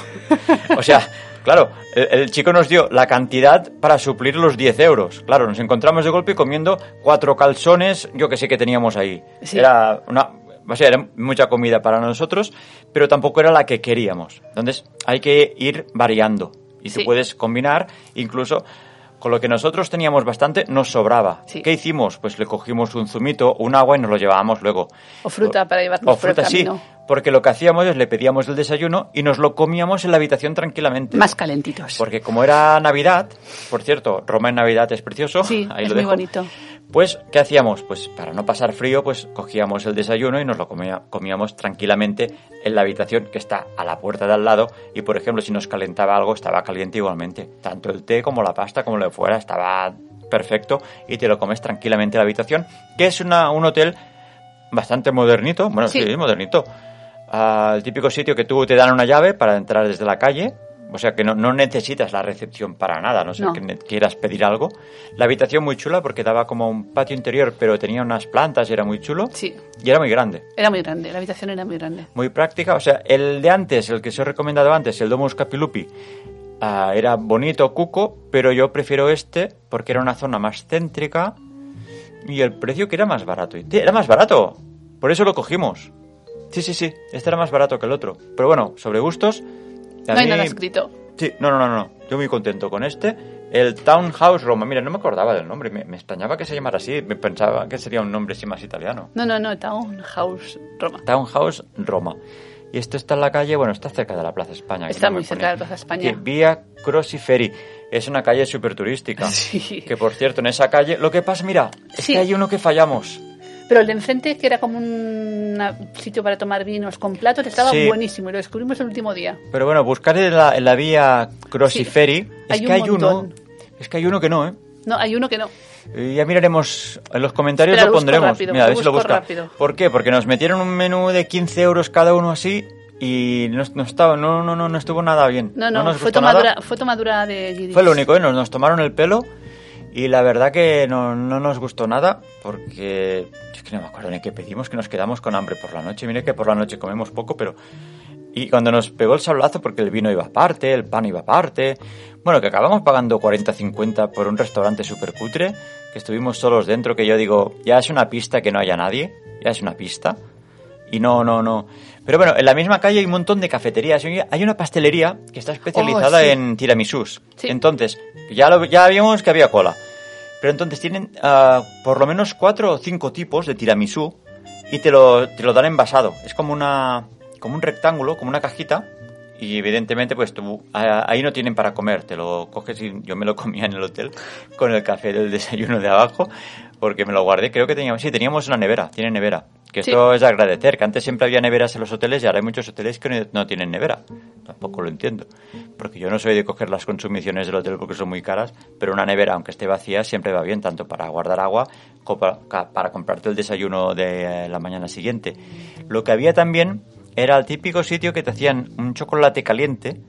[SPEAKER 2] o sea, claro, el, el chico nos dio la cantidad para suplir los 10 euros. Claro, nos encontramos de golpe comiendo cuatro calzones, yo que sé que teníamos ahí.
[SPEAKER 3] Sí.
[SPEAKER 2] Era una, o sea, era mucha comida para nosotros, pero tampoco era la que queríamos. Entonces hay que ir variando y tú
[SPEAKER 3] Sí.
[SPEAKER 2] puedes combinar incluso con lo que nosotros teníamos bastante nos sobraba.
[SPEAKER 3] Sí.
[SPEAKER 2] ¿Qué hicimos? Pues le cogimos un zumito, un agua y nos lo llevábamos luego.
[SPEAKER 3] O fruta para llevarnos
[SPEAKER 2] O
[SPEAKER 3] por el
[SPEAKER 2] fruta, sí.
[SPEAKER 3] camino.
[SPEAKER 2] Porque lo que hacíamos es le pedíamos el desayuno y nos lo comíamos en la habitación tranquilamente.
[SPEAKER 3] Más calentitos.
[SPEAKER 2] Porque como era Navidad, por cierto, Roma en Navidad es precioso.
[SPEAKER 3] Sí,
[SPEAKER 2] Ah, ahí
[SPEAKER 3] es
[SPEAKER 2] lo
[SPEAKER 3] muy
[SPEAKER 2] dejo.
[SPEAKER 3] bonito.
[SPEAKER 2] Pues, ¿qué hacíamos? Pues para no pasar frío, pues cogíamos el desayuno y nos lo comía- comíamos tranquilamente en la habitación que está a la puerta de al lado. Y por ejemplo, si nos calentaba algo, estaba caliente igualmente. Tanto el té como la pasta, como lo de fuera, estaba perfecto y te lo comes tranquilamente en la habitación, que es una, un hotel bastante modernito. Bueno, sí,
[SPEAKER 3] Sí.
[SPEAKER 2] modernito. Ah, el típico sitio que tú te dan una llave para entrar desde la calle. O sea que no, no necesitas la recepción para nada, no sé,
[SPEAKER 3] No.
[SPEAKER 2] que ne- eh, quieras pedir algo. La habitación muy chula porque daba como un patio interior, pero tenía unas plantas y era muy chulo.
[SPEAKER 3] Sí.
[SPEAKER 2] Y era muy grande,
[SPEAKER 3] Era muy grande, la habitación era muy grande.
[SPEAKER 2] muy práctica. O sea, el de antes, el que os he recomendado antes, el Domus Capilupi, ah, era bonito, cuco, pero yo prefiero este porque era una zona más céntrica y el precio que era más barato. Y, tío, Era más barato, por eso lo cogimos. Sí, sí, sí, este era más barato que el otro. Pero bueno, sobre gustos... a
[SPEAKER 3] No hay
[SPEAKER 2] mí-
[SPEAKER 3] nada escrito.
[SPEAKER 2] Sí, no, no, no, no. Yo muy contento con este. El Townhouse Roma. Mira, no me acordaba del nombre. Me, me extrañaba que se llamara así. Me pensaba que sería un nombre así más italiano.
[SPEAKER 3] No, no, no, Townhouse Roma.
[SPEAKER 2] Townhouse Roma. Y esto está en la calle, bueno, está cerca de la Plaza España. que
[SPEAKER 3] Está
[SPEAKER 2] no me
[SPEAKER 3] muy cerca
[SPEAKER 2] pone.
[SPEAKER 3] de la Plaza España.
[SPEAKER 2] Que Vía Crosiferi. Es una calle súper turística.
[SPEAKER 3] Sí.
[SPEAKER 2] Que por cierto, en esa calle. Lo que pasa, mira, es
[SPEAKER 3] Sí.
[SPEAKER 2] que hay uno que fallamos.
[SPEAKER 3] Pero el de enfrente, que era como un una- sitio para tomar vinos con platos, estaba
[SPEAKER 2] Sí.
[SPEAKER 3] buenísimo y lo descubrimos el último día.
[SPEAKER 2] Pero bueno, buscar en la, en la vía Crosiferi.
[SPEAKER 3] Sí,
[SPEAKER 2] Es
[SPEAKER 3] hay
[SPEAKER 2] que
[SPEAKER 3] un
[SPEAKER 2] hay uno.
[SPEAKER 3] montón.
[SPEAKER 2] Es que hay uno que no, ¿eh?
[SPEAKER 3] No, hay uno que no.
[SPEAKER 2] Y Ya miraremos, en los comentarios
[SPEAKER 3] Espera,
[SPEAKER 2] lo
[SPEAKER 3] lo busco
[SPEAKER 2] pondremos.
[SPEAKER 3] rápido,
[SPEAKER 2] Mira, a
[SPEAKER 3] lo
[SPEAKER 2] ver si lo
[SPEAKER 3] busco
[SPEAKER 2] busca.
[SPEAKER 3] rápido.
[SPEAKER 2] ¿Por qué? Porque nos metieron un menú de 15 euros cada uno así y no, no estaba, no, no, no, no estuvo nada bien.
[SPEAKER 3] No, no,
[SPEAKER 2] nos
[SPEAKER 3] fue,
[SPEAKER 2] gustó nada.
[SPEAKER 3] tomadura, fue tomadura de guiris.
[SPEAKER 2] Fue lo único, ¿eh? nos, nos tomaron el pelo y la verdad que no, no nos gustó nada porque es que no me acuerdo ni qué pedimos, que nos quedamos con hambre por la noche. Mire que por la noche comemos poco, pero... Y cuando nos pegó el sablazo, porque el vino iba aparte, el pan iba aparte, bueno, que acabamos pagando 40-50 por un restaurante súper cutre, que estuvimos solos dentro, que yo digo, ya es una pista que no haya nadie, ya es una pista. Y no, no, no. Pero bueno, en la misma calle hay un montón de cafeterías. y Hay una pastelería que está especializada
[SPEAKER 3] sí.
[SPEAKER 2] en tiramisús.
[SPEAKER 3] Sí.
[SPEAKER 2] Entonces, ya, lo, ya vimos que había cola. Pero entonces tienen ah, por lo menos cuatro o cinco tipos de tiramisú y te lo, te lo dan envasado. Es como, una, como un rectángulo, como una cajita. Y evidentemente, pues tú ah, ahí no tienen para comer. Te lo coges y yo me lo comía en el hotel con el café del desayuno de abajo porque me lo guardé. Creo que teníamos, sí, teníamos una nevera, tiene nevera. Que
[SPEAKER 3] Sí.
[SPEAKER 2] esto es de agradecer, que antes siempre había neveras en los hoteles y ahora hay muchos hoteles que no- no tienen nevera. Tampoco lo entiendo. Porque yo no soy de coger las consumiciones del hotel porque son muy caras, pero una nevera, aunque esté vacía, siempre va bien, tanto para guardar agua como para, ca- para comprarte el desayuno de eh, la mañana siguiente. Lo que había también era el típico sitio que te hacían un chocolate caliente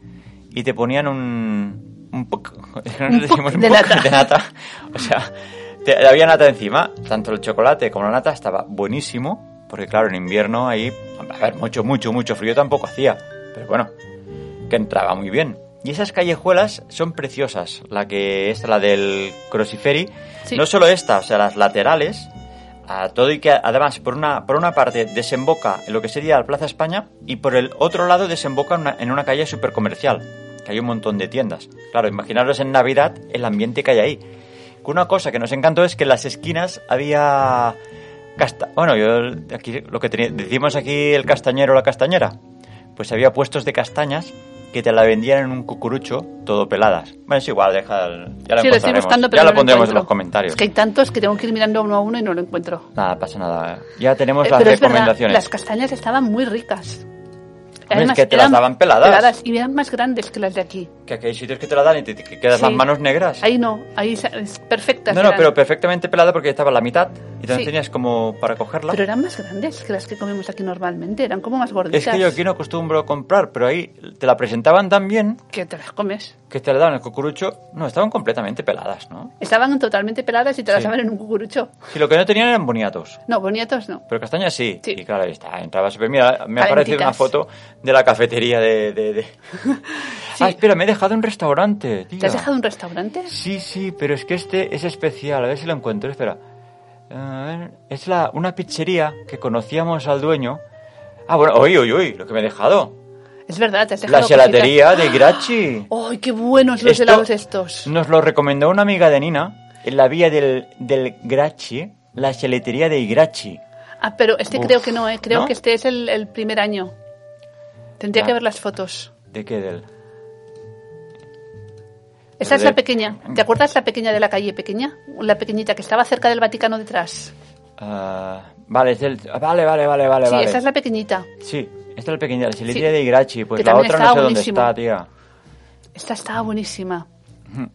[SPEAKER 2] y te ponían un... Un poco,
[SPEAKER 3] Un poc de nata.
[SPEAKER 2] de nata. O sea, te- había nata encima. Tanto el chocolate como la nata estaba buenísimo. Porque claro, en invierno ahí, a ver, mucho, mucho, mucho frío tampoco hacía. Pero bueno, que entraba muy bien. Y esas callejuelas son preciosas. La que es la del Crossiferi.
[SPEAKER 3] Sí.
[SPEAKER 2] No solo esta, o sea, las laterales. A todo y que además por una, por una parte desemboca en lo que sería la Plaza España y por el otro lado desemboca en una, en una calle súper comercial, que hay un montón de tiendas. Claro, imaginaros en Navidad el ambiente que hay ahí. Que Una cosa que nos encantó es que en las esquinas había... Casta bueno, yo aquí lo que teni- decimos aquí el castañero o la castañera. Pues había puestos de castañas que te la vendían en un cucurucho todo peladas. Bueno, es igual, deja el- ya la
[SPEAKER 3] sí, lo estoy
[SPEAKER 2] encontraremos.
[SPEAKER 3] buscando, pero
[SPEAKER 2] ya
[SPEAKER 3] no
[SPEAKER 2] lo pondremos en
[SPEAKER 3] encuentro.
[SPEAKER 2] los comentarios.
[SPEAKER 3] Es que hay tantos que tengo que ir mirando uno a uno y no lo encuentro.
[SPEAKER 2] Nada, pasa nada. Ya tenemos
[SPEAKER 3] Eh,
[SPEAKER 2] las
[SPEAKER 3] pero es verdad,
[SPEAKER 2] recomendaciones.
[SPEAKER 3] las castañas estaban muy ricas.
[SPEAKER 2] que te las daban peladas.
[SPEAKER 3] y eran más grandes que las de aquí.
[SPEAKER 2] Que aquí hay sitios que te la dan y te, te quedas
[SPEAKER 3] Sí.
[SPEAKER 2] las manos negras.
[SPEAKER 3] Ahí no, ahí sa- es perfectas.
[SPEAKER 2] no, no,
[SPEAKER 3] eran.
[SPEAKER 2] pero perfectamente pelada porque estaba la mitad y te
[SPEAKER 3] Sí.
[SPEAKER 2] tenías como para cogerla.
[SPEAKER 3] Pero eran más grandes que las que comemos aquí normalmente, eran como más
[SPEAKER 2] es
[SPEAKER 3] gorditas.
[SPEAKER 2] que yo aquí no acostumbro a comprar, pero ahí te la presentaban tan bien
[SPEAKER 3] Que te las comes.
[SPEAKER 2] que te la daban el cucurucho. No, estaban completamente peladas, ¿no?
[SPEAKER 3] Estaban totalmente peladas y te las
[SPEAKER 2] Sí.
[SPEAKER 3] daban en un cucurucho.
[SPEAKER 2] Y lo que no tenían eran boniatos.
[SPEAKER 3] No, boniatos no.
[SPEAKER 2] Pero castañas sí.
[SPEAKER 3] Sí.
[SPEAKER 2] Y claro, ahí está. Entraba súper. Mira, me ha
[SPEAKER 3] Calenticas.
[SPEAKER 2] aparecido una foto de la cafetería de. de- de- Ah, espera, me he dejado un restaurante.
[SPEAKER 3] ¿Te
[SPEAKER 2] tía.
[SPEAKER 3] has dejado un restaurante?
[SPEAKER 2] Sí, sí, pero es que este es especial. A ver si lo encuentro. Espera. Eh, A ver, es la, una pizzería que conocíamos al dueño. Ah, bueno, uy, uy, uy, lo que me he dejado.
[SPEAKER 3] Es verdad, te has
[SPEAKER 2] La
[SPEAKER 3] dejado cositas. ¡Ah!
[SPEAKER 2] gelatería de Grachi.
[SPEAKER 3] ¡Ay, qué buenos los
[SPEAKER 2] Esto Mm.
[SPEAKER 3] helados estos!
[SPEAKER 2] Nos lo recomendó una amiga de Nina en la vía del, del Grachi, la gelatería de Grachi.
[SPEAKER 3] Ah, pero este
[SPEAKER 2] Uf,
[SPEAKER 3] creo que no, ¿eh? Creo
[SPEAKER 2] ¿no?
[SPEAKER 3] que este es el, el primer año. Tendría
[SPEAKER 2] Ya.
[SPEAKER 3] que ver las fotos.
[SPEAKER 2] ¿De qué del?
[SPEAKER 3] Esa es
[SPEAKER 2] De-
[SPEAKER 3] la pequeña. ¿Te acuerdas la pequeña de la calle pequeña? La pequeñita que estaba cerca del Vaticano detrás.
[SPEAKER 2] Ah, vale, es del- vale, vale, vale, vale.
[SPEAKER 3] sí,
[SPEAKER 2] vale.
[SPEAKER 3] esa es la pequeñita.
[SPEAKER 2] Sí, esta es la pequeña, la gelatería
[SPEAKER 3] Sí.
[SPEAKER 2] de Grachi. Pues
[SPEAKER 3] Que
[SPEAKER 2] la
[SPEAKER 3] también
[SPEAKER 2] otra no sé
[SPEAKER 3] estaba buenísimo.
[SPEAKER 2] dónde está, tía.
[SPEAKER 3] Esta estaba buenísima.
[SPEAKER 2] Mm.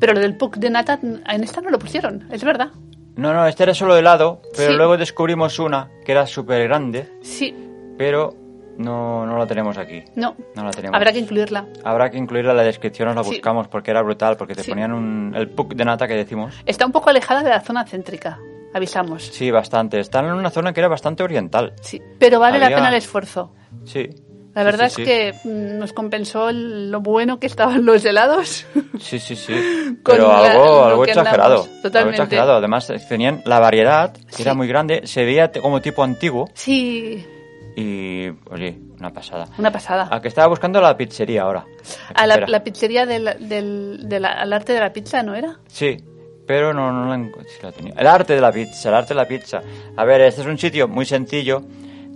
[SPEAKER 3] Pero lo del puck de nata, en esta no lo pusieron, es verdad.
[SPEAKER 2] No, no, este era solo helado, pero
[SPEAKER 3] Sí.
[SPEAKER 2] luego descubrimos una que era súper grande,
[SPEAKER 3] Sí,
[SPEAKER 2] pero no, no la tenemos aquí.
[SPEAKER 3] no.
[SPEAKER 2] No la tenemos.
[SPEAKER 3] Habrá que incluirla.
[SPEAKER 2] Habrá que incluirla en la descripción, os la
[SPEAKER 3] Sí.
[SPEAKER 2] buscamos porque era brutal, porque te
[SPEAKER 3] Sí.
[SPEAKER 2] ponían un, el puck de nata que decimos.
[SPEAKER 3] Está un poco alejada de la zona céntrica, avisamos.
[SPEAKER 2] Sí, bastante. Están en una zona que era bastante oriental.
[SPEAKER 3] Sí, pero vale
[SPEAKER 2] Había-
[SPEAKER 3] la pena el esfuerzo.
[SPEAKER 2] Sí.
[SPEAKER 3] La
[SPEAKER 2] Sí,
[SPEAKER 3] verdad
[SPEAKER 2] sí,
[SPEAKER 3] es
[SPEAKER 2] sí.
[SPEAKER 3] que mm, nos compensó el- lo bueno que estaban los helados.
[SPEAKER 2] Sí, sí, sí.
[SPEAKER 3] Con
[SPEAKER 2] Pero
[SPEAKER 3] la-
[SPEAKER 2] algo,
[SPEAKER 3] lo
[SPEAKER 2] algo
[SPEAKER 3] que
[SPEAKER 2] exagerado.
[SPEAKER 3] andamos,
[SPEAKER 2] algo
[SPEAKER 3] totalmente.
[SPEAKER 2] exagerado. Además, eh, tenían la variedad, que
[SPEAKER 3] Sí.
[SPEAKER 2] era muy grande, se veía t- como tipo antiguo
[SPEAKER 3] sí,
[SPEAKER 2] y, oye, una pasada.
[SPEAKER 3] una pasada.
[SPEAKER 2] A que estaba buscando la pizzería ahora.
[SPEAKER 3] A la,
[SPEAKER 2] Ah, Espera.
[SPEAKER 3] la pizzería del, del, de la- al arte de la pizza, ¿no era?
[SPEAKER 2] Sí, pero no, no la, encu- si la tenía. El arte de la pizza, el arte de la pizza. A ver, este es un sitio muy sencillo,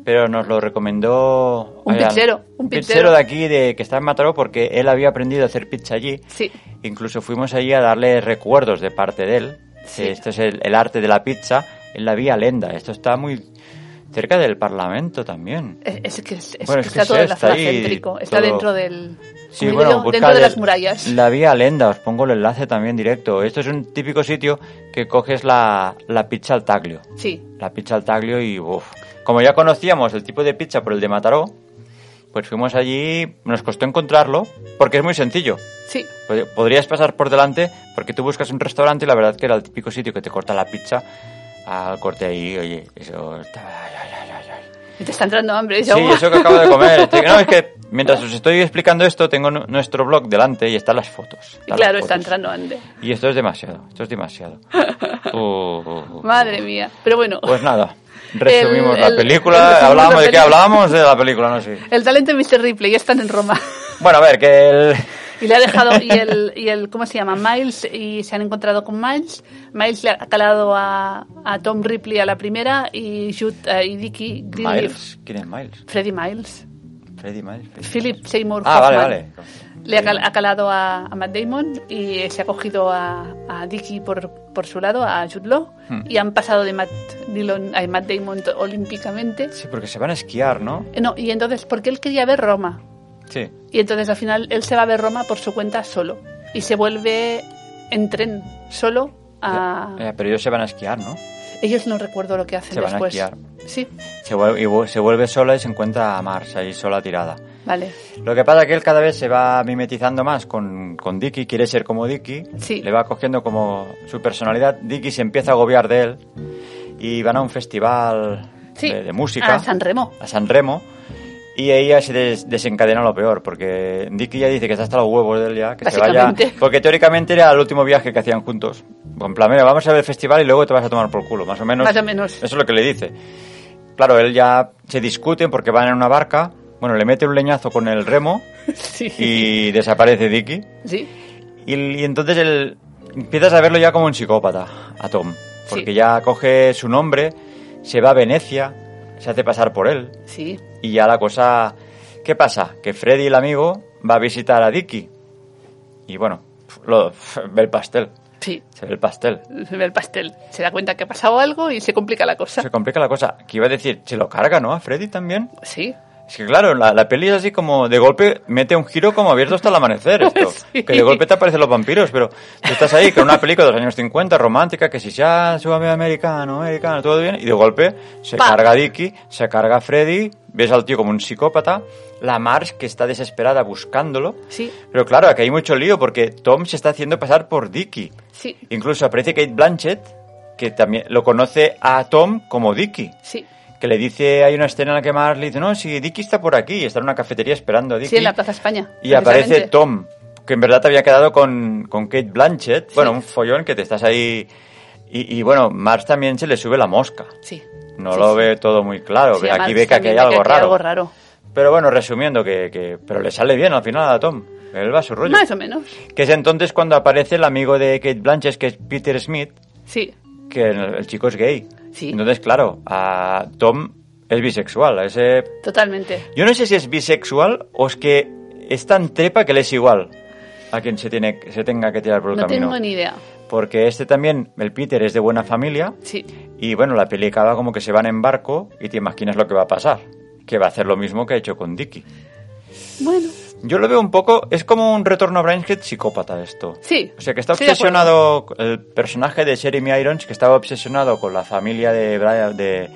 [SPEAKER 2] pero nos lo recomendó...
[SPEAKER 3] Un
[SPEAKER 2] oigan,
[SPEAKER 3] pizzero, un
[SPEAKER 2] Un
[SPEAKER 3] pizzero.
[SPEAKER 2] pizzero de aquí, de que está en Mataró, porque él había aprendido a hacer pizza allí.
[SPEAKER 3] Sí.
[SPEAKER 2] Incluso fuimos allí a darle recuerdos de parte de él.
[SPEAKER 3] Sí.
[SPEAKER 2] Esto es el, el arte de la pizza en la Vía Lenda. Esto está muy cerca del Parlamento también.
[SPEAKER 3] Es, es que, es, es
[SPEAKER 2] Bueno,
[SPEAKER 3] que
[SPEAKER 2] es que
[SPEAKER 3] está todo
[SPEAKER 2] sí,
[SPEAKER 3] en la
[SPEAKER 2] está
[SPEAKER 3] zona
[SPEAKER 2] ahí
[SPEAKER 3] céntrico. Está
[SPEAKER 2] todo.
[SPEAKER 3] dentro del.
[SPEAKER 2] Sí,
[SPEAKER 3] como
[SPEAKER 2] bueno,
[SPEAKER 3] digo yo,
[SPEAKER 2] buscad
[SPEAKER 3] dentro de
[SPEAKER 2] el-
[SPEAKER 3] las murallas.
[SPEAKER 2] La vía Lenda, os pongo el enlace también directo. Esto es un típico sitio que coges la, la pizza al taglio.
[SPEAKER 3] Sí.
[SPEAKER 2] La pizza al taglio y uff. Como ya conocíamos el tipo de pizza por el de Mataró, pues fuimos allí, nos costó encontrarlo, porque es muy sencillo.
[SPEAKER 3] Sí,
[SPEAKER 2] Pod- Podrías pasar por delante porque tú buscas un restaurante y la verdad que era el típico sitio que te corta la pizza al corte ahí, oye, eso está... ay, ay, ay, ay, ay.
[SPEAKER 3] te está entrando hambre.
[SPEAKER 2] Sí,
[SPEAKER 3] Jaume.
[SPEAKER 2] eso que acabo de comer. Estoy- No, es que mientras os estoy explicando esto, tengo nu- nuestro blog delante y están las fotos.
[SPEAKER 3] Y
[SPEAKER 2] Están
[SPEAKER 3] claro,
[SPEAKER 2] las
[SPEAKER 3] está
[SPEAKER 2] fotos.
[SPEAKER 3] entrando hambre.
[SPEAKER 2] Y esto es demasiado, esto es demasiado. Uh, uh, uh.
[SPEAKER 3] Madre mía. Pero bueno,
[SPEAKER 2] Pues nada, resumimos
[SPEAKER 3] El-
[SPEAKER 2] la
[SPEAKER 3] el-
[SPEAKER 2] película.
[SPEAKER 3] resumimos
[SPEAKER 2] hablábamos
[SPEAKER 3] la
[SPEAKER 2] de qué
[SPEAKER 3] película.
[SPEAKER 2] hablábamos de la película, no sé.
[SPEAKER 3] el talento de Mr. Ripley ya están en Roma.
[SPEAKER 2] Bueno, a ver, que el...
[SPEAKER 3] Y le ha dejado, y el, y el, ¿cómo se llama? Miles, y se han encontrado con Miles. Miles le ha calado a, a Tom Ripley a la primera y Jude eh, y Dickie Greenleaf.
[SPEAKER 2] Miles, ¿quién es Miles?
[SPEAKER 3] Freddie Miles.
[SPEAKER 2] Freddy Miles. Freddy.
[SPEAKER 3] Philip Seymour
[SPEAKER 2] Ah, vale,
[SPEAKER 3] Hoffman.
[SPEAKER 2] vale.
[SPEAKER 3] Le ha cal- ha calado a, a Matt Damon y se ha cogido a, a Dickie por, por su lado, a Jude Law,
[SPEAKER 2] Hmm.
[SPEAKER 3] y han pasado de Matt, Dillon a Matt Damon to- olímpicamente.
[SPEAKER 2] Sí, porque se van a esquiar, ¿no?
[SPEAKER 3] Eh, No, y entonces, porque él quería ver Roma.
[SPEAKER 2] Sí.
[SPEAKER 3] Y entonces al final él se va a ver Roma por su cuenta solo. Y se vuelve en tren solo a...
[SPEAKER 2] Eh, pero ellos se van a esquiar, ¿no?
[SPEAKER 3] Ellos no recuerdo lo que hacen
[SPEAKER 2] Se van a
[SPEAKER 3] después.
[SPEAKER 2] esquiar.
[SPEAKER 3] Sí,
[SPEAKER 2] Se vuelve, y vu- se vuelve sola y se encuentra a Mars ahí sola tirada.
[SPEAKER 3] vale.
[SPEAKER 2] Lo que pasa es que él cada vez se va mimetizando más con, con Dicky, quiere ser como Dicky,
[SPEAKER 3] Sí.
[SPEAKER 2] le va cogiendo como su personalidad. Dicky se empieza a agobiar de él y van a un festival
[SPEAKER 3] Sí, Ah,
[SPEAKER 2] de, de música,
[SPEAKER 3] a San Remo.
[SPEAKER 2] a San Remo, y ella se des- desencadena lo peor, porque Dicky ya dice que está hasta los huevos de él ya, que se vaya.
[SPEAKER 3] Básicamente.
[SPEAKER 2] Porque teóricamente era el último viaje que hacían juntos. En plan, mira, vamos a ver el festival y luego te vas a tomar por culo, más o menos.
[SPEAKER 3] Más o menos.
[SPEAKER 2] Eso es lo que le dice. Claro, él ya se discuten porque van en una barca. Bueno, le mete un leñazo con el remo
[SPEAKER 3] Sí.
[SPEAKER 2] y desaparece Dicky.
[SPEAKER 3] Sí.
[SPEAKER 2] Y, y entonces él, empiezas a verlo ya como un psicópata, a Tom. Porque
[SPEAKER 3] Sí.
[SPEAKER 2] ya coge su nombre, se va a Venecia, se hace pasar por él.
[SPEAKER 3] Sí.
[SPEAKER 2] Y ya la cosa... ¿Qué pasa? Que Freddy, el amigo, va a visitar a Dicky. Y bueno, lo, ve el pastel.
[SPEAKER 3] Sí.
[SPEAKER 2] Se ve el pastel.
[SPEAKER 3] Se ve el pastel. Se da cuenta que ha pasado algo y se complica la cosa.
[SPEAKER 2] Se complica la cosa. Que iba a decir, se lo carga, ¿no? A Freddy también.
[SPEAKER 3] Sí.
[SPEAKER 2] Es que claro, la, la peli es así como de golpe mete un giro como abierto hasta el amanecer esto.
[SPEAKER 3] Sí.
[SPEAKER 2] Que de golpe te aparecen los vampiros, pero tú estás ahí con una película de los años 50, romántica, que si ya sube americano, americano, todo bien, y de golpe se
[SPEAKER 3] Pa.
[SPEAKER 2] carga Dicky, se carga Freddy, ves al tío como un psicópata, la Marge que está desesperada buscándolo.
[SPEAKER 3] Sí.
[SPEAKER 2] Pero claro, aquí hay mucho lío porque Tom se está haciendo pasar por Dicky.
[SPEAKER 3] Sí.
[SPEAKER 2] Incluso aparece Kate Blanchett, que también lo conoce a Tom como Dicky
[SPEAKER 3] Sí.
[SPEAKER 2] que le dice, hay una escena en la que Marge le dice, no, si Dicky está por aquí, y está en una cafetería esperando a Dicky.
[SPEAKER 3] Sí, en la Plaza España.
[SPEAKER 2] y aparece
[SPEAKER 3] precisamente.
[SPEAKER 2] Tom, que en verdad te había quedado con, con Kate Blanchett. Bueno, un follón que te estás ahí... Y, y bueno, Marge también se le sube la mosca.
[SPEAKER 3] Sí.
[SPEAKER 2] No
[SPEAKER 3] Sí,
[SPEAKER 2] lo
[SPEAKER 3] sí.
[SPEAKER 2] ve todo muy claro,
[SPEAKER 3] Sí,
[SPEAKER 2] ve-
[SPEAKER 3] además
[SPEAKER 2] aquí ve que aquí hay
[SPEAKER 3] también
[SPEAKER 2] algo
[SPEAKER 3] aquí
[SPEAKER 2] raro.
[SPEAKER 3] algo raro.
[SPEAKER 2] Pero bueno, resumiendo, que, que- pero le sale bien al final a Tom. Él va a su rollo.
[SPEAKER 3] Más o menos.
[SPEAKER 2] Que es entonces cuando aparece el amigo de Kate Blanchett, que es Peter Smith,
[SPEAKER 3] Sí.
[SPEAKER 2] que el, el chico es gay.
[SPEAKER 3] Sí.
[SPEAKER 2] Entonces, claro, a Tom es bisexual. a Ese...
[SPEAKER 3] Totalmente.
[SPEAKER 2] Yo no sé si es bisexual o es que es tan trepa que le es igual a quien se, tiene, se tenga que tirar por el
[SPEAKER 3] No
[SPEAKER 2] camino.
[SPEAKER 3] tengo ni idea.
[SPEAKER 2] Porque este también, el Peter, es de buena familia.
[SPEAKER 3] Sí.
[SPEAKER 2] Y bueno, la peli acaba como que se van en barco y te imaginas lo que va a pasar. Que va a hacer lo mismo que ha hecho con Dicky.
[SPEAKER 3] Bueno.
[SPEAKER 2] Yo lo veo un poco, es como un retorno a Brainhead psicópata esto.
[SPEAKER 3] Sí,
[SPEAKER 2] O sea, que está
[SPEAKER 3] estoy de
[SPEAKER 2] obsesionado el personaje de Jeremy Irons, que estaba obsesionado con la familia de, Bri- de,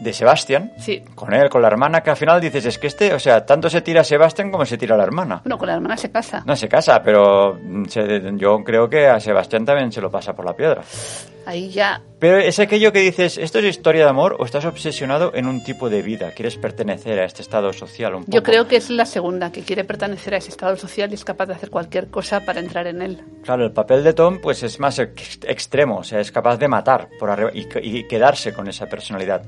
[SPEAKER 2] de Sebastian.
[SPEAKER 3] Sí.
[SPEAKER 2] Con él, con la hermana, que al final dices, es que este, o sea, tanto se tira a Sebastian como se tira a la hermana.
[SPEAKER 3] Bueno, con la hermana se casa.
[SPEAKER 2] No se casa, pero mm, se- yo creo que a Sebastián también se lo pasa por la piedra.
[SPEAKER 3] Ahí ya.
[SPEAKER 2] Pero es aquello que dices, ¿esto es historia de amor o estás obsesionado en un tipo de vida? ¿Quieres pertenecer a este estado social un poco?
[SPEAKER 3] Yo creo que es la segunda, que quiere pertenecer a ese estado social y es capaz de hacer cualquier cosa para entrar en él.
[SPEAKER 2] Claro, el papel de Tom pues es más ex- extremo, o sea, es capaz de matar por arriba y, que- y quedarse con esa personalidad.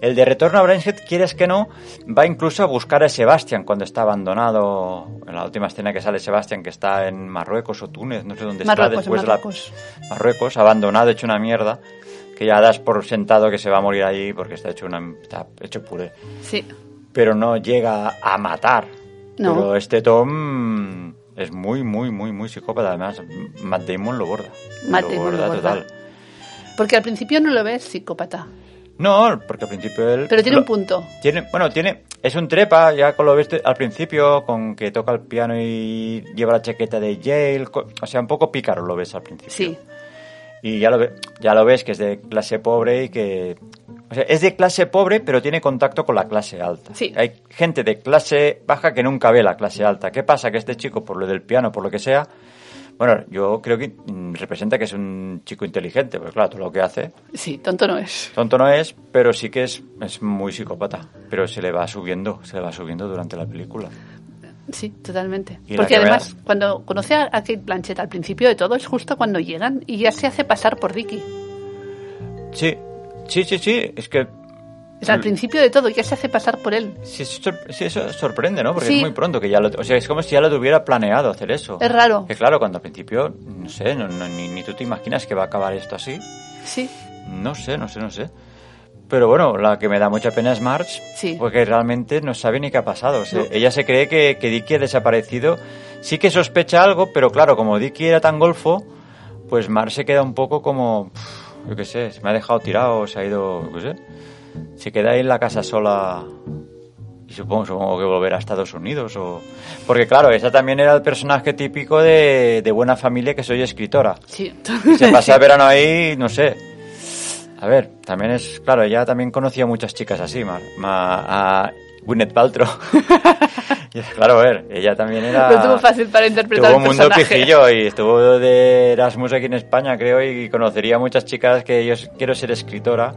[SPEAKER 2] El de Retorno a Brainhead, quieres que no, va incluso a buscar a Sebastián cuando está abandonado, en la última escena que sale Sebastián, que está en Marruecos o Túnez, no sé dónde
[SPEAKER 3] Marruecos,
[SPEAKER 2] está, después
[SPEAKER 3] Marruecos.
[SPEAKER 2] de la... Marruecos, abandonado, hecho una mierda, que ya das por sentado que se va a morir allí porque está hecho, una, está hecho puré.
[SPEAKER 3] Sí,
[SPEAKER 2] Pero no llega a matar.
[SPEAKER 3] No.
[SPEAKER 2] Pero este Tom es muy, muy, muy, muy psicópata. Además, Matt Damon lo borda.
[SPEAKER 3] Matt Damon lo borda. porque al principio no lo ves psicópata,
[SPEAKER 2] No, porque al principio él...
[SPEAKER 3] pero tiene
[SPEAKER 2] lo-
[SPEAKER 3] un punto.
[SPEAKER 2] Tiene, bueno, tiene... Es un trepa, ya con lo ves al principio, con que toca el piano y lleva la chaqueta de Yale. co- O sea, un poco pícaro lo ves al principio.
[SPEAKER 3] Sí,
[SPEAKER 2] Y ya lo, ve- ya lo ves que es de clase pobre y que... O sea, es de clase pobre, pero tiene contacto con la clase alta.
[SPEAKER 3] Sí.
[SPEAKER 2] Hay gente de clase baja que nunca ve la clase alta. ¿Qué pasa? Que este chico, por lo del piano, por lo que sea... Bueno, yo creo que mm, representa que es un chico inteligente, pues claro, todo lo que hace.
[SPEAKER 3] sí, tonto no es.
[SPEAKER 2] Tonto no es, pero sí que es, es muy psicópata. Pero se le va subiendo, se le va subiendo durante la película.
[SPEAKER 3] Sí, totalmente.
[SPEAKER 2] Y la
[SPEAKER 3] Porque
[SPEAKER 2] que
[SPEAKER 3] además,
[SPEAKER 2] vea-
[SPEAKER 3] cuando conoce a a Kate Blanchett al principio de todo, es justo cuando llegan y ya se hace pasar por Dicky.
[SPEAKER 2] Sí, sí, sí, sí, es que...
[SPEAKER 3] Es al
[SPEAKER 2] Mm.
[SPEAKER 3] principio de todo, ya se hace pasar por él.
[SPEAKER 2] Sí, es sor- sí, eso sorprende, ¿no? Porque
[SPEAKER 3] Sí.
[SPEAKER 2] es muy pronto que ya lo... O sea, es como si ya lo tuviera planeado hacer eso.
[SPEAKER 3] Es raro.
[SPEAKER 2] Que claro, cuando al principio, no sé, no- no- ni, ni tú te imaginas que va a acabar esto así.
[SPEAKER 3] Sí,
[SPEAKER 2] No sé, no sé, no sé. Pero bueno, la que me da mucha pena es Marge,
[SPEAKER 3] Sí.
[SPEAKER 2] porque realmente no sabe ni qué ha pasado. O sea,
[SPEAKER 3] No.
[SPEAKER 2] Ella se cree que, que Dicky ha desaparecido Sí que sospecha algo, pero claro, como Dicky era tan golfo, pues Mar se queda un poco como, pf, yo qué sé, se me ha dejado tirado, se ha ido, yo qué sé. Se queda ahí en la casa sola y supongo, supongo que volverá a Estados Unidos. O... Porque claro, esa también era el personaje típico de, de buena familia que soy escritora.
[SPEAKER 3] Sí.
[SPEAKER 2] Se pasa el verano ahí, no sé. A ver, también es, claro, ella también conocía muchas chicas así, Mar, ma- a Gwyneth Paltrow. Y, claro, a ver, ella también era...
[SPEAKER 3] Lo tuvo fácil para interpretar
[SPEAKER 2] Tuvo un
[SPEAKER 3] el
[SPEAKER 2] Ah. mundo
[SPEAKER 3] personaje.
[SPEAKER 2] pijillo y estuvo de Erasmus aquí en España, creo, y conocería muchas chicas que yo quiero ser escritora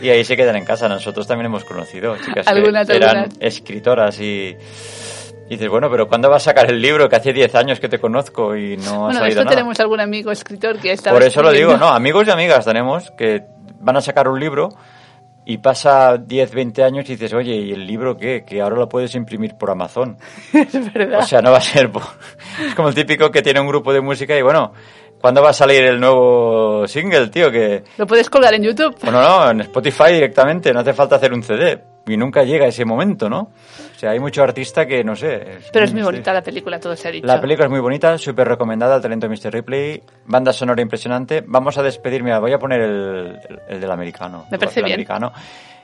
[SPEAKER 2] y ahí se quedan en casa. Nosotros también hemos conocido chicas
[SPEAKER 3] Algunas,
[SPEAKER 2] que eran
[SPEAKER 3] algunas.
[SPEAKER 2] escritoras y... y dices, bueno, pero ¿cuándo vas a sacar el libro? Que hace 10 años que te conozco y no ha
[SPEAKER 3] Bueno,
[SPEAKER 2] salido
[SPEAKER 3] esto
[SPEAKER 2] nada.
[SPEAKER 3] tenemos algún amigo escritor que está
[SPEAKER 2] Por eso lo digo, no, amigos y amigas tenemos que van a sacar un libro y pasa 10, 20 años y dices, oye, ¿y el libro qué? Que ahora lo puedes imprimir por Amazon.
[SPEAKER 3] es verdad.
[SPEAKER 2] O sea, no va a ser... po- Es como el típico que tiene un grupo de música y bueno, ¿cuándo va a salir el nuevo single, tío? Que...
[SPEAKER 3] lo puedes colgar en YouTube.
[SPEAKER 2] Bueno, no, en Spotify directamente, no hace falta hacer un CD. Y nunca llega ese momento, ¿no? O sea, hay mucho artista que, no sé...
[SPEAKER 3] Pero es muy
[SPEAKER 2] misterio.
[SPEAKER 3] bonita la película, todo se ha dicho.
[SPEAKER 2] La película es muy bonita, súper recomendada, El talento de Mr. Ripley, banda sonora impresionante. Vamos a despedirme, voy a poner el, el- el del americano.
[SPEAKER 3] Me parece
[SPEAKER 2] el
[SPEAKER 3] bien.
[SPEAKER 2] americano,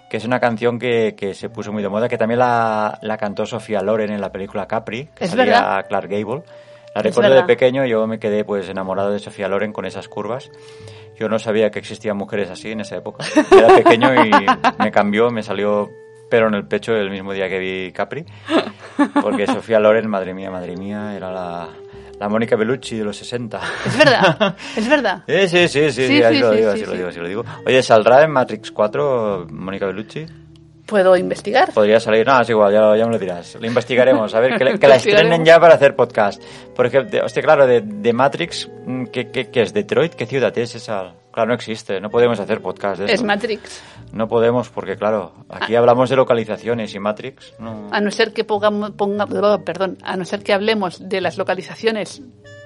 [SPEAKER 2] que es una canción que, que se puso muy de moda, que también la, la cantó Sofía Loren en la película Capri, que
[SPEAKER 3] Es
[SPEAKER 2] salía
[SPEAKER 3] verdad.
[SPEAKER 2] Clark Gable. La
[SPEAKER 3] Es
[SPEAKER 2] recuerdo de
[SPEAKER 3] verdad.
[SPEAKER 2] pequeño, yo me quedé pues enamorado de Sofía Loren con esas curvas. Yo no sabía que existían mujeres así en esa época. Era pequeño y me cambió, me salió pero en el pecho el mismo día que vi Capri. Porque Sofía Loren, madre mía, madre mía, era la, la Mónica Bellucci de los 60.
[SPEAKER 3] Es verdad, es verdad.
[SPEAKER 2] Eh, sí, sí, sí,
[SPEAKER 3] Sí,
[SPEAKER 2] sí, así
[SPEAKER 3] sí,
[SPEAKER 2] lo
[SPEAKER 3] sí,
[SPEAKER 2] digo,
[SPEAKER 3] sí,
[SPEAKER 2] así lo
[SPEAKER 3] sí.
[SPEAKER 2] digo, así lo digo. Oye, ¿saldrá en Matrix 4 Mónica Bellucci?
[SPEAKER 3] ¿Puedo investigar?
[SPEAKER 2] Podría salir, no, es igual, ya, ya me lo dirás. Lo investigaremos, a ver, que, la-
[SPEAKER 3] Lo
[SPEAKER 2] que la estrenen
[SPEAKER 3] investigaremos.
[SPEAKER 2] ya para hacer podcast. Por ejemplo, hostia, claro, de, de Matrix, mm, ¿qué, qué, qué es Detroit? ¿Qué ciudad es esa? Claro, no existe, no podemos hacer podcast de
[SPEAKER 3] Es
[SPEAKER 2] eso.
[SPEAKER 3] Matrix.
[SPEAKER 2] No podemos, porque claro, aquí hablamos de localizaciones y Matrix, no.
[SPEAKER 3] A no ser que pongamos, ponga- oh, perdón, a no ser que hablemos de las localizaciones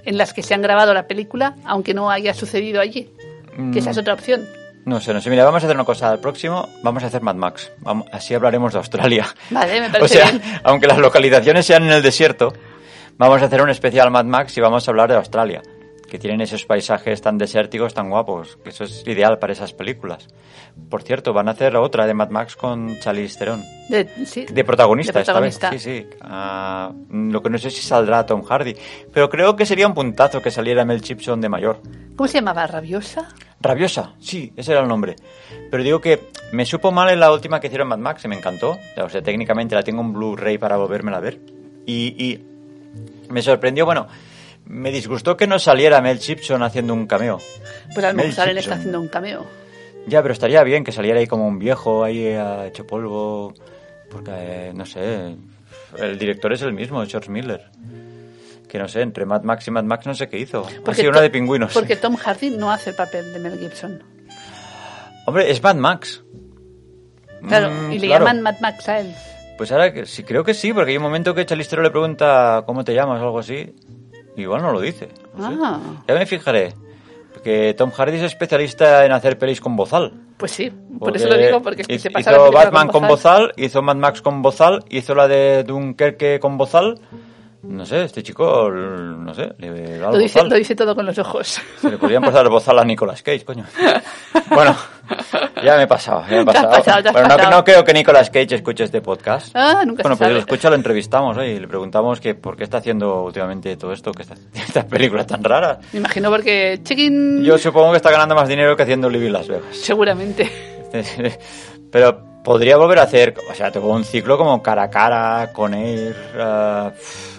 [SPEAKER 3] en las que se han grabado la película, aunque no haya sucedido allí. Que
[SPEAKER 2] Mm.
[SPEAKER 3] esa es otra opción.
[SPEAKER 2] No sé, no sé. Mira, vamos a hacer una cosa. Al próximo vamos a hacer Mad Max. Vamos- así hablaremos de Australia.
[SPEAKER 3] Vale, me
[SPEAKER 2] O
[SPEAKER 3] parece
[SPEAKER 2] sea,
[SPEAKER 3] bien.
[SPEAKER 2] aunque las localizaciones sean en el desierto, vamos a hacer un especial Mad Max y vamos a hablar de Australia, que tienen esos paisajes tan desérticos, tan guapos, que eso es ideal para esas películas. Por cierto, van a hacer otra de Mad Max con Charlize Theron,
[SPEAKER 3] De, sí.
[SPEAKER 2] de protagonista,
[SPEAKER 3] De protagonista.
[SPEAKER 2] esta vez. Sí, sí. Ah, lo que no sé si saldrá Tom Hardy, pero creo que sería un puntazo que saliera Mel Gibson de mayor.
[SPEAKER 3] ¿Cómo se llamaba? ¿Rabiosa?
[SPEAKER 2] Rabiosa, sí, ese era el nombre. Pero digo que me supo mal en la última que hicieron Mad Max y me encantó. O sea, técnicamente la tengo en Blu-ray para volvérmela a ver. Y, y me sorprendió, bueno, me disgustó que no saliera Mel Gibson haciendo un cameo.
[SPEAKER 3] Pues al
[SPEAKER 2] Mel
[SPEAKER 3] menos
[SPEAKER 2] Gibson.
[SPEAKER 3] Allen
[SPEAKER 2] Ah,
[SPEAKER 3] está haciendo un cameo.
[SPEAKER 2] Ya, pero estaría bien que saliera ahí como un viejo, ahí eh, hecho polvo. Porque, eh, no sé, el director es el mismo, George Miller. Que no sé, entre Mad Max y Mad Max no sé qué hizo. Porque
[SPEAKER 3] to-
[SPEAKER 2] una de pingüinos.
[SPEAKER 3] Porque Tom Hardy no hace el papel de Mel Gibson.
[SPEAKER 2] Hombre, es Mad Max.
[SPEAKER 3] Claro,
[SPEAKER 2] Mm,
[SPEAKER 3] y le
[SPEAKER 2] claro.
[SPEAKER 3] llaman Mad Max a él.
[SPEAKER 2] Pues ahora que- sí, creo que sí, porque hay un momento que Chalistero le pregunta cómo te llamas o algo así. Igual no lo dice. no sé.
[SPEAKER 3] Ah.
[SPEAKER 2] Ya me fijaré. Porque Tom Hardy es especialista en hacer pelis con bozal.
[SPEAKER 3] Pues sí, por
[SPEAKER 2] Porque
[SPEAKER 3] eso lo digo, porque es que
[SPEAKER 2] hiz-
[SPEAKER 3] se pasa la
[SPEAKER 2] Hizo
[SPEAKER 3] película
[SPEAKER 2] Batman con bozal. hizo Mad Max con bozal, hizo la de Dunkerque con bozal. No sé, este chico, l- no sé, le le da
[SPEAKER 3] Lo
[SPEAKER 2] el
[SPEAKER 3] dice,
[SPEAKER 2] bozal.
[SPEAKER 3] lo dice todo con los ojos.
[SPEAKER 2] Se le podrían pasar el bozal a Nicolas Cage, coño. Bueno, ya me he pasado, ya me he
[SPEAKER 3] Te has
[SPEAKER 2] pasado.
[SPEAKER 3] pasado, te has
[SPEAKER 2] bueno, no-
[SPEAKER 3] pasado.
[SPEAKER 2] No, creo que Nicolas Cage escuche este podcast.
[SPEAKER 3] Ah,
[SPEAKER 2] Bueno,
[SPEAKER 3] nunca se
[SPEAKER 2] pues
[SPEAKER 3] sabe.
[SPEAKER 2] lo escucha, lo entrevistamos ¿eh? y le preguntamos que por qué está haciendo últimamente todo esto, que está- estas películas tan raras.
[SPEAKER 3] Me imagino porque Chicken
[SPEAKER 2] Yo supongo que está ganando más dinero que haciendo Living Las Vegas.
[SPEAKER 3] seguramente.
[SPEAKER 2] Pero podría volver a hacer, o sea, tengo un ciclo como cara a cara, con Air, ah,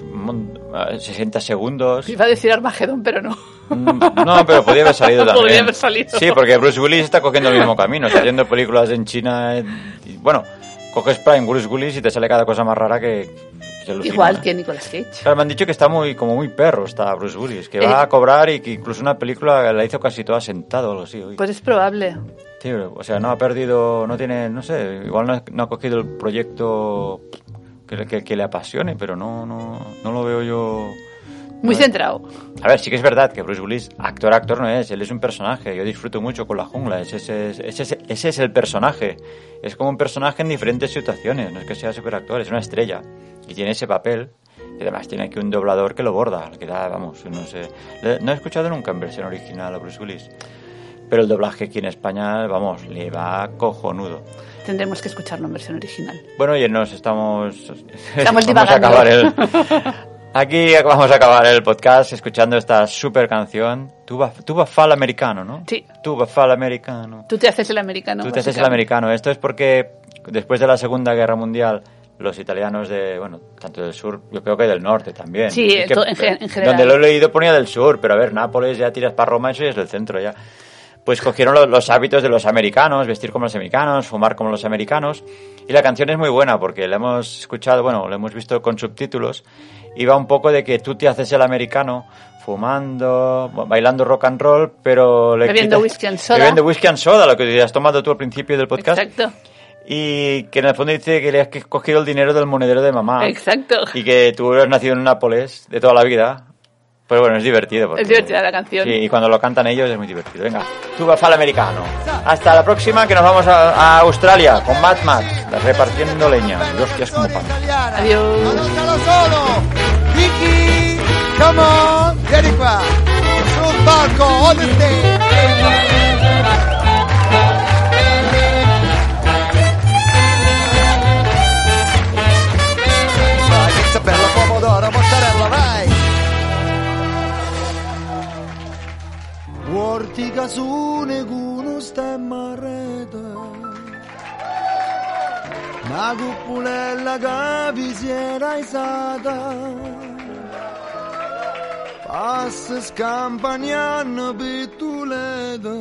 [SPEAKER 2] un mon- ah, 60 segundos.
[SPEAKER 3] Iba a decir Armagedón, pero no.
[SPEAKER 2] Mm, No, pero podía haber salido también.
[SPEAKER 3] Podría haber salido.
[SPEAKER 2] Sí, porque Bruce Willis está cogiendo el mismo camino, está haciendo películas en China. eh, y, bueno, coges Prime Bruce Willis y te sale cada cosa más rara que... que alucina,
[SPEAKER 3] Igual
[SPEAKER 2] ¿eh?
[SPEAKER 3] que Nicolas Cage.
[SPEAKER 2] Claro, me han dicho que está muy como muy perro está Bruce Willis, que va
[SPEAKER 3] Eh.
[SPEAKER 2] a cobrar y que incluso una película la hizo casi toda sentado o algo así. uy.
[SPEAKER 3] Pues es probable.
[SPEAKER 2] Sí, o sea, no ha perdido, no tiene, no sé, igual no, no ha cogido el proyecto que, le- que- que le apasione, pero no, no, no lo veo yo...
[SPEAKER 3] Muy
[SPEAKER 2] no-
[SPEAKER 3] centrado.
[SPEAKER 2] a ver, sí que es verdad que Bruce Willis, actor, actor no es, él es un personaje. Yo disfruto mucho con la jungla, ese, ese, ese- ese es el personaje. Es como un personaje en diferentes situaciones, no es que sea superactor, es una estrella. Y tiene ese papel Y además tiene aquí un doblador que lo borda, que da, vamos, no sé. Le- No he escuchado nunca en versión original a Bruce Willis. Pero el doblaje aquí en España, vamos, le va cojonudo.
[SPEAKER 3] Tendremos que escucharlo en versión original.
[SPEAKER 2] Bueno, y nos estamos.
[SPEAKER 3] Estamos
[SPEAKER 2] vamos a
[SPEAKER 3] divagando.
[SPEAKER 2] acabar el. Aquí vamos a acabar el podcast escuchando esta super canción. Tuba, tuba fal americano, ¿no?
[SPEAKER 3] Sí.
[SPEAKER 2] Tuba fal americano.
[SPEAKER 3] Tú te haces el americano. Pues
[SPEAKER 2] Tú te haces el
[SPEAKER 3] básicamente.
[SPEAKER 2] americano. Esto es porque después de la Segunda Guerra Mundial, los italianos de, bueno, tanto del sur, yo creo que del norte también.
[SPEAKER 3] Sí,
[SPEAKER 2] Es que,
[SPEAKER 3] to- en gen- en general.
[SPEAKER 2] Donde lo he leído ponía del sur, pero a ver, Nápoles ya tiras para Roma, eso ya es del centro ya. Pues cogieron lo- los, hábitos de los americanos, vestir como los americanos, fumar como los americanos. Y la canción es muy buena porque la hemos escuchado, bueno, la hemos visto con subtítulos. Y va un poco de que tú te haces el americano fumando, bailando rock and roll, pero le
[SPEAKER 3] Bebiendo
[SPEAKER 2] quitas-
[SPEAKER 3] whisky and soda.
[SPEAKER 2] Bebiendo whisky and soda, lo que has tomado tú al principio del podcast.
[SPEAKER 3] Exacto,
[SPEAKER 2] Y que en el fondo dice que le has cogido el dinero del monedero de mamá.
[SPEAKER 3] exacto.
[SPEAKER 2] Y que tú eres nacido en Nápoles de toda la vida. Pero bueno, es divertido. porque-
[SPEAKER 3] Es divertida la canción.
[SPEAKER 2] Sí, y cuando lo cantan ellos es muy divertido. Venga, tú vas al americano. Hasta la próxima que nos vamos a, a Australia con Mad Max, repartiendo leña. Y hostias como pan.
[SPEAKER 1] Italiana.
[SPEAKER 3] Adiós.
[SPEAKER 1] Ma non te lo sono. Vicky, come on, vieni qua. Sul palco, on the stage. Vai, Pizzabella, pomodoro, mozzarella, vai. Vortica su neguno stemma rete. Una cuppulella che vi si era isata Passa scampagnando pittuleta